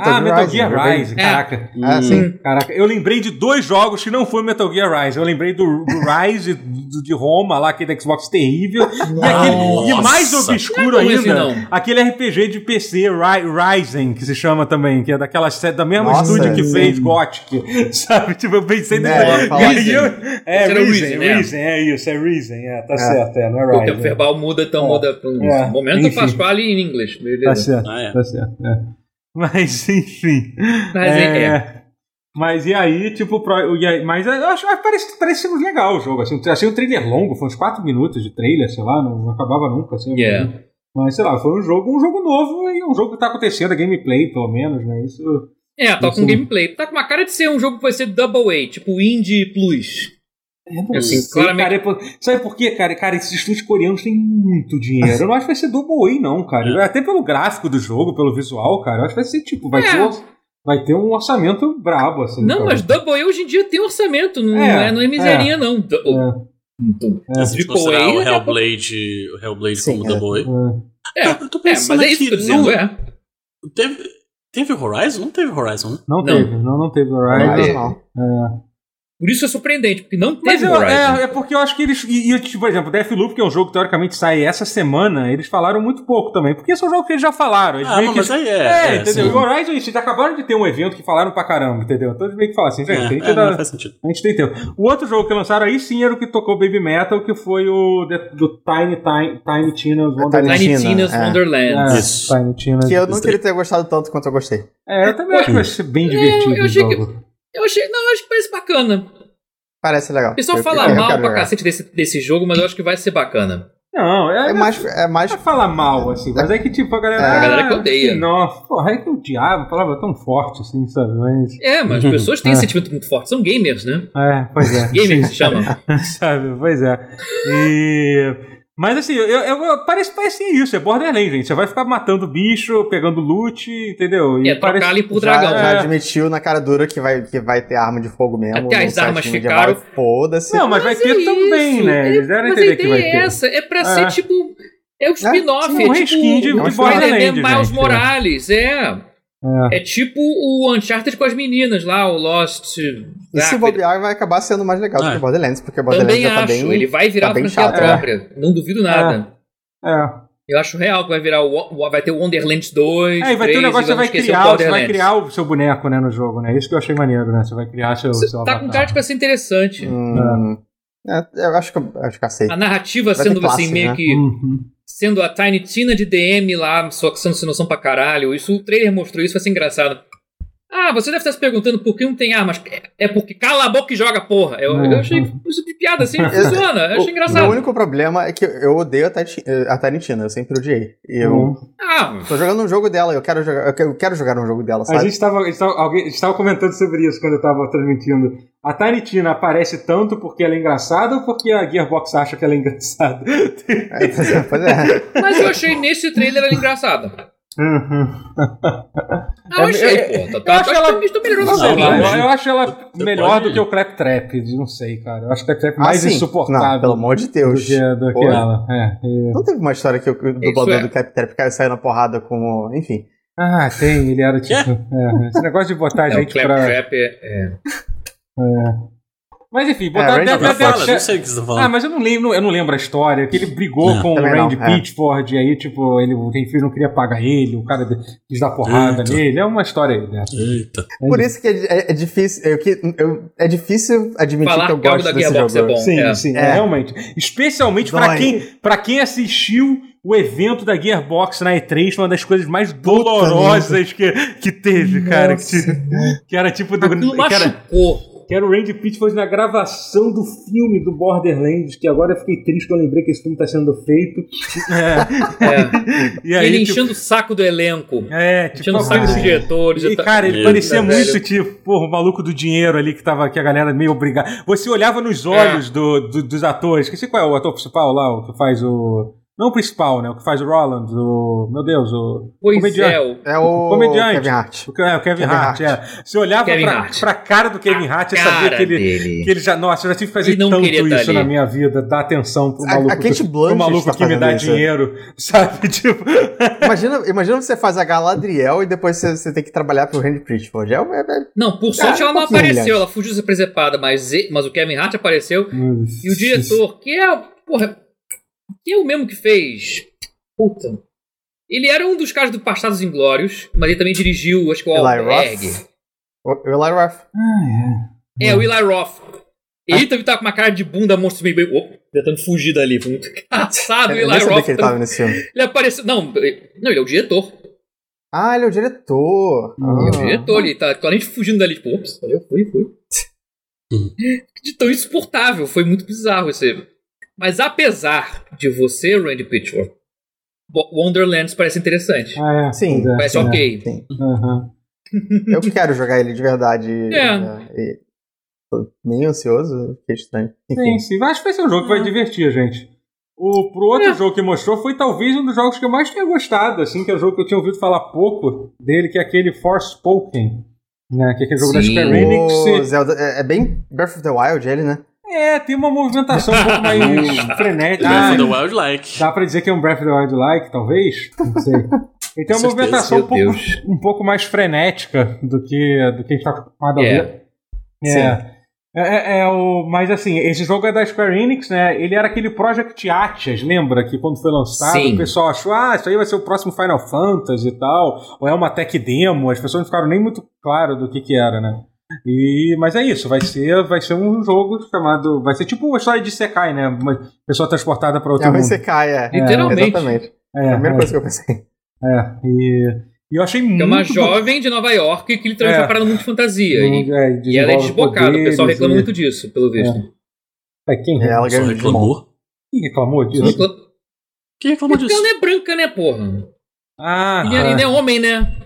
Speaker 1: Ah, Metal Gear
Speaker 3: eu vejo-
Speaker 1: Rise,
Speaker 4: É.
Speaker 1: caraca.
Speaker 3: Ah, sim.
Speaker 1: Caraca, eu lembrei de dois jogos que não foi Metal Gear Rise. Eu lembrei do, do Rise do- de Roma, lá, aquele da Xbox terrível. E, aquele, e mais
Speaker 2: Nossa.
Speaker 1: obscuro
Speaker 4: Não é
Speaker 1: ainda,
Speaker 3: né?
Speaker 4: ruim assim, não.
Speaker 1: aquele RPG de PC, Ri- Rising, que se chama também, que é daquela série, da mesma
Speaker 3: Nossa,
Speaker 1: estúdio que
Speaker 3: sim.
Speaker 1: fez Gothic. Sabe? Tipo, eu pensei
Speaker 3: Né,
Speaker 1: nessa-
Speaker 3: eu ia falar
Speaker 1: E aí eu- É,
Speaker 4: Esse era
Speaker 1: Reason,
Speaker 4: o Reason, né?
Speaker 1: Reason, é isso, é Reason, é, tá certo, é, não
Speaker 4: O
Speaker 1: é
Speaker 4: tempo
Speaker 1: Rising.
Speaker 3: Tá
Speaker 4: verbal muda, então
Speaker 1: É.
Speaker 4: muda para um
Speaker 1: É.
Speaker 4: momento
Speaker 1: Enfim.
Speaker 4: Pasquale em inglês.
Speaker 1: Tá
Speaker 4: Beleza.
Speaker 1: certo,
Speaker 2: Ah, é.
Speaker 1: tá certo, é. Mas, enfim.
Speaker 4: Mas é. é.
Speaker 1: Mas e aí, tipo, pro- e aí- mas eu acho que parece, parece ser um legal o jogo. Assim, achei um trailer longo, foi uns 4 minutos de trailer, sei lá, não, não acabava nunca. Assim,
Speaker 4: Yeah.
Speaker 1: Mas sei lá, foi um jogo, um jogo novo e um jogo que tá acontecendo, a gameplay, pelo menos, né? Isso.
Speaker 4: É, tá com
Speaker 1: Isso.
Speaker 4: gameplay. Tá com uma cara de ser um jogo que vai ser Double A, tipo Indie Plus.
Speaker 1: Eu não
Speaker 4: Assim,
Speaker 1: sei,
Speaker 4: claramente-
Speaker 1: cara, é por- sabe por quê, cara? Cara, esses estúdios coreanos têm muito dinheiro. Eu não acho que vai ser Double A, não, cara.
Speaker 4: É.
Speaker 1: Até pelo gráfico do jogo, pelo visual, cara. Eu acho que vai ser tipo, vai,
Speaker 4: É.
Speaker 1: ter, um- vai ter um orçamento brabo, assim.
Speaker 4: Não,
Speaker 1: cara.
Speaker 4: mas Double A hoje em dia tem orçamento, não
Speaker 1: É,
Speaker 4: é, não é miserinha, não. Du-
Speaker 1: É,
Speaker 4: Então,
Speaker 1: é,
Speaker 2: Se
Speaker 4: Triple
Speaker 2: considerar
Speaker 4: A,
Speaker 2: o
Speaker 4: né?
Speaker 2: Hellblade, o Hellblade
Speaker 3: Sim,
Speaker 2: como
Speaker 3: é.
Speaker 2: Double A.
Speaker 1: é.
Speaker 4: É,
Speaker 2: Cara, eu tô
Speaker 4: é, mas
Speaker 2: pensando
Speaker 4: é isso que eu tô
Speaker 2: aqui.
Speaker 4: dizendo,
Speaker 2: não-
Speaker 4: é.
Speaker 2: Teve, teve Horizon? Não teve Horizon, né?
Speaker 1: Não, teve, não, não teve Horizon.
Speaker 3: Não,
Speaker 4: teve.
Speaker 3: não, não.
Speaker 4: Por isso é surpreendente, porque não
Speaker 1: Mas
Speaker 4: teve
Speaker 1: eu-
Speaker 4: Horizon.
Speaker 1: é, é porque eu acho que eles. E, e, tipo, por exemplo, Deathloop, que é um jogo que teoricamente sai essa semana, eles falaram muito pouco também. Porque esse é um jogo que eles já falaram. Eles
Speaker 2: Ah,
Speaker 1: meio
Speaker 2: não,
Speaker 1: que-
Speaker 2: mas aí é.
Speaker 1: É, entendeu?
Speaker 2: sim.
Speaker 1: E o Horizon, eles acabaram de ter um evento que falaram pra caramba, entendeu? Então eles meio que falam assim,
Speaker 2: É,
Speaker 1: gente, a, gente
Speaker 2: é,
Speaker 1: dá-
Speaker 2: não faz sentido.
Speaker 1: a gente tem tempo. O outro jogo que lançaram aí sim era o que tocou Baby Metal, que foi o de- do Tiny Tiny, Tiny Tina's Wonderland.
Speaker 4: Tiny
Speaker 3: China,
Speaker 4: Tina's é
Speaker 3: é.
Speaker 4: Wonderland.
Speaker 1: É,
Speaker 2: Isso.
Speaker 1: Tiny Tina's.
Speaker 3: Que eu não queria ter gostado tanto quanto eu gostei.
Speaker 1: É, eu também acho que vai ser bem divertido.
Speaker 4: eu achei
Speaker 1: o
Speaker 4: que-
Speaker 1: jogo.
Speaker 4: Eu achei, não, eu acho que parece bacana.
Speaker 3: Parece legal.
Speaker 4: O pessoal
Speaker 3: Eu-
Speaker 4: fala
Speaker 3: eu- eu
Speaker 4: mal
Speaker 3: quero
Speaker 4: pra
Speaker 3: jogar.
Speaker 4: cacete desse, desse jogo, mas eu acho que vai ser bacana.
Speaker 1: Não, é,
Speaker 3: É mais, é mais
Speaker 1: Não é falar mal, assim, mas é que tipo a galera.
Speaker 3: É, a
Speaker 4: galera que odeia.
Speaker 1: Nossa, porra, é que o diabo, palavra tão forte assim, sabe? Mas.
Speaker 4: É, mas as pessoas têm
Speaker 1: É.
Speaker 4: esse sentimento muito forte. São gamers, né?
Speaker 1: É, pois é.
Speaker 4: Gamers se chama.
Speaker 1: sabe? Pois é. E. Mas assim, eu, eu- eu- parece, parece isso, é Borderlands, gente. Você vai ficar matando bicho, pegando loot, entendeu?
Speaker 4: É trocar
Speaker 1: parece-
Speaker 4: ali
Speaker 3: Já,
Speaker 4: pro dragão.
Speaker 3: já
Speaker 1: É.
Speaker 3: admitiu na cara dura que vai, que vai ter arma de fogo mesmo.
Speaker 4: Até
Speaker 3: no
Speaker 4: as armas
Speaker 3: site medieval,
Speaker 4: ficaram-
Speaker 3: Foda-se.
Speaker 1: Não, mas, vai
Speaker 4: é
Speaker 1: ter
Speaker 4: isso,
Speaker 1: também, né? Eles deram a
Speaker 4: mas
Speaker 1: entender
Speaker 4: a
Speaker 1: que
Speaker 4: ideia
Speaker 1: vai
Speaker 4: é
Speaker 1: ter.
Speaker 4: essa. É pra
Speaker 1: É.
Speaker 4: ser tipo. É o spin-off,
Speaker 1: sim,
Speaker 4: é
Speaker 1: um
Speaker 4: tipo.
Speaker 1: reskin de-
Speaker 4: o
Speaker 1: de Borderlands,
Speaker 4: Spider-Man Miles
Speaker 3: né?
Speaker 1: gente, é.
Speaker 4: Morales. É.
Speaker 1: É.
Speaker 4: É tipo o Uncharted com as meninas lá, o Lost.
Speaker 3: E se
Speaker 4: Ark.
Speaker 3: bobear, vai acabar sendo mais legal do
Speaker 2: É.
Speaker 3: que Borderlands, porque Borderlands
Speaker 4: é. Também
Speaker 3: já tá
Speaker 4: acho.
Speaker 3: bem.
Speaker 4: Ele vai virar
Speaker 3: tá
Speaker 4: uma
Speaker 3: bem
Speaker 4: franquia
Speaker 3: chato, né?
Speaker 4: própria. Não duvido nada.
Speaker 1: É.
Speaker 4: Eu acho real que vai virar. o- o- vai ter o Wonderlands 2.
Speaker 1: É, e vai ter
Speaker 4: 3,
Speaker 1: um negócio que você
Speaker 4: vamos
Speaker 1: vai
Speaker 4: esquecer o
Speaker 1: criar, você vai
Speaker 4: Borderlands.
Speaker 1: criar o seu boneco, né, no jogo, né? Isso que eu achei maneiro, né? Você vai criar seu,
Speaker 4: Você
Speaker 1: seu
Speaker 4: tá
Speaker 1: avatar.
Speaker 4: com cara de que vai ser interessante.
Speaker 3: Hum, é, eu acho que eu acho que aceito.
Speaker 4: A narrativa
Speaker 3: Vai ter
Speaker 4: sendo
Speaker 3: classe,
Speaker 4: assim, meio
Speaker 3: né?
Speaker 4: que.
Speaker 1: Uhum.
Speaker 4: Sendo a Tiny Tina de DM lá, só que sendo sem noção pra caralho. Isso, o trailer mostrou isso, vai ser assim engraçado. Ah, você deve estar se perguntando por que não tem armas. É- É porque cala a boca e joga, porra. Eu, eu achei isso de piada assim, funciona. Eu achei
Speaker 3: O
Speaker 4: engraçado.
Speaker 3: meu único problema é que eu odeio a, Tati- eh, a Tarantina, eu sempre odiei. E eu
Speaker 1: Hum.
Speaker 4: Ah,
Speaker 3: tô jogando um jogo dela, eu quero jogar, eu quero- eu quero jogar um jogo dela,
Speaker 1: A
Speaker 3: sabe?
Speaker 1: gente estava alguém estava comentando sobre isso quando eu estava transmitindo. A Tanitina aparece tanto porque ela é engraçada ou porque a Gearbox acha que ela é engraçada?
Speaker 3: pois é.
Speaker 4: mas eu achei nesse trailer ela engraçada.
Speaker 1: Uhum.
Speaker 4: Ah, eu
Speaker 1: É,
Speaker 4: achei,
Speaker 1: é,
Speaker 4: pô. Tá, tá,
Speaker 1: acho
Speaker 4: tá,
Speaker 1: ela-
Speaker 4: tá, tá melhorando
Speaker 1: Não sei
Speaker 4: essa
Speaker 1: lá,
Speaker 2: eu
Speaker 4: imagem.
Speaker 1: eu, eu acho ela
Speaker 2: Você
Speaker 1: melhor
Speaker 2: pode-
Speaker 1: do que o Clap Trap, não sei, cara. Eu acho o Clap Trap
Speaker 3: Ah,
Speaker 1: mais
Speaker 3: sim. Não, pelo
Speaker 1: insuportável
Speaker 3: amor de
Speaker 1: do
Speaker 3: Deus.
Speaker 1: que, do que
Speaker 3: Porra.
Speaker 1: ela. É. e-
Speaker 3: Não teve uma história que o que o dublador
Speaker 4: é.
Speaker 3: do Capitep caiu saiu na porrada com o. Enfim.
Speaker 1: Ah, tem, ele era tipo. é, esse negócio de botar
Speaker 4: É, o
Speaker 1: gente
Speaker 4: clap
Speaker 1: pra.
Speaker 4: trap é.
Speaker 1: Mas enfim, botar
Speaker 3: Randy
Speaker 1: deve-
Speaker 2: Agora
Speaker 1: deve-
Speaker 2: fala, não sei o que vocês estão
Speaker 1: Ah,
Speaker 2: falando.
Speaker 1: mas eu não lembro, eu não lembro a história, que ele brigou
Speaker 2: Não,
Speaker 1: com o
Speaker 3: também não,
Speaker 1: Randy
Speaker 3: é.
Speaker 1: Pitchford, e aí, tipo, ele, o Renfield não queria pagar ele, o cara quis dar porrada
Speaker 2: Eita.
Speaker 1: nele. É uma história aí, né?
Speaker 2: Eita.
Speaker 3: Por isso que é, é- é difícil. Eu, que- eu- é difícil admitir
Speaker 4: Falar
Speaker 3: que eu
Speaker 4: que algo
Speaker 3: gosto
Speaker 4: da
Speaker 3: desse
Speaker 4: Gearbox é
Speaker 3: jogo.
Speaker 4: bom.
Speaker 1: Sim,
Speaker 4: é.
Speaker 1: sim,
Speaker 3: É.
Speaker 1: realmente. Especialmente pra
Speaker 3: Dói.
Speaker 1: quem, pra quem assistiu o evento da Gearbox na E3, uma das coisas mais
Speaker 3: né?
Speaker 1: dolorosas que, que teve, cara. Que, que era tipo do.
Speaker 4: Aquilo
Speaker 1: que era-
Speaker 4: machucou.
Speaker 1: Que era o Randy Pitchford na gravação do filme do Borderlands, que agora eu fiquei triste que eu lembrei que esse filme tá sendo feito.
Speaker 4: É.
Speaker 1: E aí,
Speaker 4: Ele
Speaker 1: tipo,
Speaker 4: enchendo o saco do elenco.
Speaker 1: é, tipo,
Speaker 4: Enchendo o
Speaker 1: uma
Speaker 4: saco
Speaker 1: coisa
Speaker 4: dos
Speaker 1: assim.
Speaker 4: diretores.
Speaker 1: E,
Speaker 4: tá-
Speaker 1: cara, ele
Speaker 2: Meu
Speaker 1: parecia
Speaker 4: Deus,
Speaker 1: muito
Speaker 4: velho.
Speaker 1: tipo, porra, o maluco do dinheiro ali que tava, que a galera meio obrigada. Você olhava nos
Speaker 4: É.
Speaker 1: olhos do- do- dos atores, esqueci qual é o ator principal lá, o que faz o. Não o principal, né? O que faz o Roland, o. Meu Deus, o.
Speaker 4: Pois
Speaker 1: comediante.
Speaker 4: é, o
Speaker 3: É o
Speaker 1: Comediante.
Speaker 3: Kevin Hart.
Speaker 1: O, que- é, o Kevin,
Speaker 3: Kevin
Speaker 1: Hart,
Speaker 3: Hart.
Speaker 1: é. Você olhava
Speaker 4: Kevin
Speaker 1: pra,
Speaker 4: Hart.
Speaker 1: pra cara do Kevin Hart e sabia
Speaker 4: cara
Speaker 1: que ele,
Speaker 4: dele.
Speaker 1: que ele já. Nossa, eu já tive que fazer
Speaker 4: Ele não
Speaker 1: tanto
Speaker 4: queria tá
Speaker 1: isso na
Speaker 4: ali.
Speaker 1: minha vida, dar atenção pro
Speaker 3: A- a
Speaker 1: maluco.
Speaker 3: Kate
Speaker 1: do-
Speaker 3: Blanchett
Speaker 1: pro maluco
Speaker 3: tá
Speaker 1: que me dá
Speaker 3: fazendo isso.
Speaker 1: dinheiro, sabe? Tipo.
Speaker 3: Imagina, imagina você faz a Galadriel e depois você, você tem que trabalhar pro Randy Pritchford. É, o- é, é-
Speaker 4: Não, por
Speaker 3: Cara,
Speaker 4: sorte ela não
Speaker 3: um pouquinho
Speaker 4: apareceu,
Speaker 3: humilhante.
Speaker 4: ela fugiu dessa presepada, mas, e- mas o Kevin Hart apareceu. E o diretor, que é. Porra. Que é o mesmo que fez. Puta. Ele era um dos caras do Passados Inglórios, mas ele também dirigiu, acho que o
Speaker 3: Eli
Speaker 4: Alberg.
Speaker 3: Roth? Hum. o o Eli Roth.
Speaker 4: É, o Eli Roth. Ele
Speaker 3: Ah.
Speaker 4: também tá com uma cara de bunda, monstro meio. meio- Oh, tentando fugir dali. Foi muito caçado.
Speaker 3: Eu
Speaker 4: O
Speaker 3: eu
Speaker 4: Eli
Speaker 3: nem sabia
Speaker 4: Roth.
Speaker 3: que ele tava nesse filme.
Speaker 4: Ele apareceu. Não, ele- não, ele é o diretor.
Speaker 3: Ah, ele é o diretor.
Speaker 1: Hum.
Speaker 4: O diretor, ele tá claramente fugindo dali. Tipo, ops, valeu, fui, fui.
Speaker 2: Hum.
Speaker 4: De tão insuportável, foi muito bizarro esse. Mas apesar de você, Randy Pitchford, Bo- Wonderlands parece interessante.
Speaker 1: Ah, é,
Speaker 3: Sim.
Speaker 1: pois é,
Speaker 4: parece
Speaker 1: sim, é.
Speaker 4: ok.
Speaker 3: Sim.
Speaker 1: Aham.
Speaker 3: Ah, Eu quero jogar ele de verdade.
Speaker 4: É.
Speaker 3: e- tô meio ansioso, fiquei estranho.
Speaker 1: Sim,
Speaker 3: Enfim.
Speaker 1: sim. Acho que vai ser um jogo que vai divertir a gente. O, pro outro jogo que mostrou foi talvez um dos jogos que eu mais tenha gostado, assim, que é um jogo que eu tinha ouvido falar pouco dele, que é aquele Forspoken. Né, que é aquele jogo da
Speaker 4: Sim.
Speaker 1: Square
Speaker 3: O
Speaker 1: Enix.
Speaker 3: Zelda, é, é bem Breath of the Wild ele, né?
Speaker 1: É, tem uma movimentação um pouco mais frenética.
Speaker 2: Breath of the
Speaker 1: Ah,
Speaker 2: Wild like.
Speaker 1: dá pra dizer que é um Breath of the Wild like, talvez? Não sei. Ele tem
Speaker 2: Com
Speaker 1: uma
Speaker 2: certeza,
Speaker 1: movimentação um
Speaker 4: Meu
Speaker 1: pouco,
Speaker 4: Deus.
Speaker 1: um pouco mais frenética do que, do que a gente tá acostumado a
Speaker 4: É.
Speaker 1: ver. É. É, é, é o, mas assim, esse jogo é da Square Enix, né? Ele era aquele Project Atias, lembra? Que quando foi lançado,
Speaker 4: Sim.
Speaker 1: o pessoal achou, ah, isso aí vai ser o próximo Final Fantasy e tal, ou é uma tech demo, as pessoas não ficaram nem muito claras do que que era, né? E, mas é isso, vai ser, vai ser um jogo chamado. Vai ser tipo uma história de Sekai, né? Uma pessoa transportada pra outro
Speaker 3: É o
Speaker 1: mundo.
Speaker 3: Isekai, é.
Speaker 4: Literalmente.
Speaker 3: Exatamente.
Speaker 1: É,
Speaker 3: Primeira
Speaker 1: é,
Speaker 3: coisa que eu pensei.
Speaker 1: é. E, e eu achei muito.
Speaker 4: É uma jovem de Nova York que ele traz
Speaker 1: É.
Speaker 4: uma parada muito de fantasia. E,
Speaker 1: é,
Speaker 4: e ela é
Speaker 1: desenvolve
Speaker 4: desbocada, o pessoal
Speaker 1: poderes
Speaker 4: reclama
Speaker 1: e-
Speaker 4: muito disso, pelo visto.
Speaker 1: É, quem,
Speaker 3: É, ela
Speaker 2: Só
Speaker 3: ganhou de Digimon.
Speaker 2: reclamou.
Speaker 1: quem reclamou
Speaker 4: É.
Speaker 1: disso?
Speaker 2: Quem reclamou
Speaker 4: Porque
Speaker 2: disso?
Speaker 4: ela é branca, né, porra?
Speaker 1: Ah,
Speaker 4: E ele é homem, né?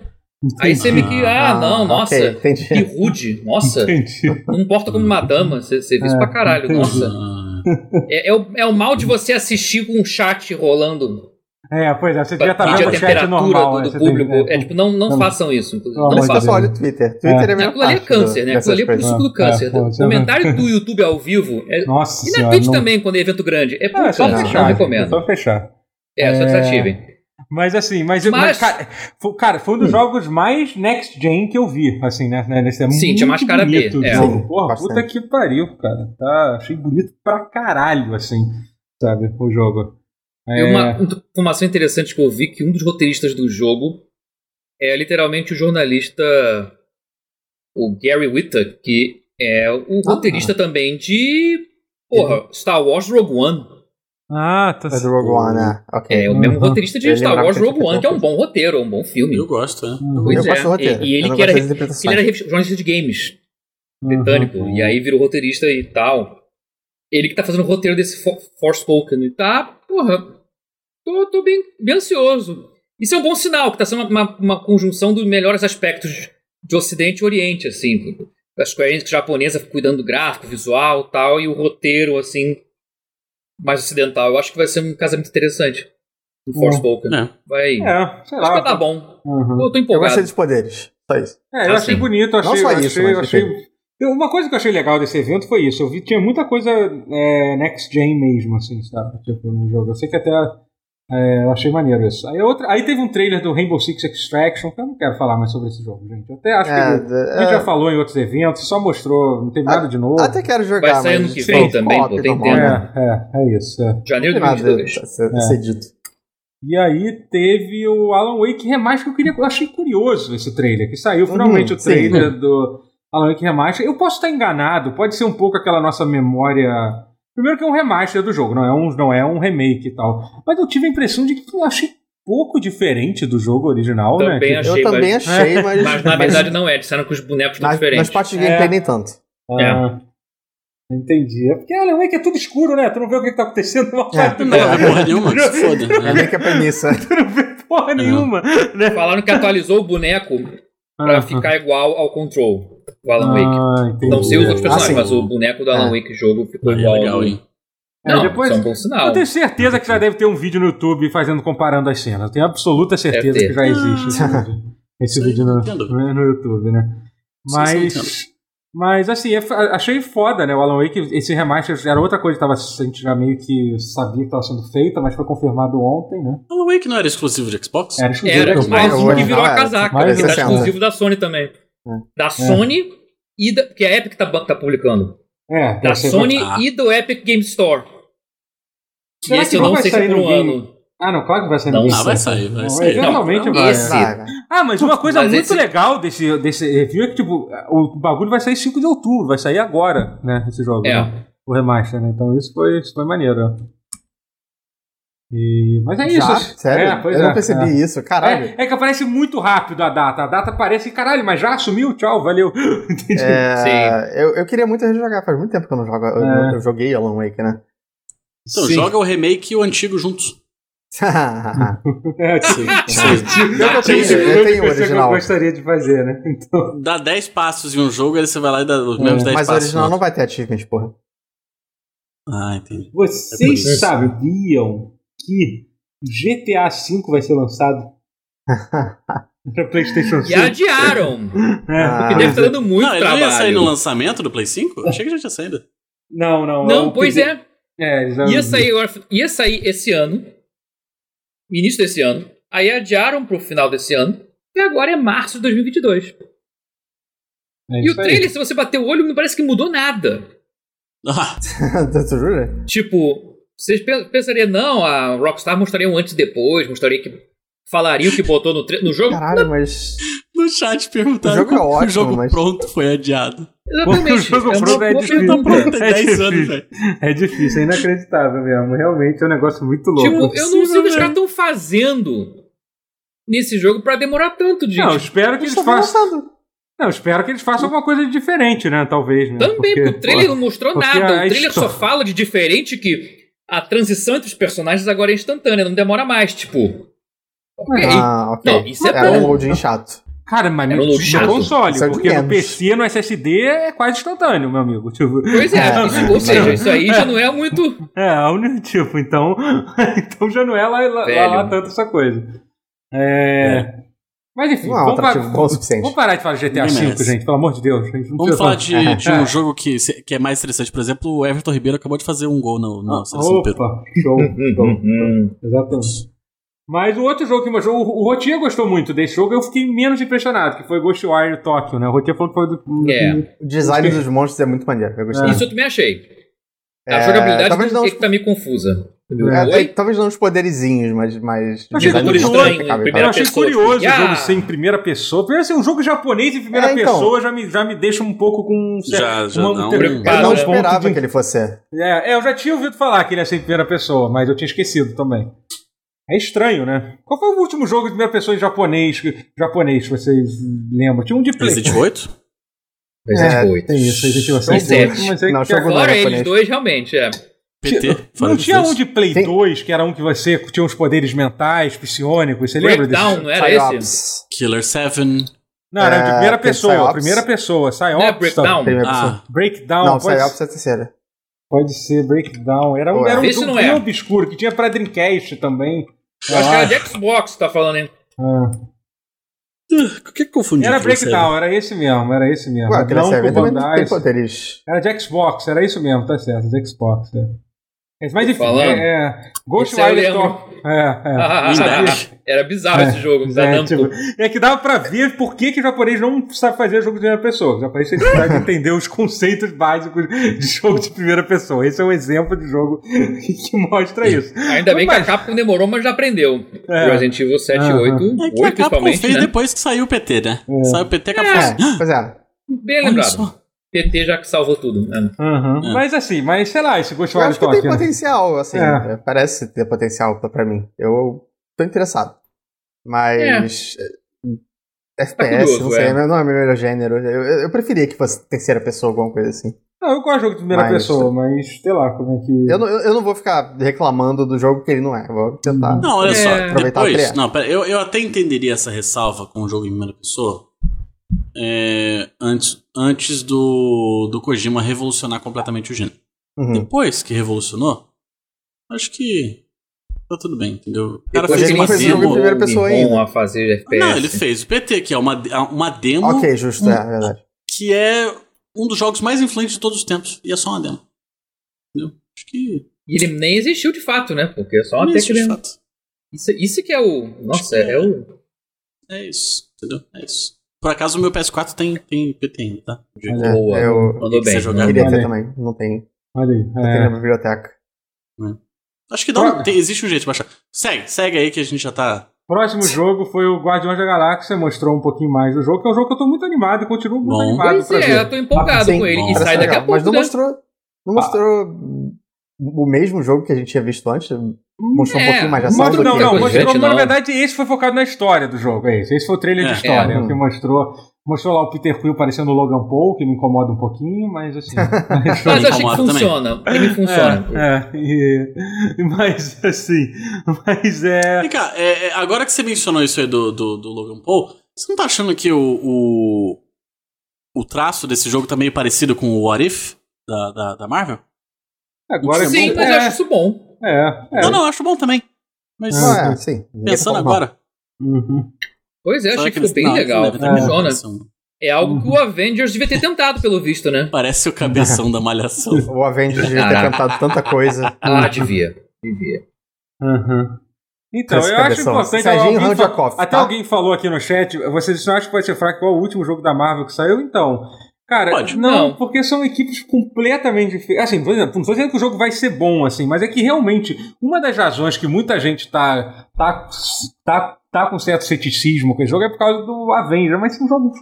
Speaker 4: Aí você meio que, ah, não, nossa,
Speaker 3: ok, entendi.
Speaker 4: que rude, nossa.
Speaker 1: Entendi.
Speaker 4: Não porta como uma dama, você você vê isso pra
Speaker 1: É,
Speaker 4: caralho,
Speaker 1: entendi.
Speaker 4: nossa.
Speaker 2: Ah,
Speaker 4: É, é o, é o mal de você assistir com um chat rolando.
Speaker 1: É, pois é, você devia
Speaker 4: Pra
Speaker 1: estar
Speaker 4: medir
Speaker 1: vendo
Speaker 4: a
Speaker 1: o chat
Speaker 4: temperatura
Speaker 1: normal.
Speaker 4: do,
Speaker 1: né?
Speaker 4: do
Speaker 1: Você tem-
Speaker 4: público. É tipo, não, não
Speaker 1: Não.
Speaker 4: façam isso. inclusive.
Speaker 1: Pelo
Speaker 4: Não,
Speaker 1: amor de
Speaker 3: Mas só
Speaker 4: façam.
Speaker 1: Deus.
Speaker 3: só olha o Twitter. Twitter é, a melhor
Speaker 4: Aquilo ali é
Speaker 3: parte do-
Speaker 4: câncer, né?
Speaker 3: dessas
Speaker 4: Aquilo ali é pro
Speaker 3: coisas.
Speaker 4: estudo do câncer.
Speaker 1: É, pô, você não-
Speaker 4: Comentário do YouTube ao vivo é-
Speaker 1: Nossa
Speaker 4: E na
Speaker 1: senhora.
Speaker 4: Twitch
Speaker 1: não-
Speaker 4: também, quando é evento grande. É
Speaker 1: Ah,
Speaker 4: por
Speaker 1: é só
Speaker 4: causa
Speaker 3: não,
Speaker 4: não,
Speaker 1: fechar. É
Speaker 4: recomendo.
Speaker 1: só fechar.
Speaker 4: É, só
Speaker 1: É.
Speaker 4: desativem.
Speaker 1: Mas assim, mas, mas,
Speaker 4: Mas-
Speaker 1: cara, foi, cara, foi um
Speaker 3: Hum.
Speaker 1: dos jogos mais next gen que eu vi, assim, né? né nesse é
Speaker 4: Sim,
Speaker 1: muito
Speaker 4: tinha mais cara B,
Speaker 1: bonito o
Speaker 4: é.
Speaker 1: jogo.
Speaker 3: Sim,
Speaker 1: Porra,
Speaker 3: bastante.
Speaker 1: puta que pariu, cara. Tá, achei bonito pra caralho, assim, sabe, o jogo.
Speaker 4: E
Speaker 1: É,
Speaker 4: uma informação interessante que eu vi que um dos roteiristas do jogo é literalmente o jornalista o Gary Whitta, que é o
Speaker 3: Ah.
Speaker 4: roteirista também de porra, Star Wars Rogue One.
Speaker 5: Ah, tá
Speaker 3: É do
Speaker 5: certo.
Speaker 3: Rogue One, né? Ok.
Speaker 4: É o mesmo
Speaker 5: Uhum.
Speaker 4: roteirista de
Speaker 3: Eu
Speaker 4: Star
Speaker 3: lembrava
Speaker 4: Wars
Speaker 3: que tinha
Speaker 4: Rogue One,
Speaker 3: feito
Speaker 4: que é um bom roteiro, é um bom filme.
Speaker 2: Eu gosto, é.
Speaker 1: Uhum,
Speaker 3: Eu
Speaker 4: Pois é,
Speaker 3: gosto do roteiro.
Speaker 4: e- e ele
Speaker 3: eu não
Speaker 4: que era
Speaker 3: gosto das
Speaker 4: Ele era
Speaker 3: interpretações.
Speaker 4: re- jornalista de games britânico,
Speaker 1: Uhum.
Speaker 4: e aí virou roteirista e tal. Ele que tá fazendo o roteiro desse For Forspoken e tá, porra, tô, tô bem, bem ansioso. Isso é um bom sinal, que tá sendo uma, uma, uma conjunção dos melhores aspectos de Ocidente e Oriente, assim. A Square Enix japonesa cuidando do gráfico, visual e tal, e o roteiro, assim, mais ocidental. Eu acho que vai ser um casamento interessante. Um Forspoken.
Speaker 2: É.
Speaker 4: Vai aí.
Speaker 1: É, sei
Speaker 4: Acho que vai dar
Speaker 1: lá.
Speaker 4: bom.
Speaker 1: Uhum.
Speaker 4: Eu tô
Speaker 3: Eu
Speaker 4: empolgado.
Speaker 3: gostei dos poderes. Só isso.
Speaker 1: É, eu
Speaker 4: Ah,
Speaker 1: achei
Speaker 4: sim.
Speaker 1: bonito, eu achei.
Speaker 3: Não só
Speaker 1: eu
Speaker 3: isso,
Speaker 1: achei-
Speaker 3: mas
Speaker 1: eu achei- eu- Uma coisa que eu achei legal desse evento foi isso. Eu vi tinha muita coisa é, next gen mesmo, assim, sabe? Tipo, no jogo. Eu sei que até é, eu achei maneiro isso. Aí, outra, aí teve um trailer do Rainbow Six Extraction, que eu não quero falar mais sobre esse jogo, gente. Eu até
Speaker 4: Ah,
Speaker 1: acho
Speaker 3: É,
Speaker 1: que. A gente
Speaker 3: é,
Speaker 1: já falou em outros eventos, só mostrou, não teve
Speaker 3: Ah,
Speaker 1: nada de novo.
Speaker 3: até quero jogar,
Speaker 4: Vai sair
Speaker 3: mas
Speaker 4: ano que vem
Speaker 3: sim,
Speaker 4: também,
Speaker 3: pop,
Speaker 4: pô, tem
Speaker 3: normal,
Speaker 1: É,
Speaker 4: tempo.
Speaker 3: né?
Speaker 1: é, é isso. é.
Speaker 4: Janeiro
Speaker 3: Não tem
Speaker 4: de
Speaker 3: nada
Speaker 4: 2022.
Speaker 3: a ser, a
Speaker 1: É.
Speaker 3: ser dito.
Speaker 1: E aí teve o Alan Wake Remaster, que eu, queria, eu achei curioso esse trailer, que saiu finalmente
Speaker 3: Uhum,
Speaker 1: o trailer do Alan Wake Remaster. Eu posso estar enganado, pode ser um pouco aquela nossa memória... Primeiro que é um remaster do jogo, não é um, não é um remake e tal. Mas eu tive a impressão de que eu achei pouco diferente do jogo original, né?
Speaker 4: Também
Speaker 1: Que-
Speaker 4: achei,
Speaker 3: Eu também achei, mas.
Speaker 4: Mas na verdade não é, disseram que os bonecos estão
Speaker 3: Nas,
Speaker 4: diferentes.
Speaker 3: nas partes de gameplay
Speaker 1: É.
Speaker 3: nem tanto.
Speaker 1: Ah, Entendi. É porque Alan Wake é tudo escuro, né? Tu não vê o que que tá acontecendo. Não sabe tudo,
Speaker 2: Não, não é porra nenhuma, se foda.
Speaker 3: É
Speaker 2: né?
Speaker 3: meio que a premissa.
Speaker 1: tu não vê
Speaker 4: É.
Speaker 1: porra nenhuma. Né?
Speaker 4: Falaram que atualizou o boneco pra ficar igual ao Control, o Alan Wake.
Speaker 1: Ah, entendi.
Speaker 4: Não sei os outros
Speaker 2: Ah,
Speaker 4: personagens,
Speaker 3: sim.
Speaker 4: mas o boneco do Alan Wake jogo ficou
Speaker 2: Aí é
Speaker 4: igual. ao
Speaker 2: legal,
Speaker 4: do-
Speaker 2: hein?
Speaker 1: É,
Speaker 4: Não,
Speaker 1: depois-
Speaker 4: isso é um bom sinal.
Speaker 1: Eu tenho certeza que já deve ter um vídeo no YouTube fazendo comparando as cenas. Eu Tenho absoluta certeza
Speaker 4: Deve ter.
Speaker 1: que já existe esse vídeo, esse
Speaker 2: Sim,
Speaker 1: vídeo
Speaker 2: entendo.
Speaker 1: no, no YouTube, né?
Speaker 2: Sim,
Speaker 1: Mas,
Speaker 2: sim,
Speaker 1: mas assim, é f- achei foda, né? O Alan Wake, esse remaster era outra coisa que tava, a gente já meio que sabia que estava sendo feita, mas foi confirmado ontem, né?
Speaker 2: Alan Wake não era exclusivo de Xbox?
Speaker 1: Era exclusivo
Speaker 4: Era
Speaker 1: do
Speaker 4: o
Speaker 1: Xbox.
Speaker 3: mais-
Speaker 4: Brasil
Speaker 3: eu
Speaker 4: que
Speaker 3: vou-
Speaker 4: virou a
Speaker 1: Ah,
Speaker 3: não, é,
Speaker 4: casaca,
Speaker 3: mais
Speaker 4: que tá
Speaker 3: 60.
Speaker 4: exclusivo da Sony também.
Speaker 1: É.
Speaker 4: Da Sony e da. Que a Epic tá, tá publicando.
Speaker 1: É,
Speaker 4: Da
Speaker 1: deve ser-
Speaker 4: Sony
Speaker 2: Ah.
Speaker 4: e do Epic Game Store. E
Speaker 1: Será
Speaker 4: esse
Speaker 1: que
Speaker 4: eu
Speaker 1: não
Speaker 4: não
Speaker 1: vai
Speaker 4: sei se é
Speaker 1: sair
Speaker 4: pro
Speaker 1: no game?
Speaker 4: ano.
Speaker 1: Ah, não, claro que vai sair
Speaker 4: Não,
Speaker 1: no
Speaker 4: ah,
Speaker 1: game
Speaker 2: vai
Speaker 1: certo.
Speaker 2: sair, vai
Speaker 1: Não,
Speaker 2: sair.
Speaker 1: Eventualmente
Speaker 4: Não,
Speaker 1: vai.
Speaker 4: esse-
Speaker 1: é.
Speaker 3: Ah,
Speaker 1: Ah, mas uma coisa
Speaker 4: Mas
Speaker 1: muito
Speaker 4: esse-
Speaker 1: legal desse, desse review é que, tipo, o bagulho vai sair 5 de outubro, vai sair agora, né? Esse jogo.
Speaker 4: É.
Speaker 1: né? O remaster, né? Então isso foi, isso foi maneiro. né? E... Mas é isso.
Speaker 3: já?
Speaker 1: acho-
Speaker 3: Sério?
Speaker 1: É, pois
Speaker 3: eu
Speaker 1: é,
Speaker 3: não percebi
Speaker 1: é.
Speaker 3: isso, caralho.
Speaker 1: É, é que aparece muito rápido a data. A data aparece, caralho, mas já assumiu, tchau, valeu. Entendi.
Speaker 3: É,
Speaker 4: Sim.
Speaker 3: eu, eu queria muito rejogar, faz muito tempo que eu não jogo. Eu,
Speaker 1: É.
Speaker 3: eu joguei Alan Wake, né?
Speaker 2: Então,
Speaker 1: Sim.
Speaker 2: joga o remake e o antigo juntos.
Speaker 1: É, tipo,
Speaker 2: Sim, sim.
Speaker 3: eu
Speaker 1: tem
Speaker 3: tenho,
Speaker 1: esse
Speaker 3: eu
Speaker 1: jogo
Speaker 3: tenho o
Speaker 1: que você
Speaker 3: original.
Speaker 1: gostaria de fazer, né? Então,
Speaker 2: Dá 10 passos em um jogo, aí você vai lá e dá os mesmos 10
Speaker 3: Mas o
Speaker 2: passos.
Speaker 3: original
Speaker 2: no
Speaker 3: não vai ter achievement, porra.
Speaker 2: outro. Ah, entendi. É por
Speaker 1: vocês
Speaker 2: isso.
Speaker 1: sabiam que GTA V vai ser lançado para PlayStation 5?
Speaker 4: E adiaram.
Speaker 1: É.
Speaker 3: Ah,
Speaker 4: que deve estar dando muito
Speaker 2: não, ele não ia
Speaker 4: trabalho.
Speaker 2: sair no lançamento do Play 5? Achei que já tinha saído.
Speaker 1: Não, não.
Speaker 4: Não, pois é.
Speaker 1: é eles já-
Speaker 4: Ia sair, ia sair esse ano, início desse ano, aí adiaram pro final desse ano, e agora é março de 2022.
Speaker 1: É
Speaker 4: e
Speaker 1: isso
Speaker 4: o trailer, se você bater o olho, não parece que mudou nada.
Speaker 2: Ah,
Speaker 3: tu jura?
Speaker 4: Tipo, vocês pe- pensariam, não, a Rockstar mostraria um antes e depois, mostraria que. Falaria o que botou no, tra- no jogo.
Speaker 3: Caralho, mas.
Speaker 2: no chat perguntaram
Speaker 3: O jogo é
Speaker 2: como que
Speaker 3: ótimo,
Speaker 2: o jogo
Speaker 3: mas-
Speaker 2: pronto foi adiado.
Speaker 4: Exatamente.
Speaker 1: O jogo
Speaker 4: é uma
Speaker 1: pronto é
Speaker 4: boa
Speaker 1: difícil.
Speaker 2: Tá
Speaker 4: pergunta.
Speaker 2: pronto,
Speaker 1: É
Speaker 2: é 10
Speaker 1: difícil.
Speaker 2: anos, velho.
Speaker 1: É difícil, é inacreditável mesmo. Realmente é um negócio muito louco.
Speaker 4: Tipo, eu não sei o que
Speaker 1: né?
Speaker 4: os caras
Speaker 1: é.
Speaker 4: estão fazendo nesse jogo pra demorar tanto, gente.
Speaker 1: Não, eu espero que
Speaker 3: Eles
Speaker 1: eles
Speaker 3: estavam
Speaker 1: façam.
Speaker 3: lançando.
Speaker 1: Não, eu espero que eles façam alguma coisa de diferente, né? Talvez, né?
Speaker 4: Também, porque, o trailer não mostrou
Speaker 1: porque
Speaker 4: nada.
Speaker 1: a
Speaker 4: O trailer só
Speaker 1: história-
Speaker 4: fala de diferente que a transição entre os personagens agora é instantânea, não demora mais, tipo. Ok.
Speaker 3: Ah, ok.
Speaker 4: Não, isso é
Speaker 3: Era um
Speaker 4: bom.
Speaker 3: loading chato.
Speaker 1: Cara, mas
Speaker 4: Era um
Speaker 1: no,
Speaker 4: load chato.
Speaker 1: no console,
Speaker 3: Isso é de
Speaker 1: porque no
Speaker 3: menos.
Speaker 1: PC, no SSD é quase instantâneo, meu amigo. Tipo,
Speaker 4: Pois é,
Speaker 3: É,
Speaker 4: isso- ou
Speaker 3: mas-
Speaker 4: seja, isso aí já não é muito.
Speaker 1: é, a única, tipo, então, então já não é lá, lá-
Speaker 4: Velho.
Speaker 1: lá tanto essa coisa. É. Mas enfim,
Speaker 3: Não é um
Speaker 1: vamos,
Speaker 3: atrativo
Speaker 1: pa-
Speaker 3: bom o suficiente.
Speaker 1: vamos parar de falar de GTA
Speaker 2: Ninguém
Speaker 1: V,
Speaker 2: merece.
Speaker 1: gente, pelo amor de Deus. A gente não
Speaker 2: Vamos
Speaker 1: precisa
Speaker 2: falar de, de
Speaker 1: É.
Speaker 2: um jogo que, se- que é mais interessante. Por exemplo, o Everton Ribeiro acabou de fazer um gol no,
Speaker 1: Ah,
Speaker 2: na seleção do Peru.
Speaker 1: Opa, show.
Speaker 3: Uhum.
Speaker 1: show. Exatamente. Mas o outro jogo que mostrou, o o Rotier gostou muito desse jogo, eu fiquei menos impressionado, que foi Ghostwire Tokyo, né? O Rotier falou que foi do.
Speaker 4: É.
Speaker 3: O design dos monstros é muito maneiro. Eu gostei.
Speaker 4: Isso eu também achei. A
Speaker 3: É,
Speaker 4: jogabilidade
Speaker 3: talvez não-
Speaker 4: é que tá meio confusa.
Speaker 1: um
Speaker 3: É,
Speaker 4: Oi?
Speaker 3: tem- talvez não os poderizinhos, mas. mas
Speaker 1: Achei
Speaker 3: design
Speaker 1: muito
Speaker 3: bastante
Speaker 1: estranho,
Speaker 3: impecável,
Speaker 4: primeira
Speaker 1: eu achei
Speaker 4: pessoa,
Speaker 1: curioso
Speaker 2: assim.
Speaker 4: tipo,
Speaker 1: o jogo
Speaker 4: ah.
Speaker 1: ser em primeira pessoa. Primeiro, assim, um jogo japonês em primeira
Speaker 3: É, então.
Speaker 1: pessoa já me, já me deixa um pouco com. um certo-
Speaker 2: Já, já
Speaker 1: uma-
Speaker 2: não.
Speaker 1: um-
Speaker 3: cara. Eu
Speaker 4: Cara,
Speaker 3: não
Speaker 4: né?
Speaker 3: esperava
Speaker 1: ponto de-
Speaker 3: que ele fosse.
Speaker 1: É, é, eu já tinha ouvido falar que ele ia ser em primeira pessoa, mas eu tinha esquecido também. É estranho, né? Qual foi o último jogo de primeira pessoa em japonês, que- japonês que vocês lembram? Tinha um de Play.
Speaker 4: é
Speaker 2: Resident 8?
Speaker 4: Resident
Speaker 3: É,
Speaker 4: Evil.
Speaker 3: tem isso, Resident Evil
Speaker 4: Pois é.
Speaker 1: 7. Mas é
Speaker 3: Não,
Speaker 1: que
Speaker 3: jogo
Speaker 1: agora-
Speaker 3: não.
Speaker 4: Fora eles
Speaker 3: japonês.
Speaker 4: dois, realmente, é.
Speaker 2: PT? Fora
Speaker 1: Não
Speaker 2: dos
Speaker 1: tinha
Speaker 2: dois.
Speaker 1: um de Play
Speaker 3: Tem-
Speaker 1: 2, que era um que você tinha uns poderes mentais, psicônicos, você lembra desse?
Speaker 4: Breakdown, não era esse?
Speaker 3: Psyops.
Speaker 2: Killer 7.
Speaker 1: Não, era de
Speaker 3: É,
Speaker 1: primeira
Speaker 3: tem
Speaker 1: pessoa,
Speaker 3: Psyops.
Speaker 1: primeira pessoa,
Speaker 4: Não
Speaker 1: Psyops.
Speaker 4: é
Speaker 1: tá?
Speaker 4: Breakdown?
Speaker 3: Primeira pessoa.
Speaker 2: Ah,
Speaker 1: Breakdown,
Speaker 3: Não,
Speaker 1: pode,
Speaker 3: Psyops é a terceira.
Speaker 1: pode ser Breakdown. Era um,
Speaker 3: Ué.
Speaker 1: era um
Speaker 4: Esse
Speaker 1: jogo
Speaker 4: não é.
Speaker 1: bem obscuro, que tinha pra Dreamcast também.
Speaker 4: Eu acho que
Speaker 1: Ah,
Speaker 4: era de Xbox que tá falando, hein?
Speaker 1: ah.
Speaker 2: uh, o que que confundiu?
Speaker 1: Era
Speaker 2: Killer 7?
Speaker 1: Breakdown, era esse mesmo, era esse mesmo.
Speaker 3: Ué,
Speaker 1: Não,
Speaker 3: Killer
Speaker 1: com
Speaker 3: também
Speaker 1: Bandai,
Speaker 3: tem
Speaker 1: esse-
Speaker 3: poderes.
Speaker 1: Era de Xbox, era isso mesmo, tá certo, de Xbox. É. Mas, Mas enfim,
Speaker 4: falando.
Speaker 1: é, é, Ghost
Speaker 4: Esse eu
Speaker 1: Rider
Speaker 4: lembro.
Speaker 1: Top. É, é.
Speaker 4: Ah,
Speaker 3: Ah,
Speaker 2: Winback.
Speaker 4: era bizarro esse jogo. da
Speaker 1: É,
Speaker 4: Namco.
Speaker 1: tipo, é que dava pra ver por que, que o japonês não sabe fazer jogo de primeira pessoa. O japonês tem dificuldade de entender os conceitos básicos de jogo de primeira pessoa. Esse é um exemplo de jogo que mostra isso.
Speaker 4: Ainda bem que a
Speaker 1: Mas-
Speaker 4: Capcom demorou, mas já aprendeu.
Speaker 1: É.
Speaker 4: Resident Evil 7
Speaker 1: Aham.
Speaker 4: 8,
Speaker 2: É que
Speaker 4: 8
Speaker 2: a Capcom
Speaker 4: principalmente,
Speaker 2: fez
Speaker 4: né?
Speaker 2: depois que saiu o PT, né?
Speaker 1: É.
Speaker 2: Saiu o PT, a Capcom
Speaker 4: É.
Speaker 2: fez- Ah,
Speaker 3: Pois é.
Speaker 4: Bem
Speaker 2: olha
Speaker 4: lembrado.
Speaker 2: só.
Speaker 4: PT já que salvou tudo. né?
Speaker 1: Aham.
Speaker 2: É.
Speaker 1: Mas assim, mas sei lá, esse Ghost
Speaker 3: Eu
Speaker 1: Rider
Speaker 3: acho que tem
Speaker 1: Tokyo. né?
Speaker 3: potencial, assim.
Speaker 1: É.
Speaker 3: é, Parece ter potencial pra- pra mim. Eu tô interessado. Mas. é, FPS,
Speaker 4: curioso,
Speaker 3: não sei,
Speaker 4: é.
Speaker 3: não não é meu melhor gênero. Eu, eu- eu preferia que fosse terceira pessoa, alguma coisa assim.
Speaker 1: Não, eu gosto de jogo de primeira
Speaker 3: Mas-
Speaker 1: pessoa, mas sei lá como é que.
Speaker 3: Eu não, eu, eu não vou ficar reclamando do jogo que ele não é. Eu Vou tentar.
Speaker 2: Não, olha
Speaker 4: É.
Speaker 2: só.
Speaker 3: Aproveitar a
Speaker 2: Depois,
Speaker 3: triagem.
Speaker 2: não, pera, eu, eu até entenderia essa ressalva com o jogo em primeira pessoa é, antes, antes do, do Kojima revolucionar completamente o gênero.
Speaker 3: Uhum.
Speaker 2: Depois que revolucionou, acho que tá tudo bem, entendeu? O cara
Speaker 4: Depois
Speaker 2: fez
Speaker 3: ele
Speaker 2: uma
Speaker 3: fez o jogo em
Speaker 2: demo.
Speaker 3: primeira pessoa
Speaker 4: bom
Speaker 3: ainda.
Speaker 4: a fazer FPS.
Speaker 2: Ah, Não, ele fez o PT, que é uma, uma demo
Speaker 3: Ok, justo, é, é verdade.
Speaker 2: que é um dos jogos mais influentes de todos os tempos. E é só uma demo. Entendeu? Acho que.
Speaker 4: E ele nem existiu de fato, né? Porque é só
Speaker 2: não
Speaker 4: até
Speaker 2: existe
Speaker 4: que ele...
Speaker 2: fato.
Speaker 4: isso, isso que é o... Nossa, é o...
Speaker 2: É isso, entendeu? É isso. Por acaso o meu PS4 tem, tem PT ainda, tá? De-
Speaker 1: Olha,
Speaker 3: É,
Speaker 4: Boa.
Speaker 3: eu
Speaker 4: Mandou
Speaker 2: Você
Speaker 4: bem.
Speaker 2: jogar.
Speaker 3: queria
Speaker 1: Olha
Speaker 3: ter
Speaker 1: aí.
Speaker 3: também. Não tem.
Speaker 1: Olha aí.
Speaker 3: Não tem
Speaker 1: é.
Speaker 3: na biblioteca.
Speaker 2: Acho que dá um, tem- existe um jeito de baixar. Segue, segue aí que a gente já tá.
Speaker 1: Próximo jogo foi o Guardiões da Galáxia, mostrou um pouquinho mais do jogo, que é um jogo que eu tô muito animado e continuo muito
Speaker 2: Bom.
Speaker 1: animado
Speaker 4: Pois
Speaker 1: pra
Speaker 4: é,
Speaker 1: ver.
Speaker 4: eu tô empolgado
Speaker 3: Sim,
Speaker 4: com ele. E
Speaker 2: bom.
Speaker 4: sai
Speaker 3: Parece
Speaker 4: daqui a
Speaker 3: legal, Mas
Speaker 4: pouco,
Speaker 3: não
Speaker 4: né?
Speaker 3: mostrou. Não mostrou o mesmo jogo que a gente tinha visto antes? Mostrou
Speaker 4: É,
Speaker 3: um pouquinho mais de ação?
Speaker 1: Mostra,
Speaker 3: do
Speaker 1: não,
Speaker 3: que
Speaker 1: não,
Speaker 4: coisa
Speaker 1: mostrou,
Speaker 4: gigante,
Speaker 1: mas na
Speaker 4: não.
Speaker 1: verdade esse foi focado na história do jogo, é esse. Esse foi o trailer
Speaker 2: É.
Speaker 1: de história,
Speaker 3: É.
Speaker 1: o que mostrou. Mostrou lá o Peter Quill parecendo o Logan Paul, que me incomoda um pouquinho, mas assim. mas
Speaker 4: Mas eu achei que
Speaker 2: Incomoda também.
Speaker 4: funciona. Ele funciona.
Speaker 1: É, é, e- mas assim, mas é.
Speaker 2: Vem cá, é, é, agora que você mencionou isso aí do, do, do Logan Paul, você não tá achando que o, o. o traço desse jogo tá meio parecido com o What If da, da, da Marvel?
Speaker 1: Agora
Speaker 4: Sim,
Speaker 1: é,
Speaker 4: mas eu acho isso bom.
Speaker 1: é, é.
Speaker 2: Não, não, eu acho bom também. Mas
Speaker 4: Ah,
Speaker 3: Não, é, sim. ninguém tá
Speaker 2: pensando
Speaker 3: falando mal.
Speaker 2: agora.
Speaker 1: Uhum.
Speaker 4: Pois é,
Speaker 2: será
Speaker 4: achei que
Speaker 2: eles-
Speaker 4: ficou bem
Speaker 2: não,
Speaker 4: legal.
Speaker 2: deve ter uma
Speaker 4: Funciona.
Speaker 2: versão.
Speaker 4: É algo que o Avengers devia ter tentado, pelo visto, né?
Speaker 2: Parece o cabeção da malhação.
Speaker 3: O Avengers devia ter cantado tanta coisa.
Speaker 4: Ah, devia. Devia.
Speaker 1: Uhum. Então,
Speaker 3: Esse
Speaker 1: eu acho
Speaker 3: cabeção.
Speaker 1: importante.
Speaker 3: Serginho
Speaker 1: alguém fa-
Speaker 3: Randjakov,
Speaker 1: Até
Speaker 3: tá?
Speaker 1: alguém falou aqui no chat, vocês não acham que pode ser fraco qual o último jogo da Marvel que saiu? Então. Cara,
Speaker 2: Pode.
Speaker 1: não,
Speaker 4: Não.
Speaker 1: porque são equipes completamente diferentes. Assim, por exemplo, não tô dizendo que o jogo vai ser bom, assim, mas é que realmente, uma das razões que muita gente tá, tá, tá, tá com certo ceticismo com esse jogo é por causa do Avenger, mas são jogos
Speaker 3: Sim.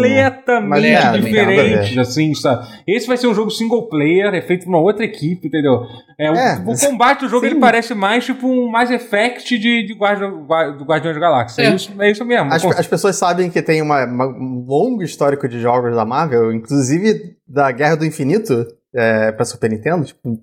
Speaker 3: né?
Speaker 1: completamente
Speaker 3: Mas é, não tem nada
Speaker 1: diferentes, assim, sabe? Esse vai ser um jogo single player, é feito por uma outra equipe, entendeu? É, o-
Speaker 3: É.
Speaker 1: o, combate do jogo
Speaker 3: Sim.
Speaker 1: ele parece mais tipo um Mass Effect de, de Guardi Gua- do Guardiões da Galáxia. É,
Speaker 4: É.
Speaker 1: isso, é isso mesmo.
Speaker 3: As,
Speaker 1: Con-
Speaker 3: as pessoas sabem que tem uma, uma- um longo histórico de jogos da Marvel, inclusive da Guerra do Infinito é, pra Super Nintendo. Tipo,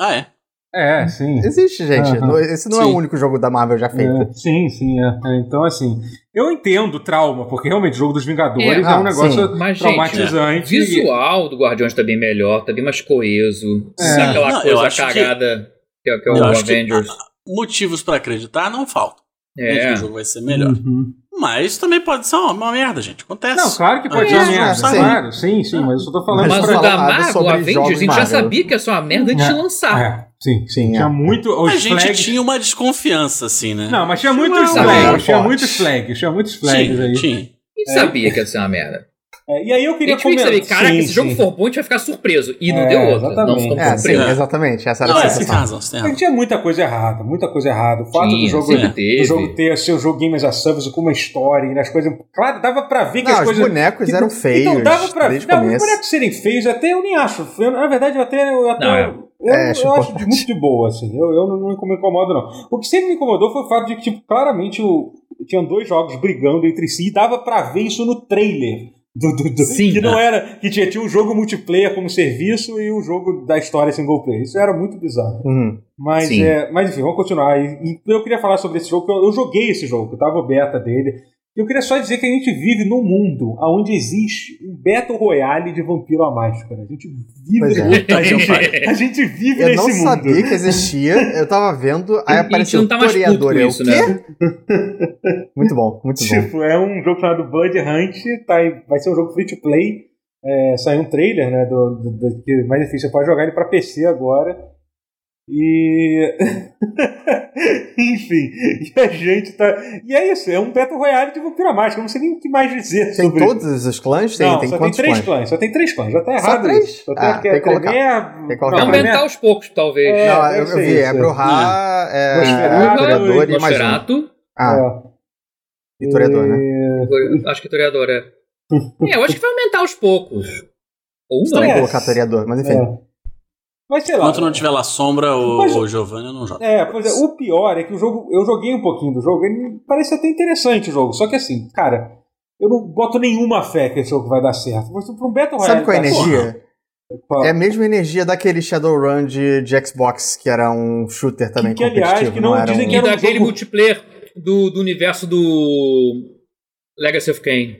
Speaker 2: Ah, é.
Speaker 1: É, sim.
Speaker 3: existe, gente.
Speaker 1: Aham.
Speaker 3: Não- Esse não é
Speaker 2: Sim.
Speaker 3: o único jogo da Marvel já feito.
Speaker 1: É, sim, sim. é. É, Então, assim, eu entendo o trauma, porque realmente o jogo dos Vingadores
Speaker 4: É,
Speaker 1: é,
Speaker 3: ah,
Speaker 1: um negócio
Speaker 4: Mas, gente, o
Speaker 1: traumatizante.
Speaker 4: visual do Guardiões tá bem melhor, tá bem mais coeso.
Speaker 1: É.
Speaker 4: Sabe aquela
Speaker 2: Não, eu
Speaker 4: coisa
Speaker 2: acho que-
Speaker 4: cagada que, é- que é
Speaker 2: Eu
Speaker 4: o
Speaker 2: acho que-
Speaker 4: Avengers.
Speaker 2: Motivos pra acreditar não faltam.
Speaker 4: É.
Speaker 2: O jogo vai ser
Speaker 1: e-
Speaker 2: melhor.
Speaker 1: Uhum.
Speaker 2: Mas também pode ser uma, uma merda, gente. Acontece.
Speaker 1: Não, claro que pode
Speaker 2: É,
Speaker 1: ser uma
Speaker 2: é,
Speaker 1: merda.
Speaker 3: sim.
Speaker 1: Claro, sim, sim, mas eu só tô falando
Speaker 4: Mas
Speaker 3: Mas
Speaker 4: o da
Speaker 3: falado
Speaker 4: Marvel, o
Speaker 3: sobre
Speaker 4: Avengers,
Speaker 3: jogos
Speaker 4: a gente já
Speaker 3: Marvel.
Speaker 4: sabia que ia ser uma merda antes de
Speaker 1: É.
Speaker 4: lançar.
Speaker 1: É, sim, sim.
Speaker 3: Sim,
Speaker 1: Tinha
Speaker 3: é.
Speaker 1: muito.
Speaker 2: a
Speaker 1: Os
Speaker 2: gente
Speaker 1: flags
Speaker 2: tinha uma desconfiança, assim, né?
Speaker 1: Não, mas tinha muitos
Speaker 2: Não,
Speaker 1: flags,
Speaker 3: não,
Speaker 1: tinha
Speaker 3: forte.
Speaker 1: muitos flags, tinha muitos flags
Speaker 2: tinha,
Speaker 1: aí.
Speaker 2: tinha.
Speaker 4: E sabia que ia ser uma merda.
Speaker 1: É, e aí eu
Speaker 4: A
Speaker 1: queria
Speaker 4: gente fica
Speaker 1: comentar.
Speaker 4: saber, caraca,
Speaker 1: Sim,
Speaker 4: se o jogo
Speaker 1: sim.
Speaker 4: for bom, a gente vai ficar surpreso. E não
Speaker 1: É,
Speaker 4: deu outra. Não
Speaker 1: exatamente.
Speaker 4: ficamos
Speaker 3: É, sim,
Speaker 4: surpresos.
Speaker 2: É.
Speaker 3: exatamente. Essa era
Speaker 2: Não,
Speaker 3: a
Speaker 2: é,
Speaker 1: essa
Speaker 2: você tem
Speaker 3: sensação.
Speaker 2: razão, você tem
Speaker 1: Mas
Speaker 2: razão.
Speaker 1: tinha muita coisa errada, muita coisa errada. O fato
Speaker 4: Tinha,
Speaker 1: do jogo,
Speaker 4: sempre
Speaker 1: do
Speaker 4: teve.
Speaker 1: jogo ter ser um joguinho as a service com uma história, e nas coisas. Claro, dava pra ver que
Speaker 3: Não,
Speaker 1: as
Speaker 3: os
Speaker 1: coisas.
Speaker 3: bonecos
Speaker 1: que-
Speaker 3: eram feios
Speaker 1: Então dava pra ver.
Speaker 3: desde o
Speaker 1: Os
Speaker 3: começo.
Speaker 1: bonecos serem feios, até eu nem acho. Eu, na verdade, eu até. Eu, até-
Speaker 4: Não, é.
Speaker 1: eu,
Speaker 3: É, acho
Speaker 1: eu acho
Speaker 3: importante.
Speaker 1: muito de boa, assim. Eu, eu não, não me incomodo, não. O que sempre me incomodou foi o fato de que, tipo, claramente, o, tinham dois jogos brigando entre si e dava pra ver isso no trailer. Do, do, do-
Speaker 4: Sim, é.
Speaker 1: que não
Speaker 2: né?
Speaker 1: era. Que tinha, tinha um jogo multiplayer como serviço e o jogo da história single player. Isso era muito bizarro.
Speaker 3: Uhum.
Speaker 1: Mas,
Speaker 4: Sim.
Speaker 1: é, mas enfim, vamos continuar. E, e eu queria falar sobre esse jogo, que eu, eu joguei esse jogo, eu tava o beta dele. E eu queria só dizer que a gente vive num mundo onde existe um Battle Royale de Vampiro à Máscara. A gente
Speaker 3: Pois
Speaker 1: vive,
Speaker 3: é.
Speaker 2: Tá, então, pai.
Speaker 1: a gente vive
Speaker 3: Eu
Speaker 1: nesse
Speaker 3: não
Speaker 1: mundo.
Speaker 3: sabia que existia, eu tava vendo, aí
Speaker 4: E- e a gente
Speaker 3: apareceu
Speaker 4: não
Speaker 3: o
Speaker 4: tá mais puto
Speaker 3: toreador.
Speaker 4: com
Speaker 3: eu,
Speaker 4: isso,
Speaker 3: "Quê?"
Speaker 4: né?
Speaker 3: Muito bom, muito bom.
Speaker 1: Tipo, é um jogo chamado Blood Hunt, tá, aí- vai ser um jogo free to play. É, saiu um trailer, né? Do, do, do, que- mas enfim, você pode jogar ele pra PC agora. E. enfim, e a gente tá. E é isso, é um Battle Royale de Vampira Mágica, eu não sei nem o que mais dizer
Speaker 3: Tem
Speaker 1: sobre
Speaker 3: todos os clãs? Tem,
Speaker 1: não,
Speaker 3: tem
Speaker 1: só
Speaker 3: quantos
Speaker 1: tem três
Speaker 3: clãs?
Speaker 1: Só tem três clãs, já tá
Speaker 3: Só
Speaker 1: errado.
Speaker 3: três?
Speaker 1: isso. Só
Speaker 3: Ah, tem que
Speaker 1: Tem
Speaker 3: colocar. que
Speaker 4: Vai
Speaker 3: colocar. Não,
Speaker 4: aumentar aos poucos, talvez.
Speaker 1: É,
Speaker 3: não,
Speaker 1: deve
Speaker 3: eu, eu
Speaker 1: ser
Speaker 3: vi, é
Speaker 1: isso.
Speaker 3: Brohá, é,
Speaker 1: Ah, Nosferatu,
Speaker 3: toreador e mais um.
Speaker 4: Nosferatu.
Speaker 1: É.
Speaker 3: Ah, e toreador, né?
Speaker 4: Acho que Toreador é. É, eu acho que vai aumentar aos poucos. Ou não.
Speaker 3: Estranho
Speaker 1: é.
Speaker 3: colocar toreador, mas enfim.
Speaker 1: É. Mas sei lá.
Speaker 2: Enquanto não tiver lá sombra, o,
Speaker 1: Mas-
Speaker 2: o Giovanni eu não joga.
Speaker 1: É, pois é, o pior é que o jogo, eu joguei um pouquinho do jogo, ele parece até interessante o jogo, só que assim, cara, eu não boto nenhuma fé que esse jogo vai dar certo. Mas pra um Battle Royale.
Speaker 3: Sabe qual é a
Speaker 1: tá-
Speaker 3: energia?
Speaker 1: Porra,
Speaker 3: É a mesma energia daquele Shadowrun de, de Xbox, que era um shooter também
Speaker 1: Que, aliás,
Speaker 3: competitivo.
Speaker 1: que não
Speaker 3: era
Speaker 1: dizem
Speaker 3: um...
Speaker 1: que
Speaker 4: E
Speaker 1: era um
Speaker 4: daquele
Speaker 1: jogo-
Speaker 4: multiplayer do, do universo do Legacy of Kain.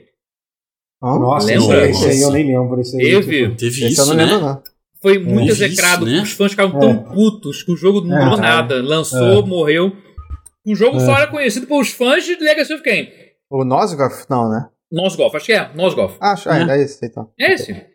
Speaker 3: Hã?
Speaker 1: Nossa,
Speaker 4: Lembra?
Speaker 1: esse aí eu nem lembro. Esse aí,
Speaker 4: Teve.
Speaker 2: Teve
Speaker 3: Esse eu
Speaker 2: isso,
Speaker 3: não
Speaker 2: né?
Speaker 3: lembro, não.
Speaker 4: Foi muito
Speaker 2: É.
Speaker 4: execrado.
Speaker 2: Isso, né?
Speaker 4: Os fãs ficavam
Speaker 1: É.
Speaker 4: tão putos que o jogo não
Speaker 1: É.
Speaker 4: durou nada. Lançou, morreu. O jogo
Speaker 1: É.
Speaker 4: só era conhecido pelos fãs de Legacy of Kain.
Speaker 3: O Nosgoth? Não, né?
Speaker 4: Nosgolf, acho que é. Nosgolf.
Speaker 3: Ah, acho- ah,
Speaker 1: Hum.
Speaker 3: era esse, então.
Speaker 4: É esse. E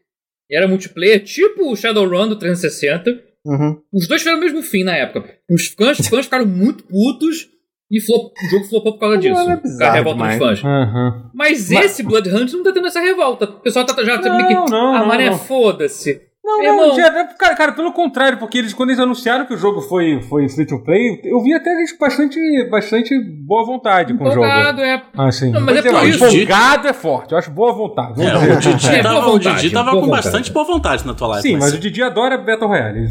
Speaker 4: Era multiplayer, tipo o Shadowrun do 360.
Speaker 3: Uhum.
Speaker 4: Os dois tiveram o mesmo fim na época. Os fãs, fãs ficaram muito putos e flop, o jogo flopou por causa
Speaker 3: Não,
Speaker 4: disso.
Speaker 3: é
Speaker 4: Cara,
Speaker 3: bizarro
Speaker 4: a revolta
Speaker 3: demais.
Speaker 4: dos fãs.
Speaker 1: Aham.
Speaker 4: Mas,
Speaker 1: Mas-
Speaker 4: esse Blood Hunt não tá tendo essa revolta. O pessoal tá já
Speaker 1: Não,
Speaker 4: sabendo que.
Speaker 1: não,
Speaker 4: ah,
Speaker 1: não,
Speaker 4: mané,
Speaker 1: não.
Speaker 4: foda-se.
Speaker 1: Não,
Speaker 4: Meu
Speaker 1: não,
Speaker 4: irmão.
Speaker 1: já- cara, cara, pelo contrário, porque eles, quando eles anunciaram que o jogo foi, foi free to play, eu vi até gente com bastante, bastante boa vontade com o jogo.
Speaker 4: Empolgado, é.
Speaker 1: Ah, sim.
Speaker 4: Não, mas é
Speaker 1: Quer dizer,
Speaker 4: por
Speaker 2: isso.
Speaker 1: Empolgado é forte, eu acho boa vontade. assim.
Speaker 2: É, o Didi
Speaker 4: É, boa
Speaker 2: tava, o
Speaker 4: vontade,
Speaker 2: Didi tava
Speaker 4: boa
Speaker 2: com
Speaker 4: vontade.
Speaker 2: bastante boa vontade na tua live.
Speaker 1: Sim, mas o Didi adora Battle Royale. Ele,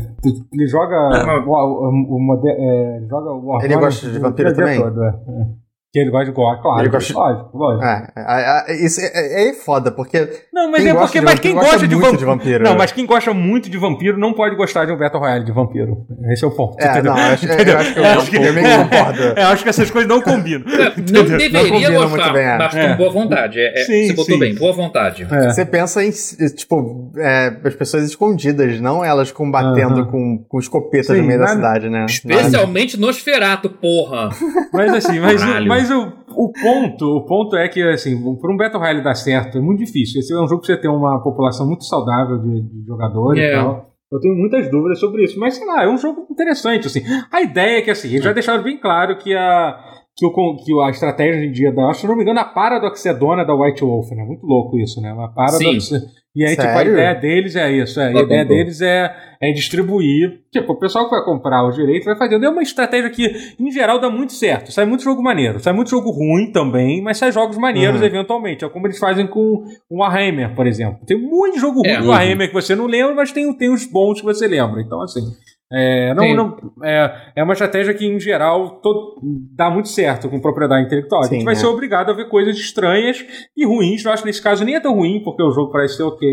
Speaker 1: ele joga.
Speaker 4: É.
Speaker 1: o- o- o- uma de- é, joga o
Speaker 3: Ele
Speaker 1: Warhammer
Speaker 3: gosta de vampiro
Speaker 1: o dia
Speaker 3: também?
Speaker 1: todo, é. É. Que ele gosta de Gore, claro.
Speaker 3: Ele gosta de-
Speaker 1: Lógico, lógico.
Speaker 3: É, é, é, isso é, é foda, porque.
Speaker 1: Não, mas
Speaker 3: quem
Speaker 1: é
Speaker 3: gosta
Speaker 1: porque.
Speaker 3: de
Speaker 1: Mas
Speaker 3: vampiro
Speaker 1: quem gosta de
Speaker 3: muito
Speaker 1: vampiro.
Speaker 3: de vampiro. é.
Speaker 1: Não, mas quem gosta muito de vampiro não pode gostar de um Battle Royale de vampiro. Esse é o ponto.
Speaker 3: É,
Speaker 1: entendeu?
Speaker 3: não, eu acho, eu
Speaker 1: Entendeu?
Speaker 3: acho que eu,
Speaker 1: É, acho que-
Speaker 3: eu meio que concordo. É.
Speaker 1: É, acho que essas coisas não combinam.
Speaker 4: Não
Speaker 1: Entendeu?
Speaker 4: deveria
Speaker 3: combina
Speaker 4: gostar,
Speaker 3: muito bem, é.
Speaker 4: mas com
Speaker 1: É.
Speaker 4: boa vontade. É, é,
Speaker 1: Sim,
Speaker 4: você botou
Speaker 1: sim.
Speaker 4: bem, boa vontade.
Speaker 1: É.
Speaker 3: Você pensa em, tipo, é, as pessoas escondidas, não elas combatendo
Speaker 1: Aham.
Speaker 3: com, com escopeta
Speaker 1: Sim,
Speaker 3: no meio da
Speaker 1: nada-
Speaker 3: cidade, né? Nada-
Speaker 4: Especialmente Nosferato, porra.
Speaker 1: Mas assim, mas, o-
Speaker 4: Caralho.
Speaker 1: mas o, o ponto, o ponto é que assim, para um Battle Royale dar certo é muito difícil. Esse é um jogo que você tem uma população muito saudável de, de jogadores
Speaker 4: É.
Speaker 1: e tal. Eu tenho muitas dúvidas sobre isso, mas sei lá, é um jogo interessante assim. A ideia é que assim, eles já deixaram bem claro que a que, o, con- que a estratégia hoje em dia da, se eu não me engano, a Paradox é dona da White Wolf, né? Muito louco isso, né? A Paradox. E aí, tipo, a
Speaker 3: Sério?
Speaker 1: ideia deles é isso. É, a
Speaker 4: Tá
Speaker 1: ideia
Speaker 4: bom, bom.
Speaker 1: deles é, é distribuir. Tipo, o pessoal que vai comprar os direitos vai fazer. É uma estratégia que, em geral, dá muito certo. Sai muito jogo maneiro. Sai muito jogo ruim também, mas sai jogos maneiros
Speaker 3: Uhum.
Speaker 1: eventualmente. É como eles fazem com o Warhammer, por exemplo. Tem muito jogo ruim
Speaker 4: É,
Speaker 1: do
Speaker 2: uhum.
Speaker 1: Warhammer que você não lembra, mas tem, tem os bons que você lembra. Então, assim. É, não,
Speaker 4: Sim.
Speaker 1: não, é, é uma estratégia que, em geral, todo- dá muito certo com propriedade intelectual. a
Speaker 3: Sim,
Speaker 1: gente vai
Speaker 3: né?
Speaker 1: ser obrigado a ver coisas estranhas e ruins. Eu acho que nesse caso nem é tão ruim, porque o jogo parece ser ok.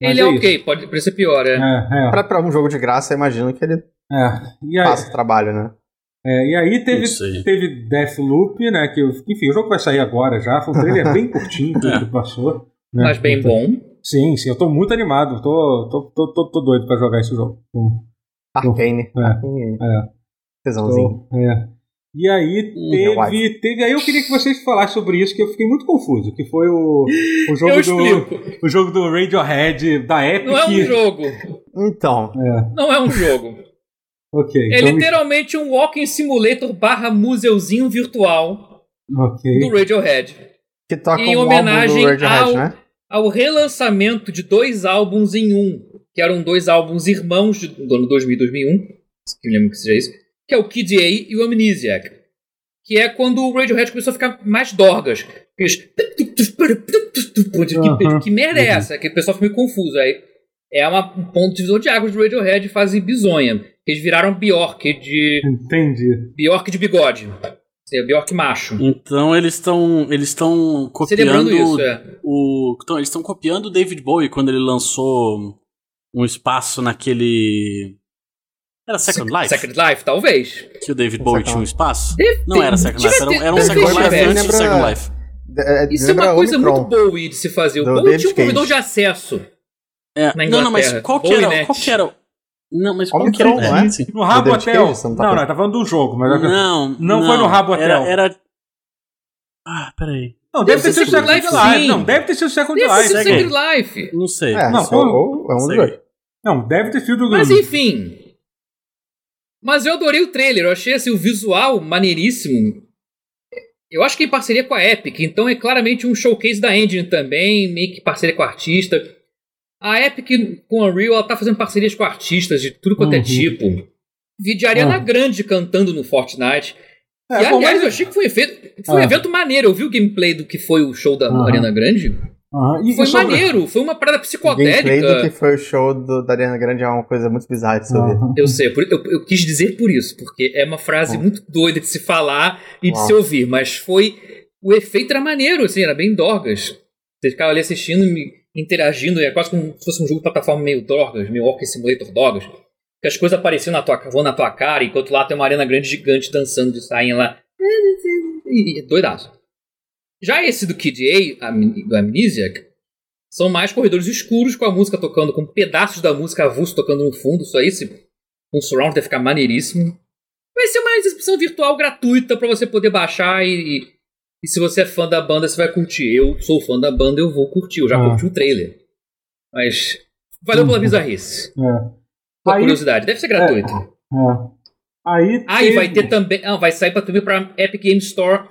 Speaker 1: mas
Speaker 4: Ele é,
Speaker 1: isso.
Speaker 4: ok, pode parecer pior, é.
Speaker 1: É, é,
Speaker 3: Pra, pra um jogo de graça, eu imagino que ele
Speaker 1: é. E, aí,
Speaker 3: passa o trabalho, né?
Speaker 1: é, e aí teve,
Speaker 2: Isso aí.
Speaker 1: teve Deathloop, né? Que, eu- enfim, o jogo vai sair agora já. Foi um trailer bem curtinho tudo
Speaker 2: É.
Speaker 1: que passou. né.
Speaker 4: Mas bem bom.
Speaker 1: Sim, sim, eu tô muito animado. Tô, tô, tô, tô, tô doido pra jogar esse jogo. Hum,
Speaker 3: Arcane.
Speaker 1: É.
Speaker 3: Arcane.
Speaker 1: É.
Speaker 3: Tesãozinho.
Speaker 1: tô- é. E aí
Speaker 2: Hum,
Speaker 1: teve,
Speaker 3: relaxa.
Speaker 1: teve. Aí eu queria que vocês falassem sobre isso, que eu fiquei muito confuso. Que foi o, o jogo
Speaker 4: eu
Speaker 1: do.
Speaker 4: explico.
Speaker 1: O jogo do Radiohead da Epic.
Speaker 4: Não é um jogo.
Speaker 3: Então,
Speaker 1: É,
Speaker 4: Não é um jogo.
Speaker 1: ok.
Speaker 4: É
Speaker 1: então-
Speaker 4: literalmente um walking simulator barra museuzinho virtual
Speaker 1: Ok.
Speaker 4: do Radiohead.
Speaker 3: que toca
Speaker 4: Em
Speaker 3: um álbum do
Speaker 4: homenagem
Speaker 3: Radiohead,
Speaker 4: ao-
Speaker 3: né?
Speaker 4: ao relançamento de dois álbuns em um, que eram dois álbuns irmãos de, do ano 2000 e 2001, que me lembro que seja isso, que é o Kid A e o Amnesiac, que é quando o Radiohead começou a ficar mais dorgas. Eles- Que,
Speaker 1: Aham.
Speaker 4: que merda é essa? Que o pessoal fica meio confuso. Aí é uma, um ponto de visão de águas do Radiohead fase bizonha. Eles viraram Bjork de,
Speaker 1: Entendi.
Speaker 4: Bjork de bigode. É, Bjork macho.
Speaker 2: Então eles estão eles estão copiando
Speaker 4: Celebrando isso, é.
Speaker 2: o então, eles estão copiando o David Bowie quando ele lançou um espaço naquele era Second Life
Speaker 4: Second Life, talvez.
Speaker 2: que o David Bowie
Speaker 3: Second
Speaker 2: tinha um espaço.
Speaker 4: Deve
Speaker 2: Não
Speaker 4: ter-
Speaker 2: era Second
Speaker 4: devia
Speaker 2: Life, era, um-
Speaker 4: ter-
Speaker 2: era um
Speaker 4: talvez
Speaker 2: Second Life
Speaker 4: tivesse.
Speaker 2: antes do
Speaker 3: Lembra-
Speaker 2: Second Life.
Speaker 3: De- de-
Speaker 4: Isso é
Speaker 3: lembra
Speaker 4: uma coisa
Speaker 3: Omicron.
Speaker 4: muito Bowie de se fazer. O
Speaker 3: Do
Speaker 4: Bowie tinha
Speaker 3: David
Speaker 4: um corredor
Speaker 3: Cage.
Speaker 4: de acesso.
Speaker 2: É,
Speaker 4: Na
Speaker 2: Não, não, mas
Speaker 4: Inglaterra.
Speaker 2: qual que era?
Speaker 4: Bowie
Speaker 2: Qual
Speaker 4: Net.
Speaker 2: que era? Não, mas qual que
Speaker 3: Omicron,
Speaker 2: era?
Speaker 3: não é?
Speaker 2: sim.
Speaker 1: No Rabo
Speaker 3: David
Speaker 1: Hotel.
Speaker 3: Cage, você não tá
Speaker 1: não, não,
Speaker 3: falando?
Speaker 1: eu tava falando do jogo, mas.
Speaker 2: Não,
Speaker 1: Não foi no Rabo
Speaker 2: era,
Speaker 1: Hotel.
Speaker 2: era Ah, peraí.
Speaker 1: Não, deve ter sido
Speaker 4: Deve ser
Speaker 1: o Second
Speaker 4: Second
Speaker 1: Life.
Speaker 4: Life, sim.
Speaker 1: Não, deve ter sido o Second
Speaker 4: Deve
Speaker 1: Life.
Speaker 4: ser
Speaker 2: segue
Speaker 4: Second Life.
Speaker 2: Não sei.
Speaker 3: É,
Speaker 1: Não,
Speaker 3: isso
Speaker 1: como-
Speaker 3: ou- é um dos
Speaker 2: Segue.
Speaker 3: dois.
Speaker 1: Não, deve ter sido.
Speaker 4: Mas enfim. Mas eu adorei o trailer. Eu achei assim, o visual maneiríssimo. Eu acho que em parceria com a Epic. Então é claramente um showcase da Engine também. Meio que parceria com o artista. A Epic com a Unreal, ela tá fazendo parcerias com artistas de tudo quanto é
Speaker 1: Uhum.
Speaker 4: tipo. Vi de Ariana
Speaker 2: Uhum.
Speaker 4: Grande cantando no Fortnite.
Speaker 1: É,
Speaker 4: e
Speaker 1: bom,
Speaker 4: aliás,
Speaker 1: mas-
Speaker 4: eu achei que foi, um evento, foi um
Speaker 1: Ah.
Speaker 4: evento maneiro. Eu vi o gameplay do que foi o show da
Speaker 1: Aham.
Speaker 4: Arena Grande.
Speaker 1: Aham, e- e
Speaker 4: Foi
Speaker 1: sobre-
Speaker 4: maneiro, foi uma parada
Speaker 3: O né? gameplay do que
Speaker 4: psicodélica.
Speaker 3: foi o show do, da Ariana Grande é uma coisa muito bizarra de se ouvir.
Speaker 1: Aham.
Speaker 4: Eu sei, por- eu, eu quis dizer por isso, porque é uma frase
Speaker 3: Ah.
Speaker 4: muito doida de se falar e de
Speaker 3: Ah.
Speaker 4: se ouvir, mas foi. O efeito era maneiro, assim, era bem Dorgas. Você ficava ali assistindo, me- interagindo, é quase como se fosse um jogo de plataforma meio Dorgas, meio Walking Simulator Dorgas. Que as coisas apareciam na tua, voam na tua cara, enquanto lá tem uma arena grande gigante dançando de sainha lá. E, e- doidaço. Já esse do Kid A, Am- do Amnesiac, são mais corredores escuros com a música tocando, com pedaços da música avulso tocando no fundo, isso aí, se, com surround deve ficar maneiríssimo. Vai ser uma exibição virtual gratuita pra você poder baixar e, e- e se você é fã da banda, você vai curtir. Eu sou fã da banda, eu vou curtir, eu já
Speaker 1: Ah.
Speaker 4: curti o trailer. Mas valeu pela bizarrice,
Speaker 1: É.
Speaker 4: pela
Speaker 1: Aí-
Speaker 4: curiosidade, deve ser gratuito.
Speaker 1: É. Aí.
Speaker 4: Ah, e vai
Speaker 1: teve-
Speaker 4: ter também. Ah, vai sair pra, também pra Epic Game Store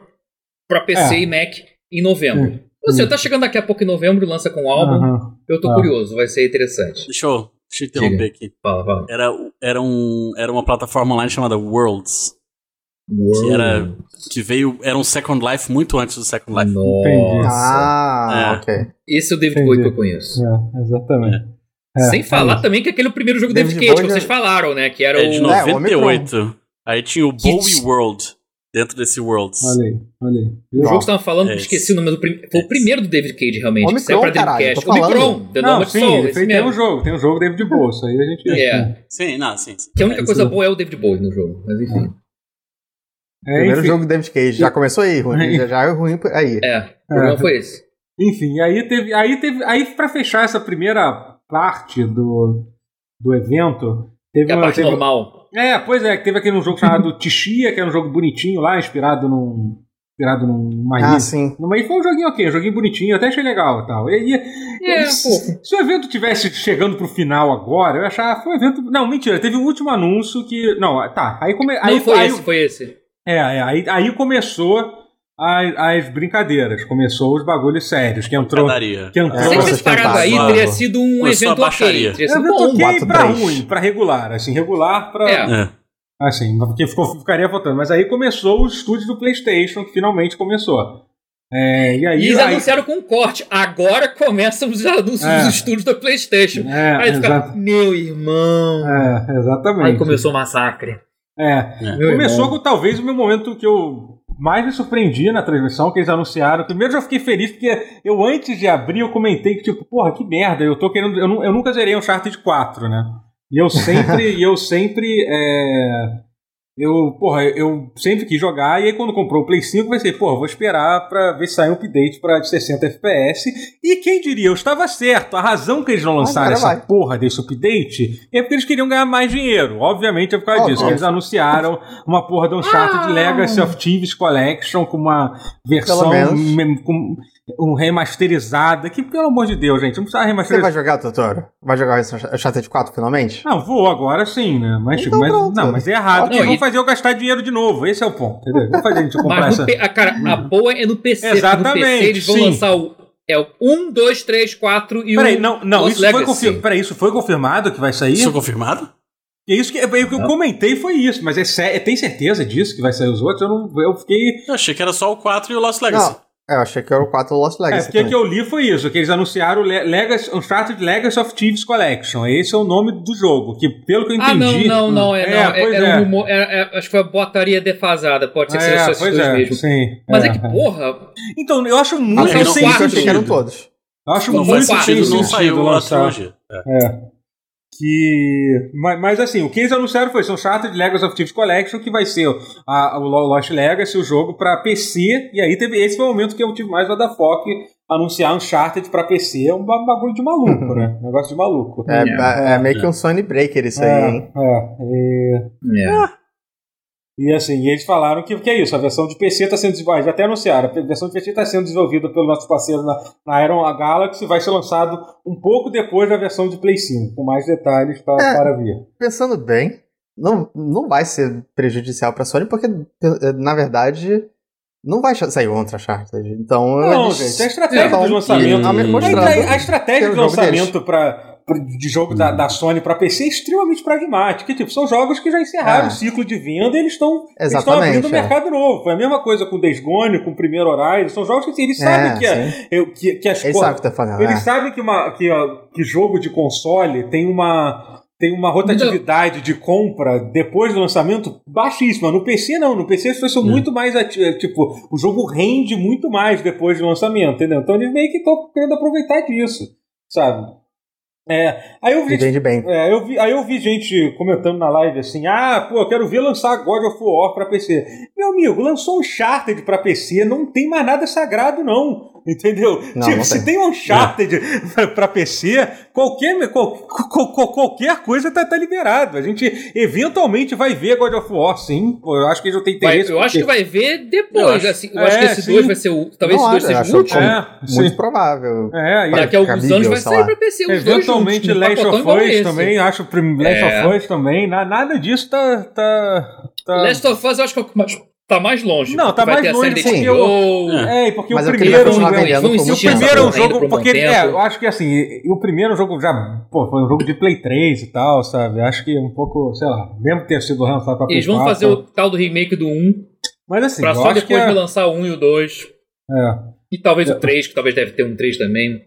Speaker 4: pra PC
Speaker 1: É.
Speaker 4: e Mac em novembro.
Speaker 1: Sim.
Speaker 4: Ou seja, tá chegando daqui a pouco em novembro, lança com o álbum.
Speaker 1: Aham.
Speaker 4: Eu tô
Speaker 1: Ah.
Speaker 4: curioso, vai ser interessante.
Speaker 2: Deixa eu, deixa eu interromper aqui.
Speaker 4: Fala, fala.
Speaker 2: Era, era, um, era uma plataforma online chamada Worlds. Que era. Que veio. Era um Second Life muito antes do Second Life.
Speaker 4: Nossa.
Speaker 3: Ah,
Speaker 2: É.
Speaker 3: ok.
Speaker 4: Esse é o David
Speaker 1: Entendi.
Speaker 4: Bowie que eu conheço.
Speaker 1: É, exatamente. É,
Speaker 4: Sem
Speaker 1: é
Speaker 4: falar
Speaker 1: isso.
Speaker 4: também que aquele é o primeiro jogo do David,
Speaker 3: David
Speaker 4: Cage
Speaker 3: Bowie
Speaker 4: que
Speaker 3: já-
Speaker 4: vocês falaram, né? Que era
Speaker 2: É de
Speaker 4: o.
Speaker 3: novo. É, o
Speaker 2: 98. aí tinha o Bowie
Speaker 4: Kids.
Speaker 2: World dentro desse Worlds.
Speaker 1: Olha aí, olha aí.
Speaker 4: O jogo
Speaker 3: Não.
Speaker 4: que estavam falando,
Speaker 2: É
Speaker 4: esqueci o nome do primeiro. Foi
Speaker 2: É.
Speaker 4: o primeiro do David Cage, realmente. que
Speaker 3: Omicron,
Speaker 4: saiu pra
Speaker 3: caralho,
Speaker 4: Dreamcast.
Speaker 3: tô falando.
Speaker 4: Omicron, The
Speaker 1: Não,
Speaker 4: Nomad
Speaker 1: sim,
Speaker 4: Soul,
Speaker 1: esse
Speaker 4: esse
Speaker 1: tem um
Speaker 4: mesmo.
Speaker 1: jogo, tem um jogo David Bowie, isso aí a gente.
Speaker 4: É.
Speaker 2: Sim, não, sim. sim.
Speaker 4: Que a única
Speaker 2: É,
Speaker 4: coisa
Speaker 1: isso.
Speaker 4: boa é o David Bowie no jogo. Mas enfim.
Speaker 1: É,
Speaker 3: Primeiro
Speaker 1: enfim,
Speaker 3: jogo do David Cage. Já começou aí, ruim. Já, já é ruim por aí.
Speaker 4: É, o problema
Speaker 1: É.
Speaker 4: foi esse.
Speaker 1: enfim, aí teve. Aí teve. Aí pra fechar essa primeira parte do, do evento, teve
Speaker 4: É a
Speaker 1: uma.
Speaker 4: parte
Speaker 1: teve-
Speaker 4: normal.
Speaker 1: É, pois é, teve aquele um jogo chamado Tixia, que era um jogo bonitinho lá, inspirado num. Inspirado num numa
Speaker 3: Ah,
Speaker 1: ilha.
Speaker 3: sim.
Speaker 1: Mas foi um joguinho ok, um joguinho bonitinho, eu até achei legal e tal. E, e-
Speaker 4: É, pô.
Speaker 1: se, se o evento tivesse chegando pro final agora, eu ia achar. Foi um evento. Não, mentira, teve um último anúncio que. Não, tá. Aí, come, aí,
Speaker 4: não foi
Speaker 1: aí,
Speaker 4: esse, foi esse.
Speaker 1: é, é, aí, aí começou as, as brincadeiras, começou os bagulhos sérios, que entrou.
Speaker 2: Padaria.
Speaker 1: Que entrou.
Speaker 3: É,
Speaker 4: Se ele
Speaker 3: vocês
Speaker 4: tivesse parado
Speaker 3: cantaram,
Speaker 4: aí,
Speaker 2: mano.
Speaker 4: teria sido um
Speaker 2: Começou
Speaker 4: evento
Speaker 2: a baixaria.
Speaker 4: ok. Teria
Speaker 1: Eu
Speaker 4: sido
Speaker 1: evento
Speaker 4: bom.
Speaker 1: ok
Speaker 3: quatro,
Speaker 1: pra
Speaker 3: três.
Speaker 1: ruim, pra regular, assim, regular pra.
Speaker 4: É.
Speaker 2: É.
Speaker 1: Assim, porque ficou, ficaria votando. Mas aí começou o estúdio do PlayStation, que finalmente começou. É, e aí.
Speaker 4: E eles
Speaker 1: aí-
Speaker 4: anunciaram com um corte. Agora começam os anúncios
Speaker 1: É.
Speaker 4: dos estúdios da PlayStation.
Speaker 1: É,
Speaker 4: Aí fica,
Speaker 1: exa-
Speaker 4: meu irmão.
Speaker 1: é, exatamente.
Speaker 4: Aí começou o massacre.
Speaker 1: É.
Speaker 4: Meu
Speaker 1: Começou
Speaker 4: irmão.
Speaker 1: com talvez o meu momento que eu mais me surpreendi na transmissão, que eles anunciaram. Primeiro eu fiquei feliz, porque eu antes de abrir eu comentei que, tipo, porra, que merda, eu tô querendo. Eu, nu- eu nunca zerei um Uncharted 4, né? E eu sempre. e eu sempre. é, eu, porra, eu sempre quis jogar, e aí quando comprou o Play 5, eu pensei, porra, vou esperar pra ver se sai um update pra 60 FPS. E quem diria, eu estava certo, a razão que eles não lançaram
Speaker 3: Agora
Speaker 1: essa
Speaker 3: vai.
Speaker 1: porra desse update é porque eles queriam ganhar mais dinheiro. Obviamente é por causa
Speaker 3: Óbvio.
Speaker 1: disso, que eles anunciaram uma porra de um chato de Legacy of Thieves Collection com uma versão
Speaker 3: menos.
Speaker 1: mem- com um remasterizada, que pelo amor de Deus, gente, não precisa
Speaker 3: Você vai
Speaker 1: remasterizar.
Speaker 3: jogar, Totoro? Vai jogar esse Uncharted 4 finalmente?
Speaker 1: Não, vou agora sim, né? Mas,
Speaker 3: Então
Speaker 1: tipo, mas-
Speaker 3: pronto.
Speaker 1: não, mas é errado, porque
Speaker 4: Não,
Speaker 1: vão
Speaker 4: e-
Speaker 1: fazer eu gastar dinheiro de novo, esse é o ponto, entendeu? Vão fazer a gente comprar
Speaker 4: Mas
Speaker 1: essa...
Speaker 4: no P- a, cara, a boa é no PC. porque No
Speaker 1: Exatamente,
Speaker 4: PC eles vão
Speaker 1: sim.
Speaker 4: lançar o É o 1, 2, 3, 4 e
Speaker 1: Peraí,
Speaker 4: um
Speaker 1: não, não,
Speaker 4: Lost
Speaker 1: isso foi,
Speaker 4: Legacy.
Speaker 1: confir... Peraí, isso foi confirmado que vai sair?
Speaker 2: Isso é confirmado?
Speaker 1: É isso que, é, o que
Speaker 4: Ah.
Speaker 1: eu comentei foi isso, mas é sé- tem certeza disso que vai sair os outros? Eu, não, eu fiquei.
Speaker 2: Eu achei que era só o 4 e o Lost Legacy.
Speaker 3: É, eu achei que era o 4 Lost
Speaker 1: É,
Speaker 3: Legacy.
Speaker 1: porque o que
Speaker 3: também.
Speaker 1: eu li foi isso, que eles anunciaram o Le- Legacy, Uncharted Legacy of Thieves Collection. Esse é o nome do jogo, que pelo que eu entendi.
Speaker 4: Ah, não, não, não. É, não, é-
Speaker 1: pois
Speaker 4: era um rumor. era- é, acho que foi uma botaria defasada. Pode ser que seja só esses
Speaker 1: pois
Speaker 4: dois
Speaker 1: é,
Speaker 4: mesmo.
Speaker 1: sim.
Speaker 4: Mas é. que, porra,
Speaker 1: Então, eu acho
Speaker 2: Ah,
Speaker 1: muito
Speaker 2: não,
Speaker 1: sem
Speaker 3: Por isso que eu achei
Speaker 1: sentido.
Speaker 3: que eram todos.
Speaker 1: Eu acho
Speaker 4: Não
Speaker 2: Não
Speaker 1: muito
Speaker 2: faz
Speaker 1: sem
Speaker 4: faz
Speaker 2: sentido, não
Speaker 1: sentido
Speaker 2: saiu a
Speaker 1: lançar.
Speaker 2: trilogia. É.
Speaker 1: É. Que. Mas, mas, assim, o que eles anunciaram foi são Uncharted Legacy of Thieves Collection, que vai ser a, o Lo- Lost Legacy, o jogo pra PC. E aí teve. Esse foi o momento que eu tive mais Vodafone anunciar Uncharted pra PC. É um ba- bagulho de maluco, né? Um negócio de maluco.
Speaker 3: Uhum. É,
Speaker 4: É.
Speaker 3: ba- é meio que um Sony Breaker isso aí, hein?
Speaker 1: É, é. E, e, assim, e eles falaram que, que é isso, a versão de PC está sendo desenvolvida, até anunciaram, a versão de PC está sendo desenvolvida pelo nosso parceiro na, na Iron Galaxy, vai ser lançado um pouco depois da versão de Play 5, com mais detalhes pra,
Speaker 3: É.
Speaker 1: para vir.
Speaker 3: Pensando bem, não, não vai ser prejudicial pra Sony, porque, eh, na verdade, não vai cha- sair contra Uncharted. Então,
Speaker 1: Não,
Speaker 3: eles-
Speaker 1: gente, é a estratégia
Speaker 3: Então,
Speaker 1: dos lançamentos.
Speaker 3: tá me
Speaker 2: Hum.
Speaker 3: mostrando.
Speaker 1: A, a estratégia de
Speaker 3: Tem é o jogo Hum.
Speaker 1: lançamento pra, pra- de jogo da, da Sony para PC é extremamente pragmática. Tipo, são jogos que já encerraram
Speaker 3: É.
Speaker 1: o ciclo de venda e eles estão eles estão abrindo
Speaker 3: Exatamente.
Speaker 1: um
Speaker 3: é.
Speaker 1: mercado novo. É a mesma coisa com Days Gone, com o Primeiro Horizon. São jogos que assim, eles
Speaker 3: É,
Speaker 1: sabem que, é,
Speaker 3: sim.
Speaker 1: eu- que, que as
Speaker 3: Eles
Speaker 1: co-
Speaker 3: sabem o que tá fazendo.
Speaker 1: eles
Speaker 3: né?
Speaker 1: sabem que, uma, que, ó, que jogo de console tem uma. Tem uma rotatividade de compra depois do lançamento baixíssima. No PC, não. No PC, as pessoas são
Speaker 2: Hum.
Speaker 1: muito mais. ati- é, Tipo, o jogo rende muito mais depois do lançamento, entendeu? Então eles meio que estão querendo aproveitar disso, sabe? É, aí eu
Speaker 3: E
Speaker 1: vi
Speaker 3: vende bem.
Speaker 1: é, eu vi, aí eu vi gente comentando na live assim: ah, pô, eu quero ver lançar God of War pra PC. Meu amigo, lançou um Charted pra PC, não tem mais nada sagrado, não. Entendeu?
Speaker 3: Não,
Speaker 1: tipo,
Speaker 3: não
Speaker 1: se
Speaker 3: tem.
Speaker 1: tem um Uncharted pra- pra PC, qualquer, qual- qual- qual- qualquer coisa tá, tá liberado. A gente eventualmente vai ver God of War, sim. Pô, Eu acho que eles não têm
Speaker 4: vai-
Speaker 1: interesse.
Speaker 4: eu acho que
Speaker 1: porque-
Speaker 4: vai ver
Speaker 2: Eu
Speaker 4: depois.
Speaker 2: acho-
Speaker 4: assim, Eu acho,
Speaker 1: é,
Speaker 4: que esse
Speaker 1: sim.
Speaker 4: 2 vai ser o. Talvez
Speaker 3: Não,
Speaker 4: esse 2
Speaker 3: eu
Speaker 4: seja
Speaker 3: acho
Speaker 4: o último.
Speaker 3: como-
Speaker 1: É, sim.
Speaker 3: Muito provável.
Speaker 1: É, e
Speaker 4: Daqui a alguns
Speaker 3: cabível,
Speaker 4: anos vai
Speaker 3: sei
Speaker 4: sair
Speaker 3: lá.
Speaker 4: pra PC. Os dois
Speaker 1: Eventualmente
Speaker 4: juntos, num
Speaker 1: Last
Speaker 4: pacotão
Speaker 1: of
Speaker 4: igual
Speaker 1: Us
Speaker 4: esse.
Speaker 1: também, acho que Last
Speaker 4: É.
Speaker 1: of Us também, na- nada disso tá. tá, tá...
Speaker 4: Last of Us eu acho que é o que mais- tá mais longe.
Speaker 1: Não, tá
Speaker 4: vai
Speaker 1: mais
Speaker 4: ter a
Speaker 1: longe,
Speaker 4: série
Speaker 3: sim.
Speaker 4: da HBO.
Speaker 1: É, e porque
Speaker 3: Mas
Speaker 1: o
Speaker 3: é porque ele vai
Speaker 1: primeiro.
Speaker 3: continuar
Speaker 1: é,
Speaker 4: eles
Speaker 1: E
Speaker 3: vendendo por
Speaker 4: vão
Speaker 1: o
Speaker 3: muito
Speaker 4: insistir
Speaker 3: tempo.
Speaker 1: primeiro é um
Speaker 4: Ainda por
Speaker 1: jogo.
Speaker 4: um
Speaker 1: Porque
Speaker 4: bom
Speaker 1: ele- é,
Speaker 4: tempo.
Speaker 1: eu acho que assim, e- e o primeiro jogo já. Pô, foi um jogo de Play 3 e tal, sabe? Acho que um pouco, sei lá, mesmo ter sido lançado pra Play
Speaker 4: Eles vão
Speaker 1: 4,
Speaker 4: fazer o tal do remake do 1
Speaker 1: Mas assim,
Speaker 4: pra
Speaker 1: eu
Speaker 4: só
Speaker 1: acho que.
Speaker 4: depois
Speaker 1: É,
Speaker 4: relançar o 1 e o 2.
Speaker 1: é,
Speaker 4: E talvez o 3, que talvez deve ter um 3 também.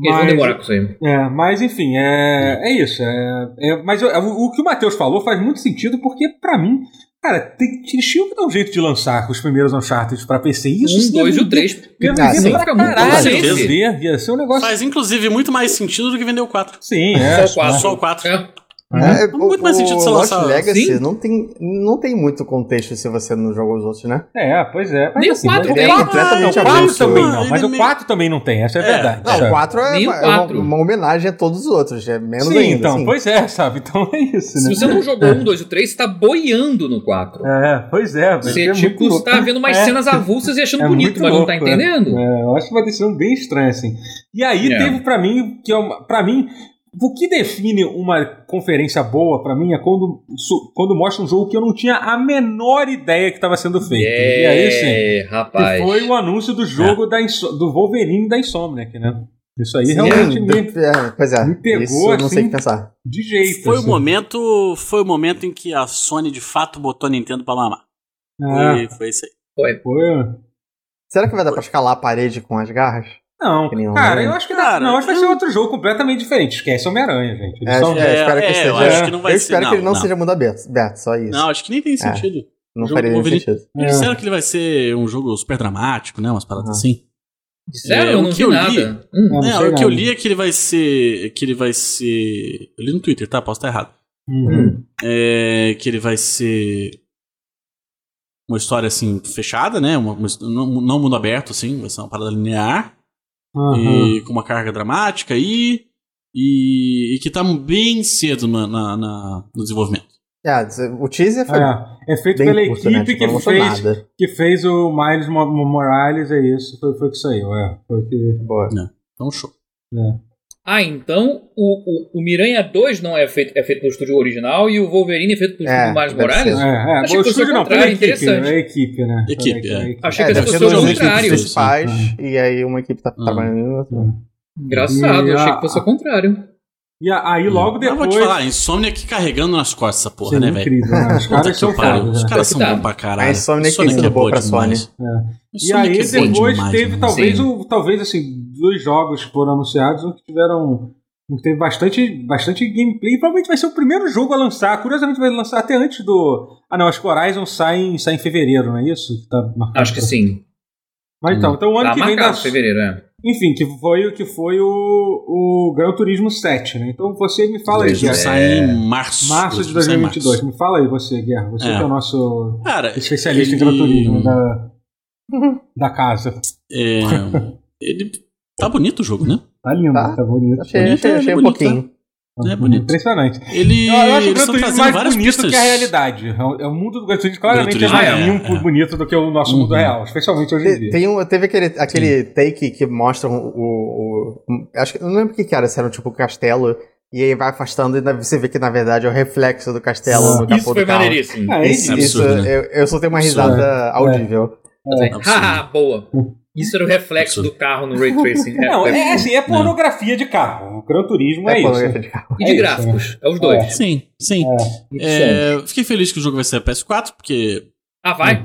Speaker 4: Eles vão
Speaker 1: Mas-
Speaker 4: demorar com isso aí.
Speaker 1: é, mas enfim, é, é isso. É, é- mas eu- o, o que o Matheus falou faz muito sentido, porque pra mim. Cara, tem, eles tinham que dar um jeito de lançar os primeiros Uncharted pra PC. Isso
Speaker 4: Um, dois e o
Speaker 1: três.
Speaker 4: três. assim,
Speaker 1: Ia
Speaker 3: Ah,
Speaker 1: vender
Speaker 3: sim,
Speaker 1: pra
Speaker 4: fica muito
Speaker 1: caralho.
Speaker 2: bom.
Speaker 1: Ia vender, ia ser um negócio.
Speaker 2: Faz, inclusive, muito mais sentido do que vender o 4.
Speaker 1: Sim, é.
Speaker 4: Só o quatro.
Speaker 2: Só o 4.
Speaker 4: É.
Speaker 1: É.
Speaker 3: É,
Speaker 2: Não muito mais sentido você
Speaker 3: Lost
Speaker 2: lançar-
Speaker 3: Legacy
Speaker 4: Sim.
Speaker 3: não tem, não tem muito contexto se você não jogou os outros, né?
Speaker 1: É, pois é.
Speaker 4: Nem o
Speaker 1: assim,
Speaker 4: quatro
Speaker 1: mas-
Speaker 4: tem.
Speaker 1: o quatro não,
Speaker 3: Completamente
Speaker 1: o quatro
Speaker 3: avulso.
Speaker 1: também não,
Speaker 2: Ele
Speaker 1: mas o
Speaker 2: meio-
Speaker 1: 4 também não tem, essa é a
Speaker 2: É,
Speaker 1: verdade.
Speaker 3: Não,
Speaker 1: sabe?
Speaker 3: o 4 é,
Speaker 4: Nem o
Speaker 3: é
Speaker 4: quatro.
Speaker 3: uma, uma homenagem a todos os outros, é menos
Speaker 1: Sim,
Speaker 3: ainda.
Speaker 1: então,
Speaker 3: sim.
Speaker 1: pois é, sabe? Então é isso, né?
Speaker 4: Se você não jogou um, dois e o três, você tá boiando no 4.
Speaker 1: É, pois é. vai
Speaker 4: Você,
Speaker 1: ser muito
Speaker 4: tipo,
Speaker 1: louco.
Speaker 4: você tá vendo umas
Speaker 1: É.
Speaker 4: cenas avulsas e achando
Speaker 1: É
Speaker 4: bonito,
Speaker 1: muito
Speaker 4: mas não tá
Speaker 1: louco, né?
Speaker 4: entendendo.
Speaker 1: É, eu acho que vai ter sido bem estranho, assim. E aí
Speaker 4: É.
Speaker 1: teve pra mim, que é uma, pra mim, o que define uma conferência boa pra mim é quando, su- quando mostra um jogo que eu não tinha a menor ideia que estava sendo feito. E aí, sim.
Speaker 4: É,
Speaker 1: Que
Speaker 4: rapaz.
Speaker 1: foi o anúncio do jogo da Inso- do Wolverine da Insomniac, né? Isso aí
Speaker 3: É. Sim,
Speaker 1: realmente me,
Speaker 3: de- é, pois é,
Speaker 1: me pegou,
Speaker 3: isso eu não sei o
Speaker 1: assim,
Speaker 3: que pensar.
Speaker 1: de jeito.
Speaker 2: Foi o,
Speaker 1: assim.
Speaker 2: momento, foi o momento em que a Sony de fato botou a Nintendo pra mamar.
Speaker 1: Ah,
Speaker 2: Foi, foi isso aí.
Speaker 1: foi.
Speaker 3: Será que vai dar pra escalar a parede com as garras?
Speaker 1: Não,
Speaker 3: Que nem
Speaker 1: cara,
Speaker 3: Homem-Aranha.
Speaker 1: eu acho que dá-
Speaker 2: Cara,
Speaker 1: não, acho que vai
Speaker 2: eu-
Speaker 1: ser outro jogo completamente diferente. Esquece Homem-Aranha, gente. Eles
Speaker 3: É,
Speaker 1: são-
Speaker 3: acho- é, espero que
Speaker 2: é,
Speaker 3: seja.
Speaker 2: eu acho que não vai
Speaker 3: eu
Speaker 2: ser-
Speaker 3: espero que ele não,
Speaker 2: não.
Speaker 3: seja mundo aberto, aberto, só isso.
Speaker 2: Não, acho que nem tem sentido.
Speaker 3: não
Speaker 2: jogo
Speaker 3: faria nenhum
Speaker 2: Wolverine-
Speaker 3: sentido.
Speaker 2: Eles
Speaker 1: É.
Speaker 2: disseram que ele vai ser um jogo super dramático, né? Umas paradas
Speaker 3: Uhum.
Speaker 2: assim.
Speaker 4: Sério,
Speaker 2: É,
Speaker 4: eu
Speaker 2: o
Speaker 4: não
Speaker 2: que
Speaker 4: vi
Speaker 2: eu li-
Speaker 4: nada. Hum.
Speaker 1: não
Speaker 2: É,
Speaker 1: sei
Speaker 2: o que eu
Speaker 1: não.
Speaker 2: li é que ele vai ser. é Que ele vai ser. Eu li no Twitter, tá? Posso estar errado.
Speaker 1: Uhum.
Speaker 2: É, que ele vai ser. Uma história assim, fechada, né? Uma, uma- não, não mundo aberto, assim, vai ser uma parada linear.
Speaker 3: Hum.
Speaker 1: Uhum.
Speaker 2: e com uma carga dramática aí, e, e que tá bem cedo na, na- na- no desenvolvimento.
Speaker 3: É, o teaser foi
Speaker 1: É, é feito pela
Speaker 3: bem curto,
Speaker 1: equipe
Speaker 3: né? Tipo, não
Speaker 1: que,
Speaker 3: mostrou
Speaker 1: fez,
Speaker 3: nada.
Speaker 1: que fez o Miles Mo- Mo- Morales, é isso. Foi, foi o que saiu, é. Foi o que...
Speaker 3: Boa.
Speaker 2: Então, show.
Speaker 4: Ah, então o, o, o Miranha 2 não é feito, é feito pelo estúdio original e o Wolverine é feito pelo
Speaker 3: É,
Speaker 4: estúdio Miles
Speaker 3: deve
Speaker 4: Morales?
Speaker 3: ser.
Speaker 1: É, é,
Speaker 4: Achei
Speaker 1: o
Speaker 4: que fosse o
Speaker 1: estúdio não, pela
Speaker 4: contrário,
Speaker 1: equipe,
Speaker 4: interessante.
Speaker 1: né? A equipe, né?
Speaker 2: Equipe,
Speaker 1: Pela-
Speaker 2: é.
Speaker 1: pela
Speaker 4: Achei que
Speaker 3: é,
Speaker 4: as
Speaker 3: deve ser
Speaker 4: pessoas
Speaker 3: duas
Speaker 4: assim. ao
Speaker 3: equipes
Speaker 4: contrário.
Speaker 2: Sim,
Speaker 3: principais
Speaker 1: sim.
Speaker 3: e aí uma equipe tá
Speaker 2: Hum.
Speaker 3: trabalhando em outra.
Speaker 4: Engraçado,
Speaker 1: E
Speaker 4: eu achei
Speaker 1: a-
Speaker 4: que fosse ao contrário.
Speaker 1: E a- aí logo
Speaker 2: Hum. Eu
Speaker 1: depois...
Speaker 2: vou te falar, a Insomnia que carregando nas costas essa porra,
Speaker 1: Sim,
Speaker 2: né, velho?
Speaker 1: incrível, né? Os
Speaker 2: Puta
Speaker 1: caras
Speaker 2: que
Speaker 1: são
Speaker 2: pariu,
Speaker 1: fodas,
Speaker 2: Os
Speaker 1: né?
Speaker 2: caras são
Speaker 4: Tá.
Speaker 2: bons pra caralho. é
Speaker 3: A Insomnia que
Speaker 2: Insomnia
Speaker 3: tem sido boa pra Sony.
Speaker 1: E aí
Speaker 2: Insomnia que é boa
Speaker 1: depois
Speaker 2: demais,
Speaker 1: teve
Speaker 2: né?
Speaker 1: talvez
Speaker 4: Sim.
Speaker 1: o, talvez assim dois jogos que foram anunciados um que tiveram um que teve bastante bastante gameplay e provavelmente vai ser o primeiro jogo a lançar. Curiosamente vai lançar até antes do ah não acho que o Horizon sai em, sai em fevereiro não é isso? Que Tá marcado
Speaker 4: Acho que
Speaker 1: pra-
Speaker 4: sim.
Speaker 1: Mas então então o ano
Speaker 4: Tá
Speaker 1: que vem
Speaker 4: marcado,
Speaker 1: dá-
Speaker 4: fevereiro, é.
Speaker 1: enfim que foi o que foi o, o Gran Turismo 7, né? Então você me fala aí
Speaker 2: Eles vão
Speaker 1: Guerra.
Speaker 2: sair em março.
Speaker 1: Março de
Speaker 2: Eles vão sair em março.
Speaker 1: 2022 me fala aí você Guerra você
Speaker 2: É.
Speaker 1: que é o nosso
Speaker 2: Cara,
Speaker 1: especialista em
Speaker 2: ele-
Speaker 1: Gran Turismo né? da da casa.
Speaker 2: é, ele tá bonito o jogo, né?
Speaker 1: Tá lindo,
Speaker 3: Tá.
Speaker 1: tá, bonito. Tá
Speaker 3: Achei,
Speaker 2: Bonito,
Speaker 3: achei, achei um
Speaker 2: bonito,
Speaker 3: pouquinho.
Speaker 2: É bonito.
Speaker 1: Impressionante.
Speaker 2: Ele
Speaker 1: Eu, eu acho o
Speaker 2: eles
Speaker 1: Gran
Speaker 2: estão
Speaker 1: Turismo
Speaker 2: fazendo
Speaker 1: mais
Speaker 2: várias
Speaker 1: bonito
Speaker 2: pistas.
Speaker 1: que a realidade. É o- é o mundo do Gran Turismo claramente
Speaker 2: Gran Turismo
Speaker 1: é mais
Speaker 2: é,
Speaker 1: limpo,
Speaker 2: é.
Speaker 1: bonito do que o nosso mundo
Speaker 2: Uhum.
Speaker 1: real, especialmente hoje em
Speaker 3: Te-
Speaker 1: dia.
Speaker 3: Tem um, teve aquele, aquele take que mostra o, o- o- Acho que. Eu não lembro o que, que era, se era um tipo castelo. E aí vai afastando e na- você vê que na verdade é o reflexo do castelo no capô
Speaker 4: Isso
Speaker 3: do
Speaker 4: foi
Speaker 3: carro. Tá
Speaker 4: maneiríssimo.
Speaker 1: Ah, é
Speaker 3: Isso,
Speaker 1: isso.
Speaker 2: absurdo,
Speaker 3: isso,
Speaker 2: né?
Speaker 3: eu, eu soltei uma
Speaker 2: Absurdo.
Speaker 3: risada audível.
Speaker 4: Assim,
Speaker 2: absurdo.
Speaker 4: Haha, boa. Isso era o reflexo
Speaker 2: Absurdo.
Speaker 4: do carro no ray tracing. É,
Speaker 1: Não,
Speaker 4: foi-
Speaker 1: é assim, é pornografia de carro. O Gran Turismo é,
Speaker 3: É
Speaker 1: isso.
Speaker 3: pornografia de carro.
Speaker 4: E
Speaker 1: é
Speaker 4: de
Speaker 1: isso,
Speaker 4: gráficos. É os dois.
Speaker 2: Sim, sim.
Speaker 1: É.
Speaker 2: É, fiquei feliz que o jogo vai ser PS4, porque
Speaker 4: Ah, vai.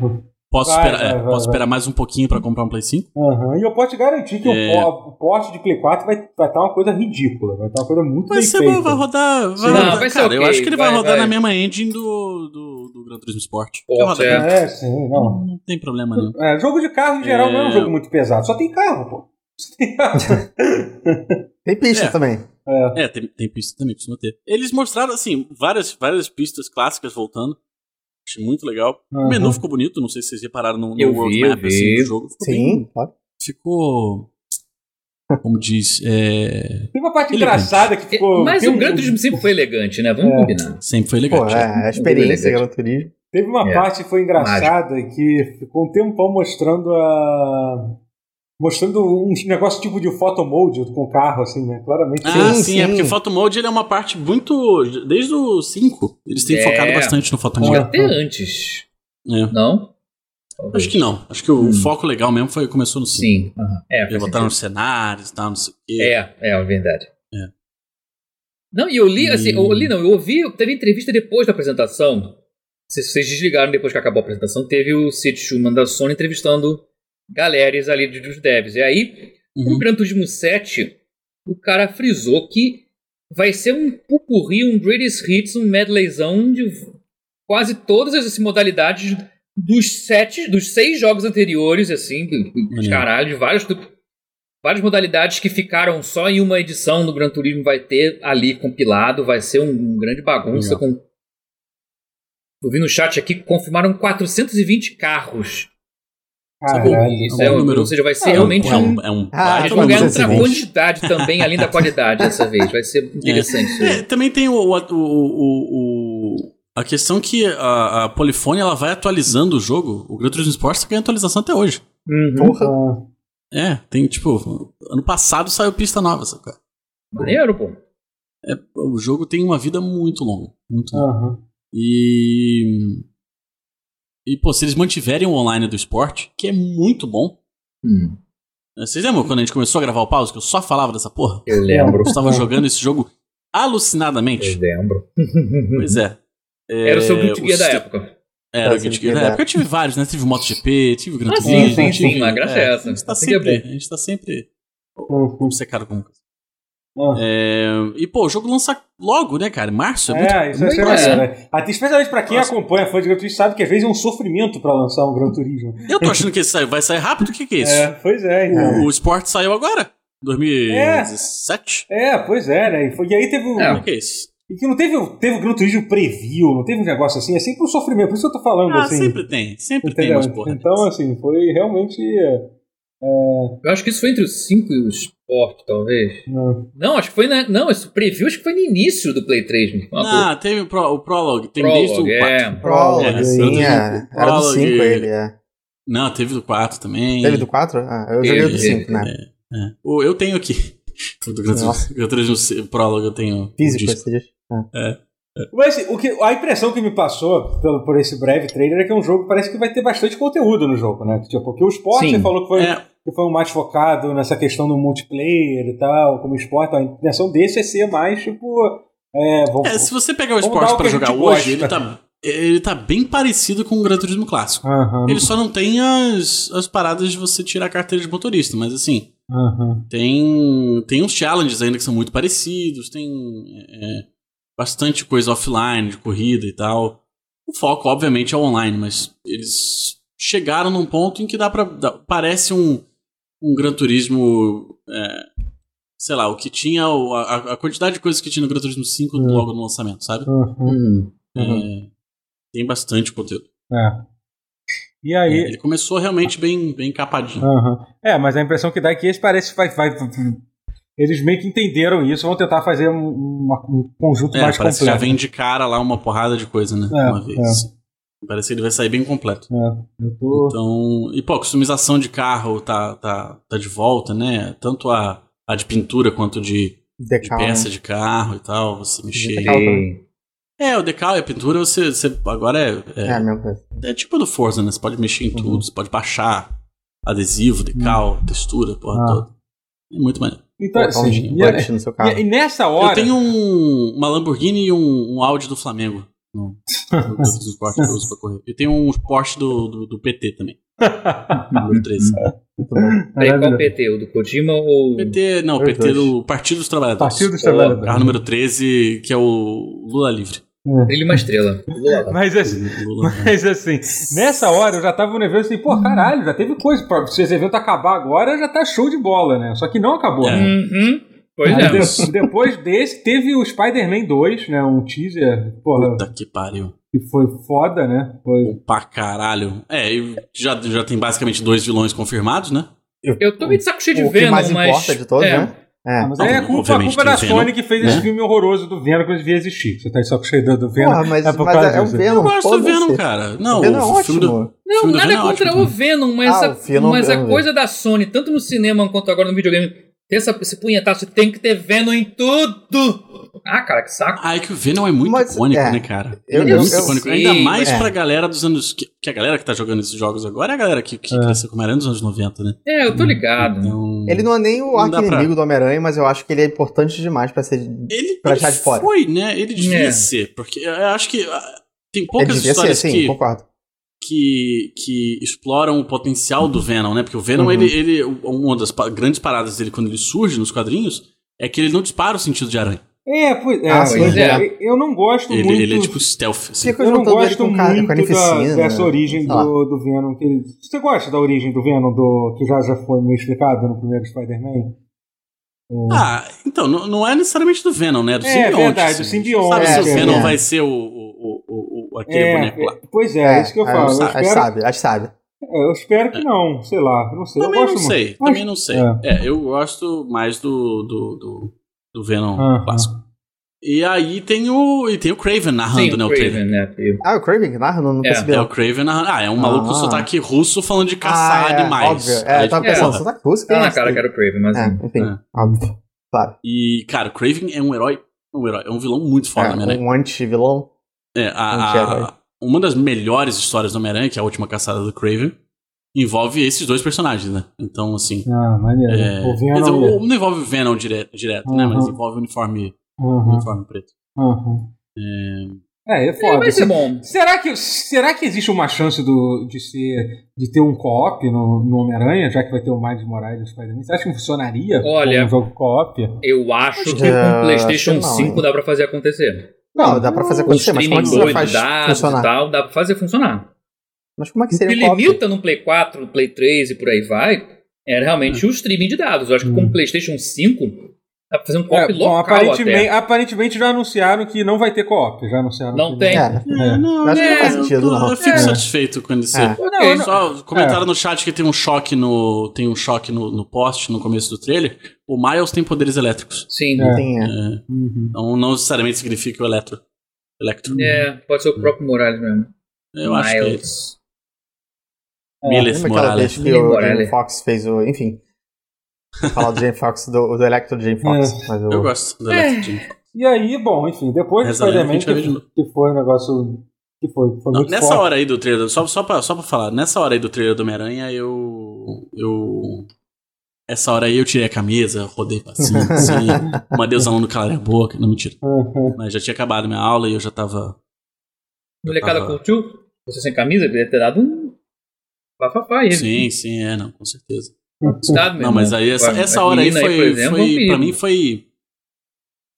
Speaker 2: posso,
Speaker 1: Vai,
Speaker 2: esperar,
Speaker 1: vai,
Speaker 2: é,
Speaker 1: vai,
Speaker 2: posso
Speaker 1: vai.
Speaker 2: esperar mais um pouquinho pra comprar um Play 5.
Speaker 1: Aham, E eu posso te garantir que
Speaker 2: É.
Speaker 1: o, po- o porte de Play 4 vai estar uma coisa ridícula. Vai estar uma coisa muito
Speaker 2: Vai
Speaker 1: bem
Speaker 2: ser,
Speaker 1: feita.
Speaker 2: bom, vai rodar. Vai
Speaker 1: Não,
Speaker 2: rodar.
Speaker 4: vai ser
Speaker 2: cara, eu
Speaker 4: ok,
Speaker 2: acho que ele vai,
Speaker 4: vai,
Speaker 2: rodar
Speaker 4: vai.
Speaker 2: na mesma engine do, do, do Gran Turismo Sport.
Speaker 4: Pô,
Speaker 2: Vai rodar
Speaker 4: é.
Speaker 2: bem.
Speaker 1: É, sim, não.
Speaker 2: Não tem problema, não.
Speaker 1: É, jogo de carro em geral não é um
Speaker 2: É.
Speaker 1: jogo muito pesado. Só tem carro, pô. Só tem carro.
Speaker 3: Tem pista
Speaker 2: É.
Speaker 3: também.
Speaker 2: É, tem, tem pista também, precisa ter. Eles mostraram, assim, várias, várias pistas clássicas voltando. Achei muito legal. O menu
Speaker 1: Aham.
Speaker 2: ficou bonito, não sei se vocês repararam no, no
Speaker 4: Eu
Speaker 2: World
Speaker 4: vi, eu
Speaker 2: Map assim,
Speaker 4: vi.
Speaker 2: do jogo. Ficou
Speaker 3: Sim,
Speaker 2: bem-
Speaker 3: claro.
Speaker 2: Ficou. Como diz? É,
Speaker 1: Tem uma parte
Speaker 2: Elegante.
Speaker 1: engraçada que
Speaker 4: É,
Speaker 1: ficou.
Speaker 4: Mas
Speaker 1: tem
Speaker 4: o
Speaker 1: um-
Speaker 4: Gran Turismo sempre foi elegante, né? Vamos
Speaker 1: É.
Speaker 4: combinar.
Speaker 2: sempre foi
Speaker 3: Pô,
Speaker 2: elegante.
Speaker 3: é, a experiência,
Speaker 4: Beleza.
Speaker 3: Gran Turismo.
Speaker 1: Teve uma
Speaker 4: É.
Speaker 1: parte que foi engraçada que ficou um tempão mostrando a. Mostrando um negócio tipo de photo mode com o carro, assim, né? Claramente.
Speaker 2: Ah, sim,
Speaker 3: Sim,
Speaker 2: é
Speaker 3: sim.
Speaker 2: porque o Photomode ele é uma parte muito. Desde o 5, eles têm
Speaker 4: É.
Speaker 2: focado bastante no
Speaker 1: É.
Speaker 4: Acho que
Speaker 2: Photomode.
Speaker 4: até antes.
Speaker 2: É.
Speaker 4: Não?
Speaker 2: Acho que não. Acho que o foco legal mesmo foi começou no 5.
Speaker 4: Hum. Sim. aham. É,
Speaker 2: Eles
Speaker 4: faz
Speaker 2: botaram
Speaker 4: sentido.
Speaker 2: os cenários e tal, não sei o quê.
Speaker 4: É, é, é verdade.
Speaker 2: É.
Speaker 4: Não, e eu li, assim,
Speaker 2: E-
Speaker 4: eu li, não, eu ouvi, teve entrevista depois da apresentação. Se vocês desligaram depois que acabou a apresentação, teve o Sid Schumann da Sony entrevistando galeras ali de- dos devs. E aí,
Speaker 2: Uhum.
Speaker 4: no Gran Turismo 7, o cara frisou que vai ser um pupurri, um greatest hits, um medleyzão de quase todas as modalidades dos sete, dos seis jogos anteriores, assim, do- do- dos
Speaker 2: Maneiro.
Speaker 4: caralho, de vários tu- várias modalidades que ficaram só em uma edição do Gran Turismo vai ter ali compilado, vai ser um, um grande bagunça.
Speaker 2: Legal.
Speaker 4: Com... Eu vi no chat aqui que confirmaram 420 carros.
Speaker 1: Caralho.
Speaker 4: Isso
Speaker 2: bom
Speaker 4: é um-
Speaker 2: número.
Speaker 4: ou seja, vai ser
Speaker 2: É um-
Speaker 4: realmente
Speaker 2: é
Speaker 4: um.
Speaker 2: um. É um
Speaker 3: Ah,
Speaker 4: Eles
Speaker 2: baita
Speaker 4: vão ganhar
Speaker 2: número.
Speaker 4: outra
Speaker 3: 420.
Speaker 4: quantidade também, além da qualidade dessa vez. Vai ser interessante. isso aí.
Speaker 2: É, também tem o, o, o- o- a questão que a, a Polifone ela vai atualizando o jogo. O Gran Turismo Sport tá ganhando atualização até hoje.
Speaker 4: Uhum.
Speaker 3: Porra.
Speaker 1: Ah,
Speaker 2: É, tem tipo, ano passado saiu pista nova, sabe? cara?
Speaker 4: Maneiro, pô.
Speaker 2: O jogo tem uma vida muito longa, muito longa.
Speaker 1: Ah, aham.
Speaker 2: E e pô, se eles mantiverem o online do esporte, que é muito bom.
Speaker 4: Hum,
Speaker 2: né? Vocês lembram quando a gente começou a gravar o pause que eu só falava dessa porra?
Speaker 4: eu lembro.
Speaker 2: Eu estava jogando esse jogo
Speaker 4: Eu
Speaker 2: alucinadamente.
Speaker 4: lembro.
Speaker 2: Pois é. É,
Speaker 4: É. Era o seu Guilty Gear da
Speaker 2: sistema-
Speaker 4: época.
Speaker 2: Era o
Speaker 3: Era
Speaker 2: Guilty
Speaker 3: Guilty
Speaker 2: Gear. Na
Speaker 3: Gear.
Speaker 2: época é, eu tive vários, né? Tive o MotoGP, tive o Gran
Speaker 4: Ah,
Speaker 2: Turismo.
Speaker 4: sim, sim,
Speaker 2: tive-
Speaker 4: sim, mas graça é essa.
Speaker 2: A gente tá
Speaker 4: Isso aqui é
Speaker 2: sempre,
Speaker 4: bom.
Speaker 2: a gente tá sempre
Speaker 1: Uhum.
Speaker 2: obcecado com coisa.
Speaker 1: Ah.
Speaker 2: É, e, pô, o jogo lança logo, né, cara? Em Março. É, muito...
Speaker 1: É, isso é
Speaker 4: muito
Speaker 1: ser
Speaker 4: massa.
Speaker 1: maneiro, né? Até especialmente pra quem acompanha fã de Gran Turismo sabe que às vezes é um sofrimento pra lançar um Gran Turismo.
Speaker 2: Eu tô achando que esse sai- vai sair rápido. O que que é isso?
Speaker 1: É, pois é, então.
Speaker 2: O, o Sport saiu agora. 2017?
Speaker 1: É, pois é, né? E, foi- e aí teve o.
Speaker 4: É.
Speaker 2: O que é isso?
Speaker 1: E que não teve, teve o Gran Turismo preview, não teve um negócio assim, é sempre um sofrimento, por isso que eu tô falando
Speaker 2: Ah,
Speaker 1: assim.
Speaker 2: sempre tem. Sempre
Speaker 1: Entendeu?
Speaker 2: tem umas porra.
Speaker 1: Então, assim, foi realmente. é,
Speaker 4: Eu acho que isso foi entre os 5 e o Sport, talvez.
Speaker 1: não.
Speaker 4: Não, acho que foi na... Não, isso preview acho que foi no início do Play 3. me falou.
Speaker 2: Ah, teve o, pro, o Prologue. Tem desde o
Speaker 4: é
Speaker 2: 4.
Speaker 4: Prologue, é.
Speaker 3: Prologue,
Speaker 2: É,
Speaker 3: sim,
Speaker 2: Gran
Speaker 3: é.
Speaker 2: Turismo,
Speaker 3: Era do
Speaker 2: Prologue.
Speaker 3: 5 ele, é.
Speaker 2: Não, teve do 4 também.
Speaker 3: Teve do 4? Ah, eu
Speaker 4: Teve,
Speaker 2: é,
Speaker 3: joguei o do
Speaker 4: teve,
Speaker 3: 5, né?
Speaker 2: O- Eu tenho aqui. Do Gran Turismo-
Speaker 3: Nossa.
Speaker 2: Gran Turismo C- prólogo eu tenho. um
Speaker 3: Físico,
Speaker 2: disco.
Speaker 3: você diz. Ah.
Speaker 1: Mas assim, o que, a impressão que me passou pelo, por esse breve trailer é que é um jogo que parece que vai ter bastante conteúdo no jogo, né? Tipo, porque o esporte
Speaker 4: Sim.
Speaker 1: você falou que foi,
Speaker 2: É,
Speaker 1: que foi um mais focado nessa questão do multiplayer e tal, como esporte. A intenção desse é ser mais, tipo. É, vamos,
Speaker 2: é, se você pegar o
Speaker 1: Vamos
Speaker 2: esporte
Speaker 1: dar o
Speaker 2: pra
Speaker 1: que a
Speaker 2: jogar
Speaker 1: gente
Speaker 2: hoje, ele
Speaker 1: gosta.
Speaker 2: tá, ele tá bem parecido com o Gran Turismo clássico.
Speaker 1: Aham,
Speaker 2: Ele só não tem as, as paradas de você tirar a carteira de motorista, mas assim,
Speaker 1: aham.
Speaker 2: Tem, tem uns challenges ainda que são muito parecidos, tem é, bastante coisa offline, de corrida e tal. O foco, obviamente, é o online, mas eles chegaram num ponto em que dá pra. dá- parece um, um Gran Turismo. é, sei lá, o que tinha. o- A, a quantidade de coisas que tinha no Gran Turismo 5
Speaker 1: Hum.
Speaker 2: logo no lançamento, sabe?
Speaker 1: aham.
Speaker 4: Uhum.
Speaker 2: É, tem bastante conteúdo. É,
Speaker 1: É. E aí.
Speaker 2: Ele começou realmente bem, bem capadinho.
Speaker 1: Aham. É, mas a impressão que dá é que esse parece que vai, vai- Eles meio que entenderam isso, vão tentar fazer um, uma- um conjunto
Speaker 2: É,
Speaker 1: mais
Speaker 2: parece que já
Speaker 1: completo.
Speaker 2: vem de cara lá uma porrada de coisa, né?
Speaker 1: É,
Speaker 2: uma vez. Parece que ele vai sair bem completo.
Speaker 1: É, eu tô.
Speaker 2: Então, e pô, a customização de carro tá, tá, tá de volta, né? Tanto a, a de pintura quanto de, de
Speaker 3: Decal,
Speaker 2: peça
Speaker 3: né?
Speaker 2: de carro e tal, você mexer.
Speaker 3: Decal.
Speaker 2: É, o decal e a pintura, você, você agora é,
Speaker 3: É,
Speaker 2: é,
Speaker 3: a mesma coisa.
Speaker 2: é tipo do Forza, né? Você pode mexer
Speaker 1: Uhum.
Speaker 2: em tudo, você pode baixar adesivo, decal, textura, porra
Speaker 1: Ah.
Speaker 2: toda. É muito maneiro.
Speaker 1: Então,
Speaker 3: Botar um
Speaker 1: assim, e,
Speaker 3: button no seu carro.
Speaker 1: e- é, e nessa hora.
Speaker 2: Eu tenho um, uma Lamborghini e um, um Audi do Flamengo. No, no, dos esportes que eu uso pra correr. E tem um Porsche do, do, do PT também, número 13.
Speaker 3: Muito bom.
Speaker 4: Peraí, qual
Speaker 1: Maravilhoso.
Speaker 4: PT? O do Kojima ou.
Speaker 2: PT, não,
Speaker 3: Dois,
Speaker 2: PT
Speaker 3: dois.
Speaker 2: do Partido dos Trabalhadores.
Speaker 1: Partido dos
Speaker 4: Boa,
Speaker 2: Carro
Speaker 1: trabalhadores.
Speaker 2: número 13, que é o Lula Livre.
Speaker 4: Brilho uma estrela.
Speaker 1: É. Mas assim,
Speaker 2: Lula.
Speaker 1: mas assim, nessa hora eu já tava no evento assim, pô, caralho, já teve coisa. pra- Se esse evento acabar agora, já tá show de bola, né? Só que não acabou,
Speaker 2: É.
Speaker 1: né?
Speaker 4: Uhum. Pois
Speaker 1: Aí
Speaker 4: é.
Speaker 1: de- depois desse, teve o Spider-Man 2, né? Um teaser, porra,
Speaker 2: Puta que pariu.
Speaker 1: que foi foda, né? Foi
Speaker 2: Bom pra caralho. É, e já, já tem basicamente dois vilões confirmados, né?
Speaker 4: Eu tô meio de saco cheio de
Speaker 3: o que
Speaker 4: Venom,
Speaker 3: mais
Speaker 4: mas.
Speaker 3: importa de todos,
Speaker 4: é.
Speaker 3: né?
Speaker 1: Ah,
Speaker 3: É.
Speaker 1: mas aí é
Speaker 2: Não,
Speaker 1: culpa, a
Speaker 2: obviamente
Speaker 1: culpa
Speaker 2: tem
Speaker 1: da
Speaker 2: o Venom,
Speaker 1: Sony que fez
Speaker 2: né?
Speaker 1: esse filme horroroso do Venom que devia existir. Você tá só com cheio do do Venom.
Speaker 3: Porra, mas,
Speaker 1: é por
Speaker 3: mas
Speaker 1: causa
Speaker 3: é o
Speaker 1: disso.
Speaker 2: Eu
Speaker 3: Venom.
Speaker 2: gosto do
Speaker 3: foda-se.
Speaker 2: Venom, cara. Não,
Speaker 3: O Venom é
Speaker 2: filme
Speaker 3: ótimo.
Speaker 2: do- O
Speaker 4: Não,
Speaker 2: filme do
Speaker 4: nada
Speaker 2: Venom é
Speaker 4: contra
Speaker 2: ótimo,
Speaker 4: o Venom, mas,
Speaker 3: Ah,
Speaker 4: a,
Speaker 3: o Venom
Speaker 4: mas
Speaker 3: é
Speaker 4: a
Speaker 3: um-
Speaker 4: coisa da Sony, tanto no cinema quanto agora no videogame, ter essa, esse punhetaço, tem que ter Venom em tudo! Ah, cara, que saco.
Speaker 2: Ah, é que o Venom é muito
Speaker 3: Mas,
Speaker 2: icônico,
Speaker 3: é.
Speaker 2: né, cara?
Speaker 3: Eu- é.
Speaker 2: Ele é
Speaker 4: eu-
Speaker 2: muito
Speaker 4: eu
Speaker 2: icônico.
Speaker 4: sei,
Speaker 2: Ainda mais
Speaker 3: mas-
Speaker 2: pra galera dos anos. Que, que a galera que tá jogando esses jogos agora é a galera que, que
Speaker 1: É.
Speaker 2: cresceu com Homem-Aranha dos anos 90, né?
Speaker 4: É, eu tô ligado.
Speaker 2: Então.
Speaker 3: Ele não é nem o
Speaker 2: Não dá
Speaker 3: arco inimigo
Speaker 2: pra-
Speaker 3: do Homem-Aranha, mas eu acho que ele é importante demais pra ser. é,
Speaker 2: Ele,
Speaker 3: pra
Speaker 2: ele
Speaker 3: deixar de fora.
Speaker 2: foi, né? Ele devia
Speaker 4: É.
Speaker 2: ser. Porque eu acho que ah, tem
Speaker 3: Ele
Speaker 2: poucas
Speaker 3: devia ser,
Speaker 2: histórias
Speaker 3: sim,
Speaker 2: que,
Speaker 3: concordo.
Speaker 2: que, que exploram o potencial do Venom, né? Porque o Venom,
Speaker 3: Uhum.
Speaker 2: ele, ele. Uma das pa- grandes paradas dele quando ele surge nos quadrinhos é que ele não dispara o sentido de aranha.
Speaker 1: É, pois é.
Speaker 3: Ah, sim,
Speaker 1: pois é.
Speaker 4: é.
Speaker 1: Eu não gosto
Speaker 2: Ele,
Speaker 1: muito.
Speaker 2: ele é tipo stealth. assim.
Speaker 3: Fica
Speaker 1: eu não
Speaker 3: juntando ele
Speaker 1: gosto
Speaker 3: com, o
Speaker 1: muito
Speaker 3: cara, com a
Speaker 1: da,
Speaker 3: Anificina.
Speaker 1: dessa origem
Speaker 3: Sei lá.
Speaker 1: do, do Venom. que ele- Você gosta da origem do Venom, do, que já, já foi meio explicado no primeiro Spider-Man? Hum. Uhum.
Speaker 2: Ah, então, não, não é necessariamente do Venom, né? É do
Speaker 1: É,
Speaker 2: simbionte.
Speaker 1: verdade, do simbionte,
Speaker 2: Sabe se o
Speaker 1: é,
Speaker 2: Venom
Speaker 3: é.
Speaker 2: vai ser o, o, o, o- aquele boneco lá.
Speaker 1: pois é, é, isso que eu
Speaker 3: é,
Speaker 1: falo. Eu
Speaker 3: Acho que
Speaker 1: espero,
Speaker 3: sabe, acho que sabe.
Speaker 1: é, eu espero que não, sei lá. Não sei,
Speaker 2: Também
Speaker 1: eu
Speaker 2: não
Speaker 1: gosto muito.
Speaker 2: sei,
Speaker 1: Mas-
Speaker 2: também não sei. É, eu gosto mais do, do, do, do Venom
Speaker 1: Aham.
Speaker 2: clássico. E aí tem o. E tem o Craven narrando,
Speaker 4: Sim,
Speaker 2: né? O trailer.
Speaker 4: Craven, né? que-
Speaker 3: Ah, o Craven que narra? Não, não
Speaker 4: É,
Speaker 3: percebi.
Speaker 2: É o Craven narrando. Ah, é um maluco com
Speaker 3: Ah.
Speaker 2: sotaque russo falando de caçar
Speaker 3: ah, é,
Speaker 2: animais.
Speaker 3: Óbvio. É,
Speaker 2: Aí,
Speaker 3: eu tava
Speaker 2: tipo,
Speaker 3: pensando,
Speaker 2: porra.
Speaker 3: só tá russo,
Speaker 4: Tá
Speaker 3: é
Speaker 4: na
Speaker 3: isso?
Speaker 4: cara que era o Craven, mas.
Speaker 3: É, enfim,
Speaker 2: É.
Speaker 3: óbvio. Claro.
Speaker 2: E, cara, o Craven é um herói. Um herói, é um vilão muito foda,
Speaker 3: É,
Speaker 2: né? né?
Speaker 3: um anti-vilão.
Speaker 2: É, a-
Speaker 3: anti-herói.
Speaker 2: a- uma das melhores histórias do Homem-Aranha, que é a última caçada do Craven, envolve esses dois personagens, né? Então, assim.
Speaker 1: Ah, maneiro.
Speaker 2: É,
Speaker 1: O
Speaker 2: quer dizer,
Speaker 1: Venom.
Speaker 2: o- não envolve o Venom dire- direto, né?
Speaker 1: Uhum.
Speaker 2: Mas envolve o uniforme,
Speaker 1: Aham,
Speaker 2: uniforme preto.
Speaker 1: aham. É, é
Speaker 4: É,
Speaker 1: foda.
Speaker 4: vai ser bom.
Speaker 1: Será que, será que existe uma chance do, de ser de ter um co-op no, no Homem-Aranha, já que vai ter o Miles Morales e o Spider-Man? Você acha que funcionaria
Speaker 4: Olha.
Speaker 1: como
Speaker 4: é,
Speaker 1: um jogo co-op?
Speaker 4: Eu acho que
Speaker 3: que- é,
Speaker 4: com o PlayStation
Speaker 3: acho que não,
Speaker 4: 5 dá pra fazer acontecer.
Speaker 3: Não, dá pra fazer
Speaker 4: Com
Speaker 3: acontecer, mas como é
Speaker 4: streaming
Speaker 3: que você
Speaker 4: doido,
Speaker 3: faz
Speaker 4: dados e
Speaker 3: funcionar?
Speaker 4: tal, dá pra fazer funcionar.
Speaker 3: Mas como é que
Speaker 4: O que
Speaker 3: seria um co-op?
Speaker 4: limita no Play 4, no Play 3 e por aí vai, é realmente o streaming de dados. Eu acho que com o PlayStation 5, dá pra fazer um
Speaker 1: Hum. É,
Speaker 4: copy
Speaker 1: bom,
Speaker 4: local
Speaker 1: aparentemente,
Speaker 4: até.
Speaker 1: aparentemente já anunciaram que não vai ter co-op. Já anunciaram
Speaker 4: Não
Speaker 1: que
Speaker 4: tem.
Speaker 3: É,
Speaker 1: É.
Speaker 2: não,
Speaker 3: Acho que
Speaker 4: não faz
Speaker 3: sentido,
Speaker 2: eu tô-
Speaker 3: não.
Speaker 2: Eu fico
Speaker 3: É.
Speaker 2: satisfeito quando isso.
Speaker 3: É.
Speaker 1: Não, eu não-
Speaker 2: Só comentaram no chat que tem um choque no. Tem um choque no, no post no começo do trailer. O Miles tem poderes elétricos.
Speaker 4: Sim.
Speaker 1: É.
Speaker 3: Tem, é.
Speaker 2: É,
Speaker 1: Uhum.
Speaker 2: então não necessariamente significa o Electro. Electro.
Speaker 4: É, pode ser o próprio Morales mesmo.
Speaker 2: Eu acho que é isso.
Speaker 4: Miles.
Speaker 2: Miles
Speaker 3: Lembra É, aquela
Speaker 2: Morales.
Speaker 3: vez que o
Speaker 4: Morales.
Speaker 3: Jamie Fox fez o. Enfim. Falar do Jane Fox, do, do Electro Jane Fox.
Speaker 1: É.
Speaker 3: Mas
Speaker 2: Eu
Speaker 3: eu...
Speaker 2: gosto do Electro Jim.
Speaker 1: E aí, bom, enfim, depois do
Speaker 2: Nessa hora a
Speaker 1: Spider-Man,
Speaker 2: gente vai ver de
Speaker 1: que,
Speaker 2: novo.
Speaker 1: que foi um negócio que foi, foi
Speaker 2: Não,
Speaker 1: muito
Speaker 2: nessa
Speaker 1: forte.
Speaker 2: hora aí do trailer, só, só, pra, só pra falar, nessa hora aí do trailer do Homem-Aranha, eu. Eu. Essa hora aí eu tirei a camisa, rodei pra cima, assim, mandei os alunos calarem a boca, não mentira.
Speaker 1: Uhum.
Speaker 2: Mas já tinha acabado minha aula e eu já tava.
Speaker 4: Molecada
Speaker 2: tava-
Speaker 4: curtiu? Você sem camisa, deve ter dado um. Bafafá aí. né?
Speaker 2: Sim, sim, é, não, com certeza.
Speaker 1: É.
Speaker 4: Cuidado, meu
Speaker 2: Não, mas
Speaker 4: irmão.
Speaker 2: aí essa,
Speaker 4: Com a-
Speaker 2: essa
Speaker 4: a
Speaker 2: hora aí
Speaker 4: menina
Speaker 2: foi,
Speaker 4: por exemplo, é um
Speaker 2: foi
Speaker 4: perigo.
Speaker 2: para mim foi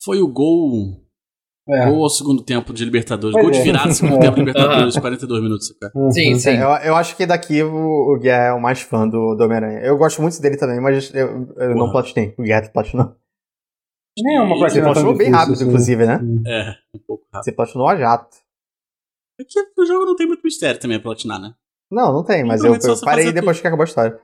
Speaker 2: foi o gol,
Speaker 1: É.
Speaker 2: gol ao segundo tempo de Libertadores,
Speaker 1: Pois
Speaker 2: gol de
Speaker 1: é.
Speaker 2: virada ao segundo tempo de Libertadores, 42 minutos, cara.
Speaker 1: Uhum.
Speaker 4: Sim, sim.
Speaker 3: Eu, eu acho que daqui o, o Guerra é o mais fã do, do Homem-Aranha. Eu gosto muito dele também, mas eu, eu não
Speaker 2: Porra.
Speaker 3: platinei. O Guerra tá platinou.
Speaker 1: Nem é uma
Speaker 2: Ele
Speaker 3: Você
Speaker 1: platina tão
Speaker 3: platinou bem
Speaker 1: difícil,
Speaker 3: rápido,
Speaker 1: assim.
Speaker 3: inclusive, né?
Speaker 2: É, um pouco rápido.
Speaker 3: Você platinou a jato.
Speaker 2: É que o jogo não tem muito mistério também a platinar, né?
Speaker 3: Não, não tem, mas
Speaker 2: Então,
Speaker 3: eu,
Speaker 2: mas só
Speaker 3: eu
Speaker 2: você
Speaker 3: parei
Speaker 2: fazer
Speaker 3: depois que acabou a história.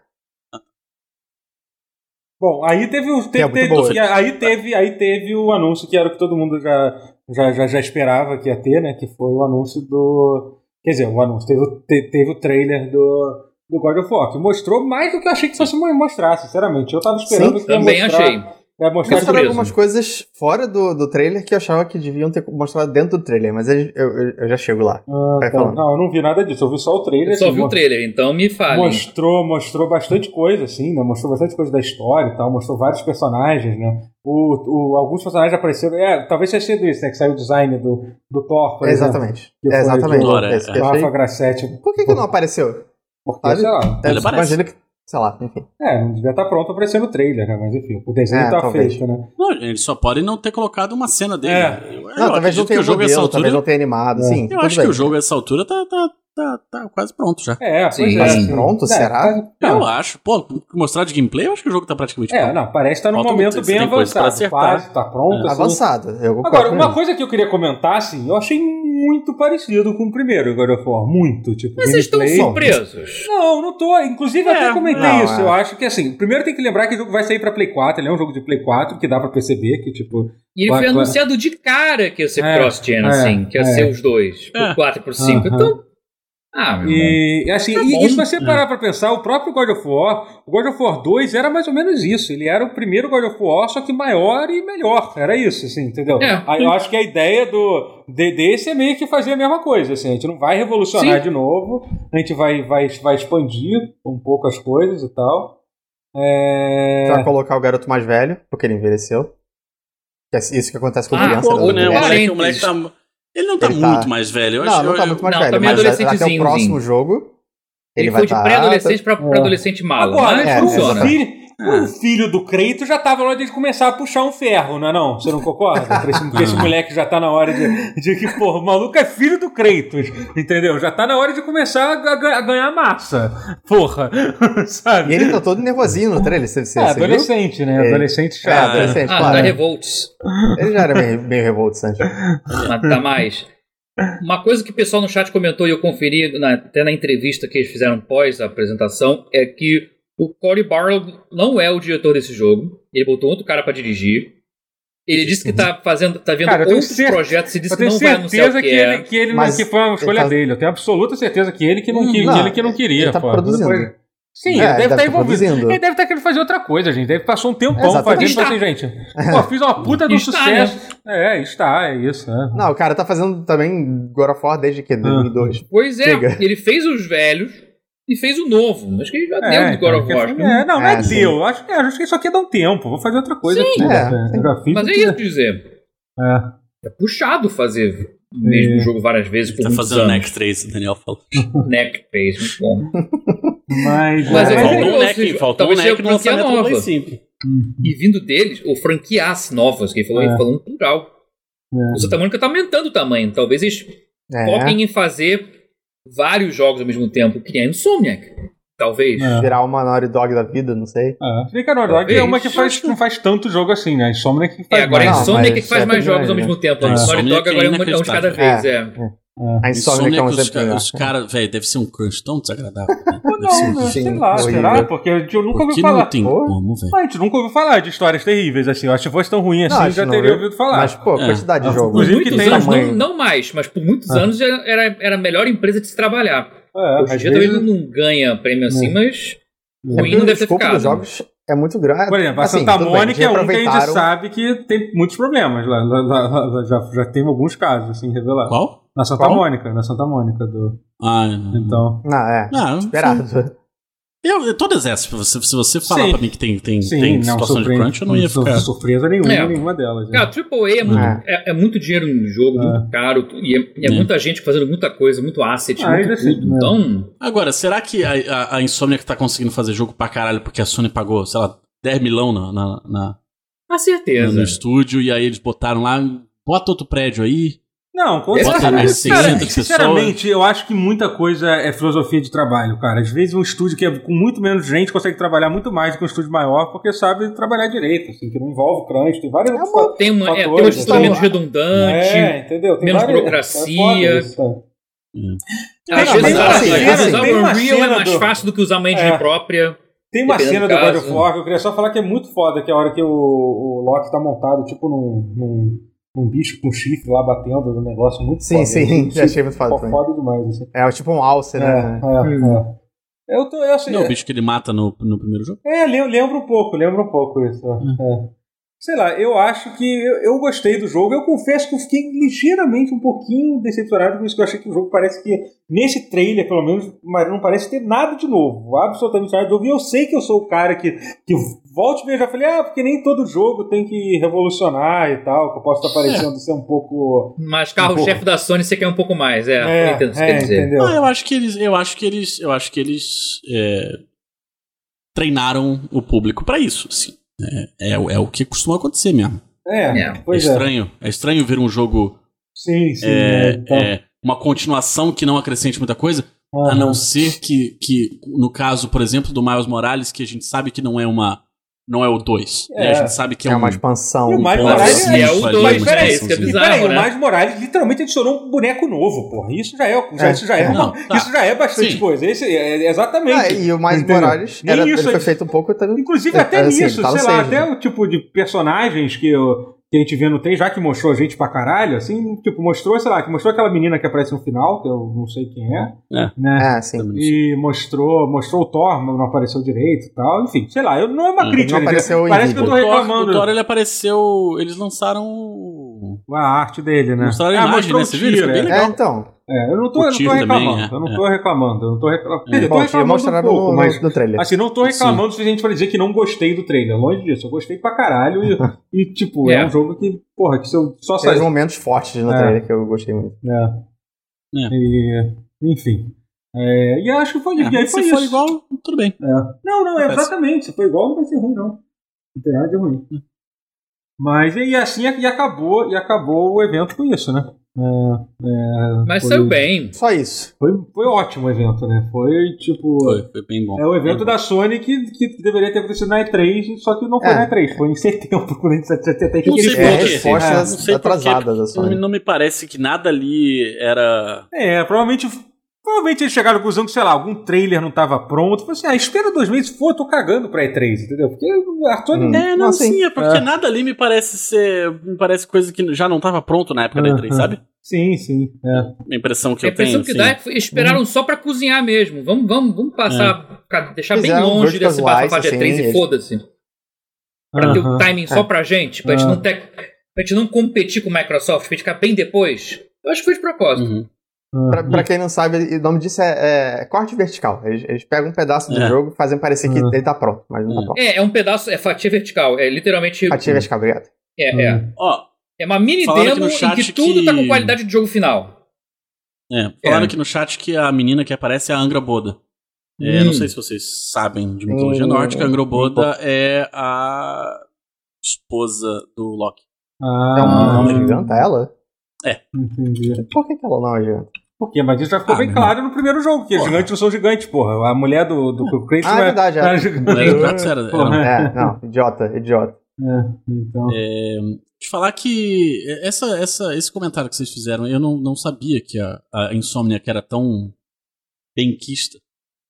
Speaker 1: Bom, aí teve o
Speaker 3: Que é
Speaker 1: teve,
Speaker 3: muito boa.
Speaker 1: teve- aí teve aí teve o anúncio que era o que todo mundo já já, já, já esperava que ia ter, né? Que foi o anúncio do quer dizer, o anúncio teve o, te- teve o trailer do do God of War, que mostrou mais do que eu achei que fosse mo- mostrar, sinceramente. Eu tava esperando
Speaker 3: Sim,
Speaker 1: que ia
Speaker 4: Também
Speaker 1: mostrar,
Speaker 4: achei.
Speaker 1: Ia mostrar
Speaker 4: Surpresa.
Speaker 3: Mostraram algumas coisas fora do, do trailer que eu achava que deviam ter mostrado dentro do trailer, mas eu, eu- eu já chego lá.
Speaker 1: Ah,
Speaker 3: Vai
Speaker 1: tá.
Speaker 3: falando.
Speaker 1: Não, eu não vi nada disso, eu vi só o trailer.
Speaker 4: Eu só
Speaker 1: assim,
Speaker 4: vi o
Speaker 1: mo-
Speaker 4: trailer, então me fale.
Speaker 1: Mostrou, mostrou bastante coisa, assim, né? Mostrou bastante coisa da história e tal, mostrou vários personagens, né? O, o, alguns personagens apareceram. É, talvez tenha sido isso, né? Que saiu o design do, do Thor, por exemplo.
Speaker 3: Exatamente.
Speaker 1: é. Que foi
Speaker 3: Exatamente.
Speaker 2: do-
Speaker 3: É isso que
Speaker 1: O
Speaker 3: eu achei.
Speaker 1: Rafa Grassetti.
Speaker 3: Por que, que não apareceu?
Speaker 1: Porque,
Speaker 3: Olha-
Speaker 1: sei lá,
Speaker 2: Ele
Speaker 3: Eu
Speaker 2: aparece.
Speaker 3: Imagino que. Sei lá, enfim.
Speaker 1: é, não devia estar pronto pra aparecer no trailer, né? Mas enfim, o desenho
Speaker 3: É,
Speaker 1: tá
Speaker 3: talvez.
Speaker 1: feito, né?
Speaker 2: Não, ele só pode não ter colocado uma cena dele.
Speaker 1: É.
Speaker 2: Eu, eu
Speaker 3: Não, talvez
Speaker 2: acredito
Speaker 3: não tenha
Speaker 2: que o jogo a essa
Speaker 3: modelo,
Speaker 2: altura.
Speaker 3: talvez não tenha animado,
Speaker 1: É.
Speaker 3: sim.
Speaker 2: Eu
Speaker 3: tudo
Speaker 2: acho
Speaker 3: bem.
Speaker 2: que o jogo a essa altura tá, tá, tá, tá quase pronto já.
Speaker 1: É, pois
Speaker 4: Sim.
Speaker 1: é.
Speaker 4: Mas
Speaker 1: assim,
Speaker 3: pronto,
Speaker 1: é,
Speaker 3: será?
Speaker 1: tá-
Speaker 2: Eu
Speaker 1: não,
Speaker 2: acho. Pô, mostrar de gameplay, eu acho que o jogo tá praticamente
Speaker 1: É,
Speaker 2: pronto.
Speaker 1: não, parece estar num
Speaker 2: Falta
Speaker 1: momento
Speaker 2: muito, assim,
Speaker 1: bem
Speaker 2: tem coisa pra
Speaker 1: avançado.
Speaker 2: acertar. né?
Speaker 1: Quase tá pronto, assim.
Speaker 3: Avançado. um Eu concordo
Speaker 1: Agora,
Speaker 3: com
Speaker 1: uma
Speaker 3: ele.
Speaker 1: coisa que eu queria comentar, assim, eu achei muito parecido com o primeiro God of War. Muito, tipo.
Speaker 4: Mas vocês estão
Speaker 1: gameplay.
Speaker 4: surpresos.
Speaker 1: Não, não tô. Inclusive, eu
Speaker 2: É,
Speaker 1: até comentei
Speaker 3: não,
Speaker 1: isso.
Speaker 3: é.
Speaker 1: Eu acho que, assim, primeiro tem que lembrar que o jogo vai sair pra Play 4. Ele é um jogo de Play 4, que dá pra perceber que, tipo.
Speaker 4: E ele
Speaker 1: Claro,
Speaker 4: foi
Speaker 1: claro.
Speaker 4: anunciado de cara que ia ser
Speaker 1: É,
Speaker 4: cross-gen,
Speaker 1: é,
Speaker 4: assim, que ia
Speaker 1: é.
Speaker 4: ser os dois,
Speaker 2: É.
Speaker 4: por 4 e por 5.
Speaker 1: Aham.
Speaker 4: Então. Ah, meu irmão.
Speaker 1: E, assim,
Speaker 2: Tá
Speaker 1: e,
Speaker 2: bom.
Speaker 1: e se você parar pra pensar, o próprio God of War, o God of War 2 era mais ou menos isso. Ele era o primeiro God of War, só que maior e melhor. Era isso, assim, entendeu?
Speaker 4: É.
Speaker 1: Aí eu acho que a ideia do de- desse é meio que fazer a mesma coisa, assim. A gente não vai revolucionar
Speaker 4: Sim.
Speaker 1: de novo, a gente vai, vai, vai expandir um pouco as coisas e tal. É...
Speaker 3: Pra colocar o garoto mais velho, porque ele envelheceu. Que é Isso que acontece com
Speaker 4: Ah,
Speaker 3: criança.
Speaker 4: pouco,
Speaker 2: Pô,
Speaker 3: né?
Speaker 2: né? O
Speaker 3: Ele-
Speaker 2: moleque,
Speaker 4: Parênteses.
Speaker 2: o moleque tá. Ele não tá
Speaker 3: Ele tá-
Speaker 2: muito mais velho. Eu
Speaker 3: Não,
Speaker 2: acho,
Speaker 3: não tá
Speaker 2: eu-
Speaker 3: muito mais
Speaker 4: não, tá
Speaker 3: velho,
Speaker 4: meio
Speaker 3: mas até o
Speaker 4: adolescentezinho.
Speaker 3: próximo jogo ele,
Speaker 4: Ele,
Speaker 3: vai tá-
Speaker 4: foi de
Speaker 3: estar...
Speaker 4: pré-adolescente pra, pra
Speaker 1: É.
Speaker 4: adolescente mala.
Speaker 1: Agora,
Speaker 4: mas
Speaker 3: é,
Speaker 1: o,
Speaker 4: funciona.
Speaker 3: exatamente.
Speaker 1: filho, o filho do Creito já tava na hora de começar a puxar um ferro, não é não? Você não concorda? Pra esse, pra esse moleque já tá na hora de, de que, pô, o maluco é filho do Kratos, entendeu? Já tá na hora de começar a, ga- a ganhar massa. Porra,
Speaker 3: E
Speaker 1: sabe?
Speaker 3: ele tá todo nervosinho no trailer, você, você,
Speaker 1: é,
Speaker 3: você viu?
Speaker 1: adolescente, né?
Speaker 3: É.
Speaker 1: Adolescente
Speaker 3: É,
Speaker 1: chato. né?
Speaker 3: adolescente,
Speaker 4: Ah,
Speaker 3: claro.
Speaker 4: dá revolts.
Speaker 3: Ele já era meio, meio revoltante.
Speaker 4: Mas tá mais. Uma coisa que o pessoal no chat comentou e eu conferi na- até na entrevista que eles fizeram pós a apresentação é que o Cory Barlow não é o diretor desse jogo. Ele botou outro cara pra dirigir. Ele disse que tá fazendo, tá vendo
Speaker 1: Cara, eu tenho
Speaker 4: outros
Speaker 1: cer-
Speaker 4: projetos e disse
Speaker 1: Eu
Speaker 4: que
Speaker 1: tenho
Speaker 4: não vai anunciar o
Speaker 1: certeza
Speaker 4: que,
Speaker 1: que,
Speaker 4: é.
Speaker 1: ele, que, ele
Speaker 3: Mas
Speaker 1: que foi uma escolha
Speaker 3: ele tá-
Speaker 1: dele. Eu tenho absoluta certeza que ele que não,
Speaker 2: Hum,
Speaker 1: que,
Speaker 3: não,
Speaker 1: ele que não queria.
Speaker 3: ele tá
Speaker 1: pô.
Speaker 3: produzindo.
Speaker 1: Depois- Sim,
Speaker 3: É,
Speaker 1: ele deve
Speaker 3: ele
Speaker 1: estar
Speaker 3: tá
Speaker 1: envolvido.
Speaker 3: produzindo.
Speaker 1: Ele deve estar querendo fazer outra coisa, gente. Deve passou um tempão fazendo e
Speaker 3: Exatamente. É.
Speaker 1: falou assim, gente. Pô, fiz uma puta do
Speaker 4: Está, né?
Speaker 1: sucesso. É, está, é isso. É.
Speaker 3: Não, o cara tá fazendo também God of War desde que? 2002.
Speaker 4: Pois é,
Speaker 3: Diga.
Speaker 4: ele fez os velhos e fez o novo. Acho que ele já deu de God
Speaker 1: então,
Speaker 4: of War. né?
Speaker 1: porque- é, não, não é,
Speaker 3: É, sim.
Speaker 1: deu. Acho que, acho que isso aqui dá um tempo. Vou fazer outra coisa
Speaker 4: Sim.
Speaker 1: aqui.
Speaker 3: É,
Speaker 1: né?
Speaker 3: sim.
Speaker 1: Eu já fiz
Speaker 4: Mas é
Speaker 1: aqui,
Speaker 4: isso
Speaker 1: né?
Speaker 4: que dizer.
Speaker 1: É.
Speaker 4: É puxado fazer o mesmo
Speaker 1: É.
Speaker 4: jogo várias vezes por
Speaker 2: Tá
Speaker 4: muitos
Speaker 2: fazendo
Speaker 4: anos.
Speaker 2: next trace, o Daniel falou.
Speaker 4: Neck Pace, muito bom.
Speaker 1: Mas,
Speaker 4: Mas
Speaker 1: é,
Speaker 4: eu
Speaker 1: mas
Speaker 4: falo-
Speaker 2: faltou
Speaker 4: é,
Speaker 2: um neck,
Speaker 4: seja,
Speaker 2: faltou um
Speaker 4: talvez seja
Speaker 2: neck no
Speaker 4: franquia
Speaker 2: lançamento do
Speaker 4: nova.
Speaker 2: Play 5.
Speaker 4: E vindo deles, ou franqueasse novas, que ele falou,
Speaker 1: É.
Speaker 4: ele falou no plural.
Speaker 1: É.
Speaker 4: O Santa Mônica tá aumentando o tamanho. Talvez eles
Speaker 3: É,
Speaker 4: foquem em fazer vários jogos ao mesmo tempo, que nem a Insomniac. Talvez.
Speaker 1: É.
Speaker 3: virar uma Naughty Dog da vida, não sei.
Speaker 1: É. Se bem que a Naughty Dog é
Speaker 4: Talvez.
Speaker 1: uma que faz, não faz tanto jogo assim, né? A Insomniac que
Speaker 4: É,
Speaker 1: faz
Speaker 4: agora a
Speaker 1: mais.
Speaker 3: Não,
Speaker 4: Insomniac
Speaker 3: mas
Speaker 4: é que faz
Speaker 3: é
Speaker 4: mais
Speaker 3: bem
Speaker 4: jogos ao
Speaker 3: grande.
Speaker 4: mesmo tempo.
Speaker 2: É.
Speaker 4: A Naughty
Speaker 2: Insomniac
Speaker 4: Dog agora é um de cada
Speaker 2: inacreditável.
Speaker 4: vez. É.
Speaker 3: A Insomniac é um
Speaker 2: Insomniac, os,
Speaker 3: exemplo.
Speaker 2: ca
Speaker 3: melhor.
Speaker 2: os caras, velho, deve ser um crunch tão desagradável. né? Deve ser
Speaker 1: Não,
Speaker 2: um
Speaker 1: né?
Speaker 2: crunch.
Speaker 1: sei
Speaker 3: Sim,
Speaker 1: lá,
Speaker 3: horrível.
Speaker 1: será? Porque eu nunca ouvi
Speaker 2: Porque
Speaker 1: falar. Ah,
Speaker 2: não tem
Speaker 3: Pô.
Speaker 2: como, velho.
Speaker 1: A gente nunca ouviu falar de histórias terríveis assim. Eu acho que fosse tão ruim assim,
Speaker 3: Não, acho
Speaker 1: já
Speaker 3: que não,
Speaker 1: teria
Speaker 3: viu?
Speaker 1: ouvido falar.
Speaker 3: Mas, pô,
Speaker 2: É.
Speaker 3: quantidade de
Speaker 1: Não,
Speaker 3: jogo.
Speaker 1: inclusive
Speaker 4: Muitos
Speaker 1: que tem
Speaker 4: anos, não,
Speaker 3: tamanho.
Speaker 4: não mais, mas por muitos anos era, era- era a melhor empresa de se trabalhar.
Speaker 1: É,
Speaker 4: Hoje em
Speaker 1: às
Speaker 4: dia
Speaker 1: vezes-
Speaker 4: talvez não ganha prêmio assim, mas
Speaker 3: É
Speaker 4: ruim
Speaker 3: porque
Speaker 4: não
Speaker 3: o
Speaker 4: deve ter
Speaker 3: escopo
Speaker 4: ficado.
Speaker 3: dos jogos é muito grande.
Speaker 1: Por exemplo, a
Speaker 3: Assim,
Speaker 1: Santa
Speaker 3: tudo bem,
Speaker 1: Mônica
Speaker 3: eles
Speaker 1: é um que a gente
Speaker 3: aproveitaram-
Speaker 1: sabe que tem muitos problemas. Lá, lá- lá- lá- já, já tem alguns casos, assim, revelados.
Speaker 2: Qual?
Speaker 1: Na Santa
Speaker 3: Qual?
Speaker 1: Mônica, na Santa Mônica do.
Speaker 2: Ah, não.
Speaker 1: Então.
Speaker 3: Não, é.
Speaker 2: Ah,
Speaker 3: Esperado.
Speaker 2: Eu, eu- todas essas, se você, se você falar
Speaker 1: Sim.
Speaker 2: pra mim que tem, tem,
Speaker 1: Sim,
Speaker 2: tem
Speaker 1: não,
Speaker 2: situação de
Speaker 1: surpre-
Speaker 2: crunch, eu não ia
Speaker 1: sur-
Speaker 2: ficar.
Speaker 1: surpresa nenhuma,
Speaker 4: É.
Speaker 1: nenhuma delas. né?
Speaker 4: Cara, AAA é muito, é, é muito dinheiro no jogo,
Speaker 1: É.
Speaker 4: muito caro, e é, e é
Speaker 2: É.
Speaker 4: muita gente fazendo muita coisa, muito asset,
Speaker 1: Ah,
Speaker 4: muito
Speaker 1: ainda assim,
Speaker 4: tudo.
Speaker 1: né?
Speaker 4: Então,
Speaker 2: Agora, será que a, a, a Insomniac tá conseguindo fazer jogo pra caralho porque a Sony pagou, sei lá, 10 milhão na, na- na-
Speaker 4: a
Speaker 2: no,
Speaker 4: certeza.
Speaker 2: estúdio e aí eles botaram lá, bota outro prédio aí,
Speaker 1: Não, com
Speaker 4: Bota
Speaker 1: certeza.
Speaker 2: mais
Speaker 1: Cara, é
Speaker 2: 60 pessoas.
Speaker 1: Sinceramente, eu acho que muita coisa é filosofia de trabalho, cara. Às vezes um estúdio que é com muito menos gente consegue trabalhar muito mais do que um estúdio maior, porque sabe trabalhar direito, assim, que não envolve crunch, tem várias
Speaker 3: É uma-
Speaker 1: outras
Speaker 4: Tem uma, é, tem uma
Speaker 1: Fatores,
Speaker 4: estrutura
Speaker 1: né?
Speaker 4: menos redundante.
Speaker 1: É, entendeu? Tem
Speaker 4: menos
Speaker 1: várias-
Speaker 4: burocracia.
Speaker 1: é foda isso, tá?
Speaker 4: Às
Speaker 3: Não,
Speaker 4: vezes,
Speaker 3: mas
Speaker 4: cara,
Speaker 3: assim,
Speaker 4: às vezes
Speaker 3: assim,
Speaker 4: usar
Speaker 1: tem
Speaker 4: o
Speaker 1: uma
Speaker 4: Unreal é
Speaker 1: cena
Speaker 4: mais
Speaker 1: do-
Speaker 4: fácil do que usar uma engine
Speaker 1: É.
Speaker 4: própria.
Speaker 1: Tem uma cena
Speaker 4: Dependendo do
Speaker 1: do God
Speaker 4: caso,
Speaker 1: of
Speaker 4: né?
Speaker 1: War que eu queria só falar que é muito foda, que é a hora que o, o Loki tá montado, tipo, num, num, num bicho com chifre lá batendo no negócio, muito
Speaker 3: Sim,
Speaker 1: foda.
Speaker 3: sim,
Speaker 1: Muito
Speaker 3: já achei muito foda
Speaker 1: foda,
Speaker 3: também.
Speaker 1: foda demais, assim.
Speaker 3: É tipo um alce,
Speaker 1: É,
Speaker 3: né?
Speaker 1: é, é. Eu tô, eu, assim,
Speaker 2: Não é o bicho que ele mata no, no primeiro jogo?
Speaker 1: é, lem- lembra um pouco, lembra um pouco isso.
Speaker 2: Hum.
Speaker 1: é. Sei lá, eu acho que eu, eu gostei do jogo. Eu confesso que eu fiquei ligeiramente um pouquinho decepcionado com isso, que eu achei que o jogo parece que, nesse trailer, pelo menos, mas não parece ter nada de novo. Absolutamente nada de novo. E eu sei que eu sou o cara que, que volte e meia já falei, ah, porque nem todo jogo tem que revolucionar e tal, que eu posso estar
Speaker 2: É.
Speaker 1: parecendo ser um pouco.
Speaker 4: Mas
Speaker 1: Um
Speaker 4: carro-chefe
Speaker 1: pouco.
Speaker 4: da Sony você quer um pouco mais, é. eu entendo o que você
Speaker 1: é,
Speaker 4: quer dizer.
Speaker 1: entendeu?
Speaker 2: Ah, eu acho que eles, eu acho que eles, eu acho que eles é, treinaram o público pra isso, assim. É, é, o- é o que costuma acontecer mesmo.
Speaker 1: É,
Speaker 4: É,
Speaker 1: pois
Speaker 2: é
Speaker 1: é.
Speaker 2: estranho, é estranho ver um jogo
Speaker 1: Sim, sim.
Speaker 2: é,
Speaker 1: né? Então,
Speaker 2: é, uma continuação que não acrescente muita coisa, a não ser que, que no caso, por exemplo, do Miles Morales, que a gente sabe que não é uma não é o 2,
Speaker 1: É.
Speaker 2: a gente sabe que é,
Speaker 3: É
Speaker 2: um
Speaker 3: uma expansão.
Speaker 1: E o mais
Speaker 2: um
Speaker 1: Morales
Speaker 2: pedacinho
Speaker 1: é
Speaker 4: o
Speaker 2: ali, né?
Speaker 4: dois,
Speaker 2: uma
Speaker 4: peraí, isso
Speaker 2: expansãozinha.
Speaker 4: que é
Speaker 1: E
Speaker 4: bizarro,
Speaker 1: peraí, o
Speaker 4: né?
Speaker 1: Miles Morales literalmente adicionou um boneco novo, porra. Isso já é, já,
Speaker 3: É,
Speaker 1: isso já é,
Speaker 3: é.
Speaker 1: uma-
Speaker 2: Não, tá.
Speaker 1: isso já é bastante
Speaker 2: Sim.
Speaker 1: coisa. Esse, é- é exatamente.
Speaker 3: Ah, e o mais
Speaker 1: Entendeu?
Speaker 3: Morales,
Speaker 1: Nem
Speaker 3: era,
Speaker 1: isso
Speaker 3: ele foi
Speaker 1: aí.
Speaker 3: feito um pouco. tá-
Speaker 1: Inclusive,
Speaker 3: é,
Speaker 1: até
Speaker 3: assim,
Speaker 1: nisso,
Speaker 3: tá no
Speaker 1: sei lá,
Speaker 3: seis, né?
Speaker 1: até o tipo de personagens que, eu- que a gente vê no trem, já que mostrou a gente pra caralho, assim, tipo, mostrou, sei lá, que mostrou aquela menina que aparece no final, que eu não sei quem é,
Speaker 2: É.
Speaker 1: né?
Speaker 3: É, sim.
Speaker 2: Também não sei.
Speaker 1: E mostrou, mostrou o Thor, mas não apareceu direito e tal. Enfim, sei lá, eu, não é uma
Speaker 2: Não
Speaker 1: crítica. né?
Speaker 3: apareceu em
Speaker 1: Parece que eu
Speaker 2: O
Speaker 1: tô
Speaker 3: vídeo.
Speaker 2: Thor, o
Speaker 1: reclamando
Speaker 2: Thor é ele apareceu, eles lançaram o
Speaker 1: a arte dele, né?
Speaker 2: Mostraram a imagem,
Speaker 1: mostrou
Speaker 2: né?
Speaker 1: o
Speaker 2: Você viu? Ficou
Speaker 1: tiro,
Speaker 2: bem
Speaker 1: é.
Speaker 3: É, então.
Speaker 1: É, eu não tô,
Speaker 2: O
Speaker 1: eu não tô
Speaker 2: tiro também,
Speaker 1: reclamando.
Speaker 2: é,
Speaker 1: eu não
Speaker 2: é.
Speaker 1: tô reclamando. Eu não tô reclamando. Quer dizer, tô
Speaker 3: Bom, tinha
Speaker 1: reclamando um
Speaker 3: mostrado
Speaker 1: pouco,
Speaker 3: no,
Speaker 1: mas.
Speaker 3: no, no trailer.
Speaker 1: Assim, não tô reclamando se a gente for dizer que não gostei do trailer. Longe disso, eu gostei pra caralho. E, e, tipo, é.
Speaker 4: É.
Speaker 1: um jogo que, porra, que se eu só
Speaker 3: Tem
Speaker 1: sair.
Speaker 3: uns momentos fortes no
Speaker 1: É.
Speaker 3: trailer que eu gostei muito.
Speaker 1: né?
Speaker 2: É.
Speaker 1: E, enfim. É, e acho que foi,
Speaker 2: É,
Speaker 1: e aí
Speaker 2: mas
Speaker 1: foi
Speaker 2: se
Speaker 1: isso.
Speaker 2: for igual, tudo bem.
Speaker 1: É. Não, não, é
Speaker 2: Acontece. É.
Speaker 1: exatamente. Se for igual, não vai ser ruim, não. Não tem nada de ruim. Mas e assim e acabou, e acabou o evento com isso, né? É, é,
Speaker 4: Mas
Speaker 1: foi-
Speaker 4: saiu bem.
Speaker 3: Só isso.
Speaker 1: Foi, foi ótimo o evento, né? Foi tipo.
Speaker 2: Foi, foi bem bom.
Speaker 1: É o evento
Speaker 4: Uhum.
Speaker 2: Foi
Speaker 1: da Sony que, que deveria ter acontecido na E3, só que não foi
Speaker 3: É.
Speaker 1: na E3, foi em setembro, quando a gente até
Speaker 2: Não sei
Speaker 3: É,
Speaker 2: por quê.
Speaker 3: respostas
Speaker 2: Não sei por quê,
Speaker 3: atrasadas da
Speaker 2: bom.
Speaker 3: Sony.
Speaker 2: Não me parece que nada ali era
Speaker 1: É, provavelmente. Provavelmente eles chegaram à conclusão que, sei lá, algum trailer não estava pronto. Falei assim, ah, espera dois meses, pô, eu tô cagando pra E3, entendeu? Porque a Sony.
Speaker 3: Hum.
Speaker 2: É, não,
Speaker 3: Assim.
Speaker 2: sim, é porque
Speaker 1: É.
Speaker 2: nada ali me parece ser. Me parece coisa que já não tava pronto na época da E3,
Speaker 1: Aham.
Speaker 2: sabe?
Speaker 1: Sim, sim. é.
Speaker 2: A impressão que
Speaker 4: a
Speaker 2: eu tenho.
Speaker 4: impressão que
Speaker 2: assim.
Speaker 4: dá é que foi- esperaram só pra cozinhar mesmo. Vamos, vamos, vamos
Speaker 2: É.
Speaker 4: passar, ca- deixar
Speaker 3: Fizeram um
Speaker 4: bem longe
Speaker 3: Vertical
Speaker 4: desse bafafá de
Speaker 3: Slice,
Speaker 4: E3
Speaker 3: assim,
Speaker 4: e
Speaker 3: eles-
Speaker 4: foda-se. Pra ter o
Speaker 1: Aham.
Speaker 4: timing
Speaker 2: É.
Speaker 4: só pra gente, pra, gente
Speaker 2: Ah.
Speaker 4: não ter, pra gente não competir com o Microsoft, pra gente ficar bem depois. Eu acho que foi de propósito.
Speaker 2: Uhum.
Speaker 3: Pra, pra quem não sabe, o nome disso é, é corte vertical. Eles, eles pegam um pedaço do
Speaker 2: É.
Speaker 3: jogo e fazem parecer que
Speaker 1: Hum.
Speaker 3: ele tá pronto, mas não tá
Speaker 2: É.
Speaker 3: pronto.
Speaker 4: É, é um pedaço, é fatia vertical. É literalmente.
Speaker 3: Ativa as cabretas.
Speaker 4: É, é.
Speaker 2: Ó,
Speaker 4: É uma mini
Speaker 2: Uhum. Falaram aqui
Speaker 4: demo
Speaker 2: no
Speaker 4: em
Speaker 2: chat
Speaker 4: que tudo tá com
Speaker 2: que-
Speaker 4: qualidade de jogo final.
Speaker 2: é, falaram
Speaker 4: É.
Speaker 2: aqui no chat que a menina que aparece é a Angra Boda. É,
Speaker 4: Hum.
Speaker 2: Não sei se vocês sabem de mitologia
Speaker 3: Hum.
Speaker 2: nórdica, a Angra Boda é a esposa do Loki.
Speaker 1: Ah,
Speaker 3: É uma, é uma giganta ela?
Speaker 1: entendi.
Speaker 3: Por que, que ela não é uma giganta?
Speaker 1: Por quê? Mas isso já ficou
Speaker 2: Ah,
Speaker 1: bem
Speaker 4: né?
Speaker 2: meu
Speaker 1: claro no primeiro jogo, que os
Speaker 2: Porra.
Speaker 1: gigantes não são gigantes, porra. A mulher do, do Kratos
Speaker 3: Ah,
Speaker 1: não
Speaker 3: é verdade,
Speaker 1: não
Speaker 3: é.
Speaker 1: era
Speaker 2: Não era
Speaker 1: gigante.
Speaker 2: Kratos, era- era-
Speaker 1: Porra.
Speaker 3: É, não, idiota, idiota.
Speaker 1: É, então.
Speaker 2: É, te falar que essa, essa, esse comentário que vocês fizeram, eu não, não sabia que a, a Insomniac era tão benquista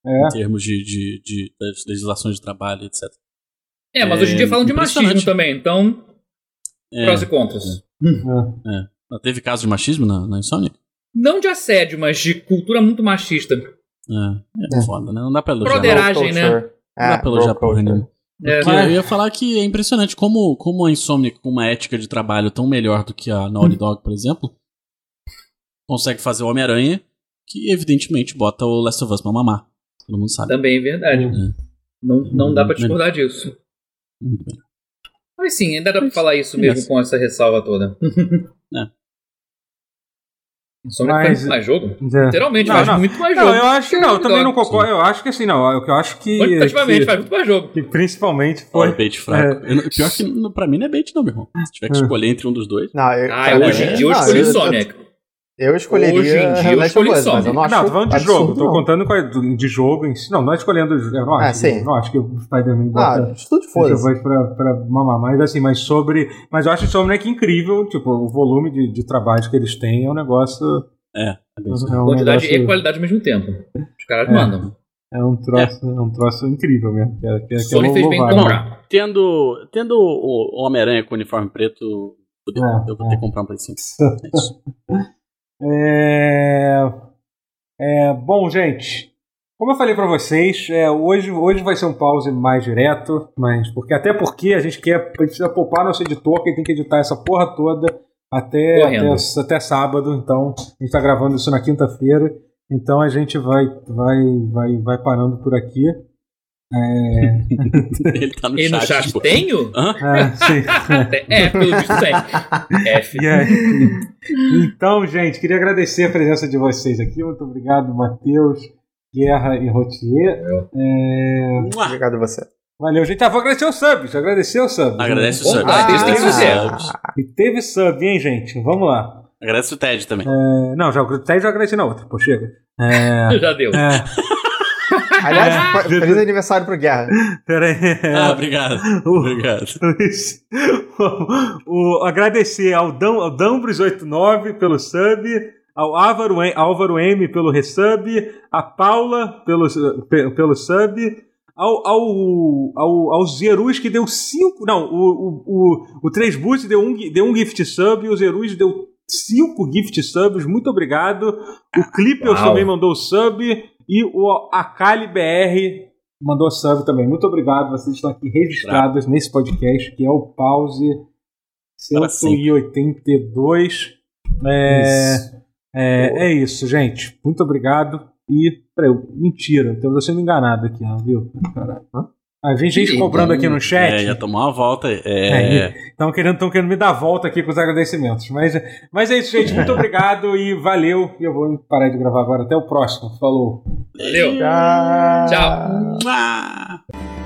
Speaker 1: É.
Speaker 2: em termos de, de, de- das legislações de trabalho, etc.
Speaker 4: É, mas
Speaker 2: É,
Speaker 4: hoje em dia falam de machismo
Speaker 2: impressionante.
Speaker 4: também, então,
Speaker 2: É,
Speaker 4: prós e contras.
Speaker 1: é.
Speaker 2: teve caso de machismo na, na Insomniac?
Speaker 4: Não de assédio, mas de cultura muito machista.
Speaker 2: É, é
Speaker 3: É.
Speaker 2: foda, né? Não dá pra elogiar.
Speaker 4: Broderagem,
Speaker 3: Culture.
Speaker 4: né?
Speaker 2: Não dá
Speaker 3: É,
Speaker 2: pra elogiar
Speaker 3: woke
Speaker 2: porra
Speaker 3: culture.
Speaker 2: nenhuma.
Speaker 4: É,
Speaker 2: Porque eu ia falar que é impressionante como, como a Insomniac, com uma ética de trabalho tão melhor do que a Naughty Dog, por exemplo, consegue fazer o Homem-Aranha, que evidentemente bota o Last of Us pra mamar. Todo mundo sabe.
Speaker 4: Também é verdade.
Speaker 1: tipo,
Speaker 4: Não, não dá pra discordar disso.
Speaker 2: Muito bem.
Speaker 4: Mas sim, É. ainda dá pra falar isso mesmo com essa ressalva toda. Só não
Speaker 1: Mas-
Speaker 4: faz mais jogo?
Speaker 1: É.
Speaker 4: Literalmente,
Speaker 1: Não,
Speaker 4: faz
Speaker 1: não.
Speaker 4: muito mais jogo.
Speaker 1: Não, eu acho não, eu também não
Speaker 4: Naughty Dog.
Speaker 1: concordo. Eu acho que assim, não. Eu eu acho que.
Speaker 4: Quantitativamente,
Speaker 1: que-
Speaker 4: faz muito mais jogo.
Speaker 1: que principalmente foi.
Speaker 2: Olha, é bait fraco. Eu não- pior que não- pra mim não é bait, não, meu irmão. Se tiver que
Speaker 1: É.
Speaker 2: escolher entre um dos dois.
Speaker 3: Não, eu,
Speaker 4: Ah,
Speaker 3: pra mim,
Speaker 4: hoje em dia eu
Speaker 3: não,
Speaker 4: escolhi
Speaker 3: eu-
Speaker 4: Sonic.
Speaker 3: Eu escolheria
Speaker 4: Hoje em dia eu
Speaker 3: The Last of
Speaker 4: escolhi né?
Speaker 3: Us, mas
Speaker 4: Sonic.
Speaker 3: eu não acho
Speaker 1: não, tô falando de
Speaker 3: absurdo,
Speaker 1: jogo, tô
Speaker 3: não.
Speaker 1: contando com a- do- de jogo em si. Não, não é escolhendo. Eu não
Speaker 3: Ah,
Speaker 1: acho,
Speaker 3: sim.
Speaker 1: eu não acho que o Spider-Man
Speaker 3: Ah,
Speaker 1: bota.
Speaker 3: estudo
Speaker 1: Deixa
Speaker 3: foda-se.
Speaker 1: eu pra, pra mamar, mas assim, mas sobre. Mas eu acho o Insomniac incrível, tipo, o volume de, de trabalho que eles têm é um negócio.
Speaker 2: É
Speaker 1: É
Speaker 2: bem
Speaker 1: um
Speaker 4: Quantidade e
Speaker 1: negócio,
Speaker 4: qualidade ao mesmo tempo. Os caras
Speaker 1: É.
Speaker 4: mandam.
Speaker 1: é um troço, é. um troço incrível mesmo. Que é, que é, que é
Speaker 4: Sony fez bem em
Speaker 1: louvável.
Speaker 4: comprar.
Speaker 2: Tendo, tendo o o Homem-Aranha com o uniforme preto, fudeu,
Speaker 1: É,
Speaker 2: eu vou ter que comprar um Play 5. É isso.
Speaker 1: É... é, Bom, gente, como eu falei pra vocês, é, hoje, hoje vai ser um pause mais direto, mas porque até porque a gente quer a gente precisa poupar nosso editor, que tem que editar essa porra toda até, até,
Speaker 4: Correndo.
Speaker 1: até sábado. Então, a gente tá gravando isso na quinta-feira. Então a gente vai, vai, vai, vai parando por aqui.
Speaker 2: Ele tá no
Speaker 1: né?
Speaker 4: E
Speaker 2: chat.
Speaker 4: no chat,
Speaker 2: tipo,
Speaker 4: tenho?
Speaker 2: Hã?
Speaker 1: É, sim.
Speaker 4: É, pelo visto tem. F.
Speaker 1: E aí? Então, gente, queria agradecer a presença de vocês aqui. Muito obrigado, Matheus, Guerra e Rotier. É,
Speaker 2: Mua!
Speaker 3: Obrigado a você.
Speaker 1: Valeu, gente. Ah, vou agradecer o subs. Agradecer o subs.
Speaker 2: Agradece o
Speaker 1: Vamos
Speaker 2: sub.
Speaker 1: lá,
Speaker 4: Ah,
Speaker 1: teve
Speaker 4: tem que
Speaker 1: sub.
Speaker 4: fazer.
Speaker 1: E teve sub, hein, gente? Vamos lá.
Speaker 2: Agradece o Ted também.
Speaker 1: É, não, já, até já agradeci na outra. Pô, chega. É,
Speaker 4: Já deu.
Speaker 1: é,
Speaker 3: Aliás,
Speaker 4: É.
Speaker 3: fa- feliz
Speaker 2: É.
Speaker 3: aniversário pro Guerra.
Speaker 1: peraí.
Speaker 2: Ah, obrigado.
Speaker 1: O-
Speaker 2: Obrigado.
Speaker 1: Luiz, o- o- agradecer ao, Dan, ao Dambros89 pelo sub, ao Álvaro, M- Álvaro M pelo resub, a Paula pelo, su- pe- pelo sub, ao, ao, ao, ao Zerus que deu 5. Não, o, o, o, o 3 Boost deu um, gi- deu um gift sub, o Zerus deu 5 gift subs, muito obrigado. O Clippers
Speaker 4: Uau.
Speaker 1: também mandou sub e o Akali BR mandou sub também. Muito obrigado, vocês estão aqui registrados nesse podcast que é o Pause
Speaker 2: Para
Speaker 1: 182. É
Speaker 3: Isso.
Speaker 1: é, é isso, gente. Muito obrigado. E. Peraí, mentira, estamos sendo enganado aqui, ó, viu? Caralho.
Speaker 3: Hã?
Speaker 1: Ah, vem gente
Speaker 4: Ih,
Speaker 1: cobrando aqui no
Speaker 2: É,
Speaker 1: chat.
Speaker 2: ia tomar uma volta.
Speaker 1: É,
Speaker 2: É,
Speaker 1: Estão querendo, tão querendo me dar a volta aqui com os agradecimentos. Mas, mas é isso, gente. Muito obrigado e valeu. E eu vou parar de gravar agora. Até o próximo. Falou.
Speaker 4: Valeu.
Speaker 3: Tchau.
Speaker 4: Tchau.
Speaker 2: Mua!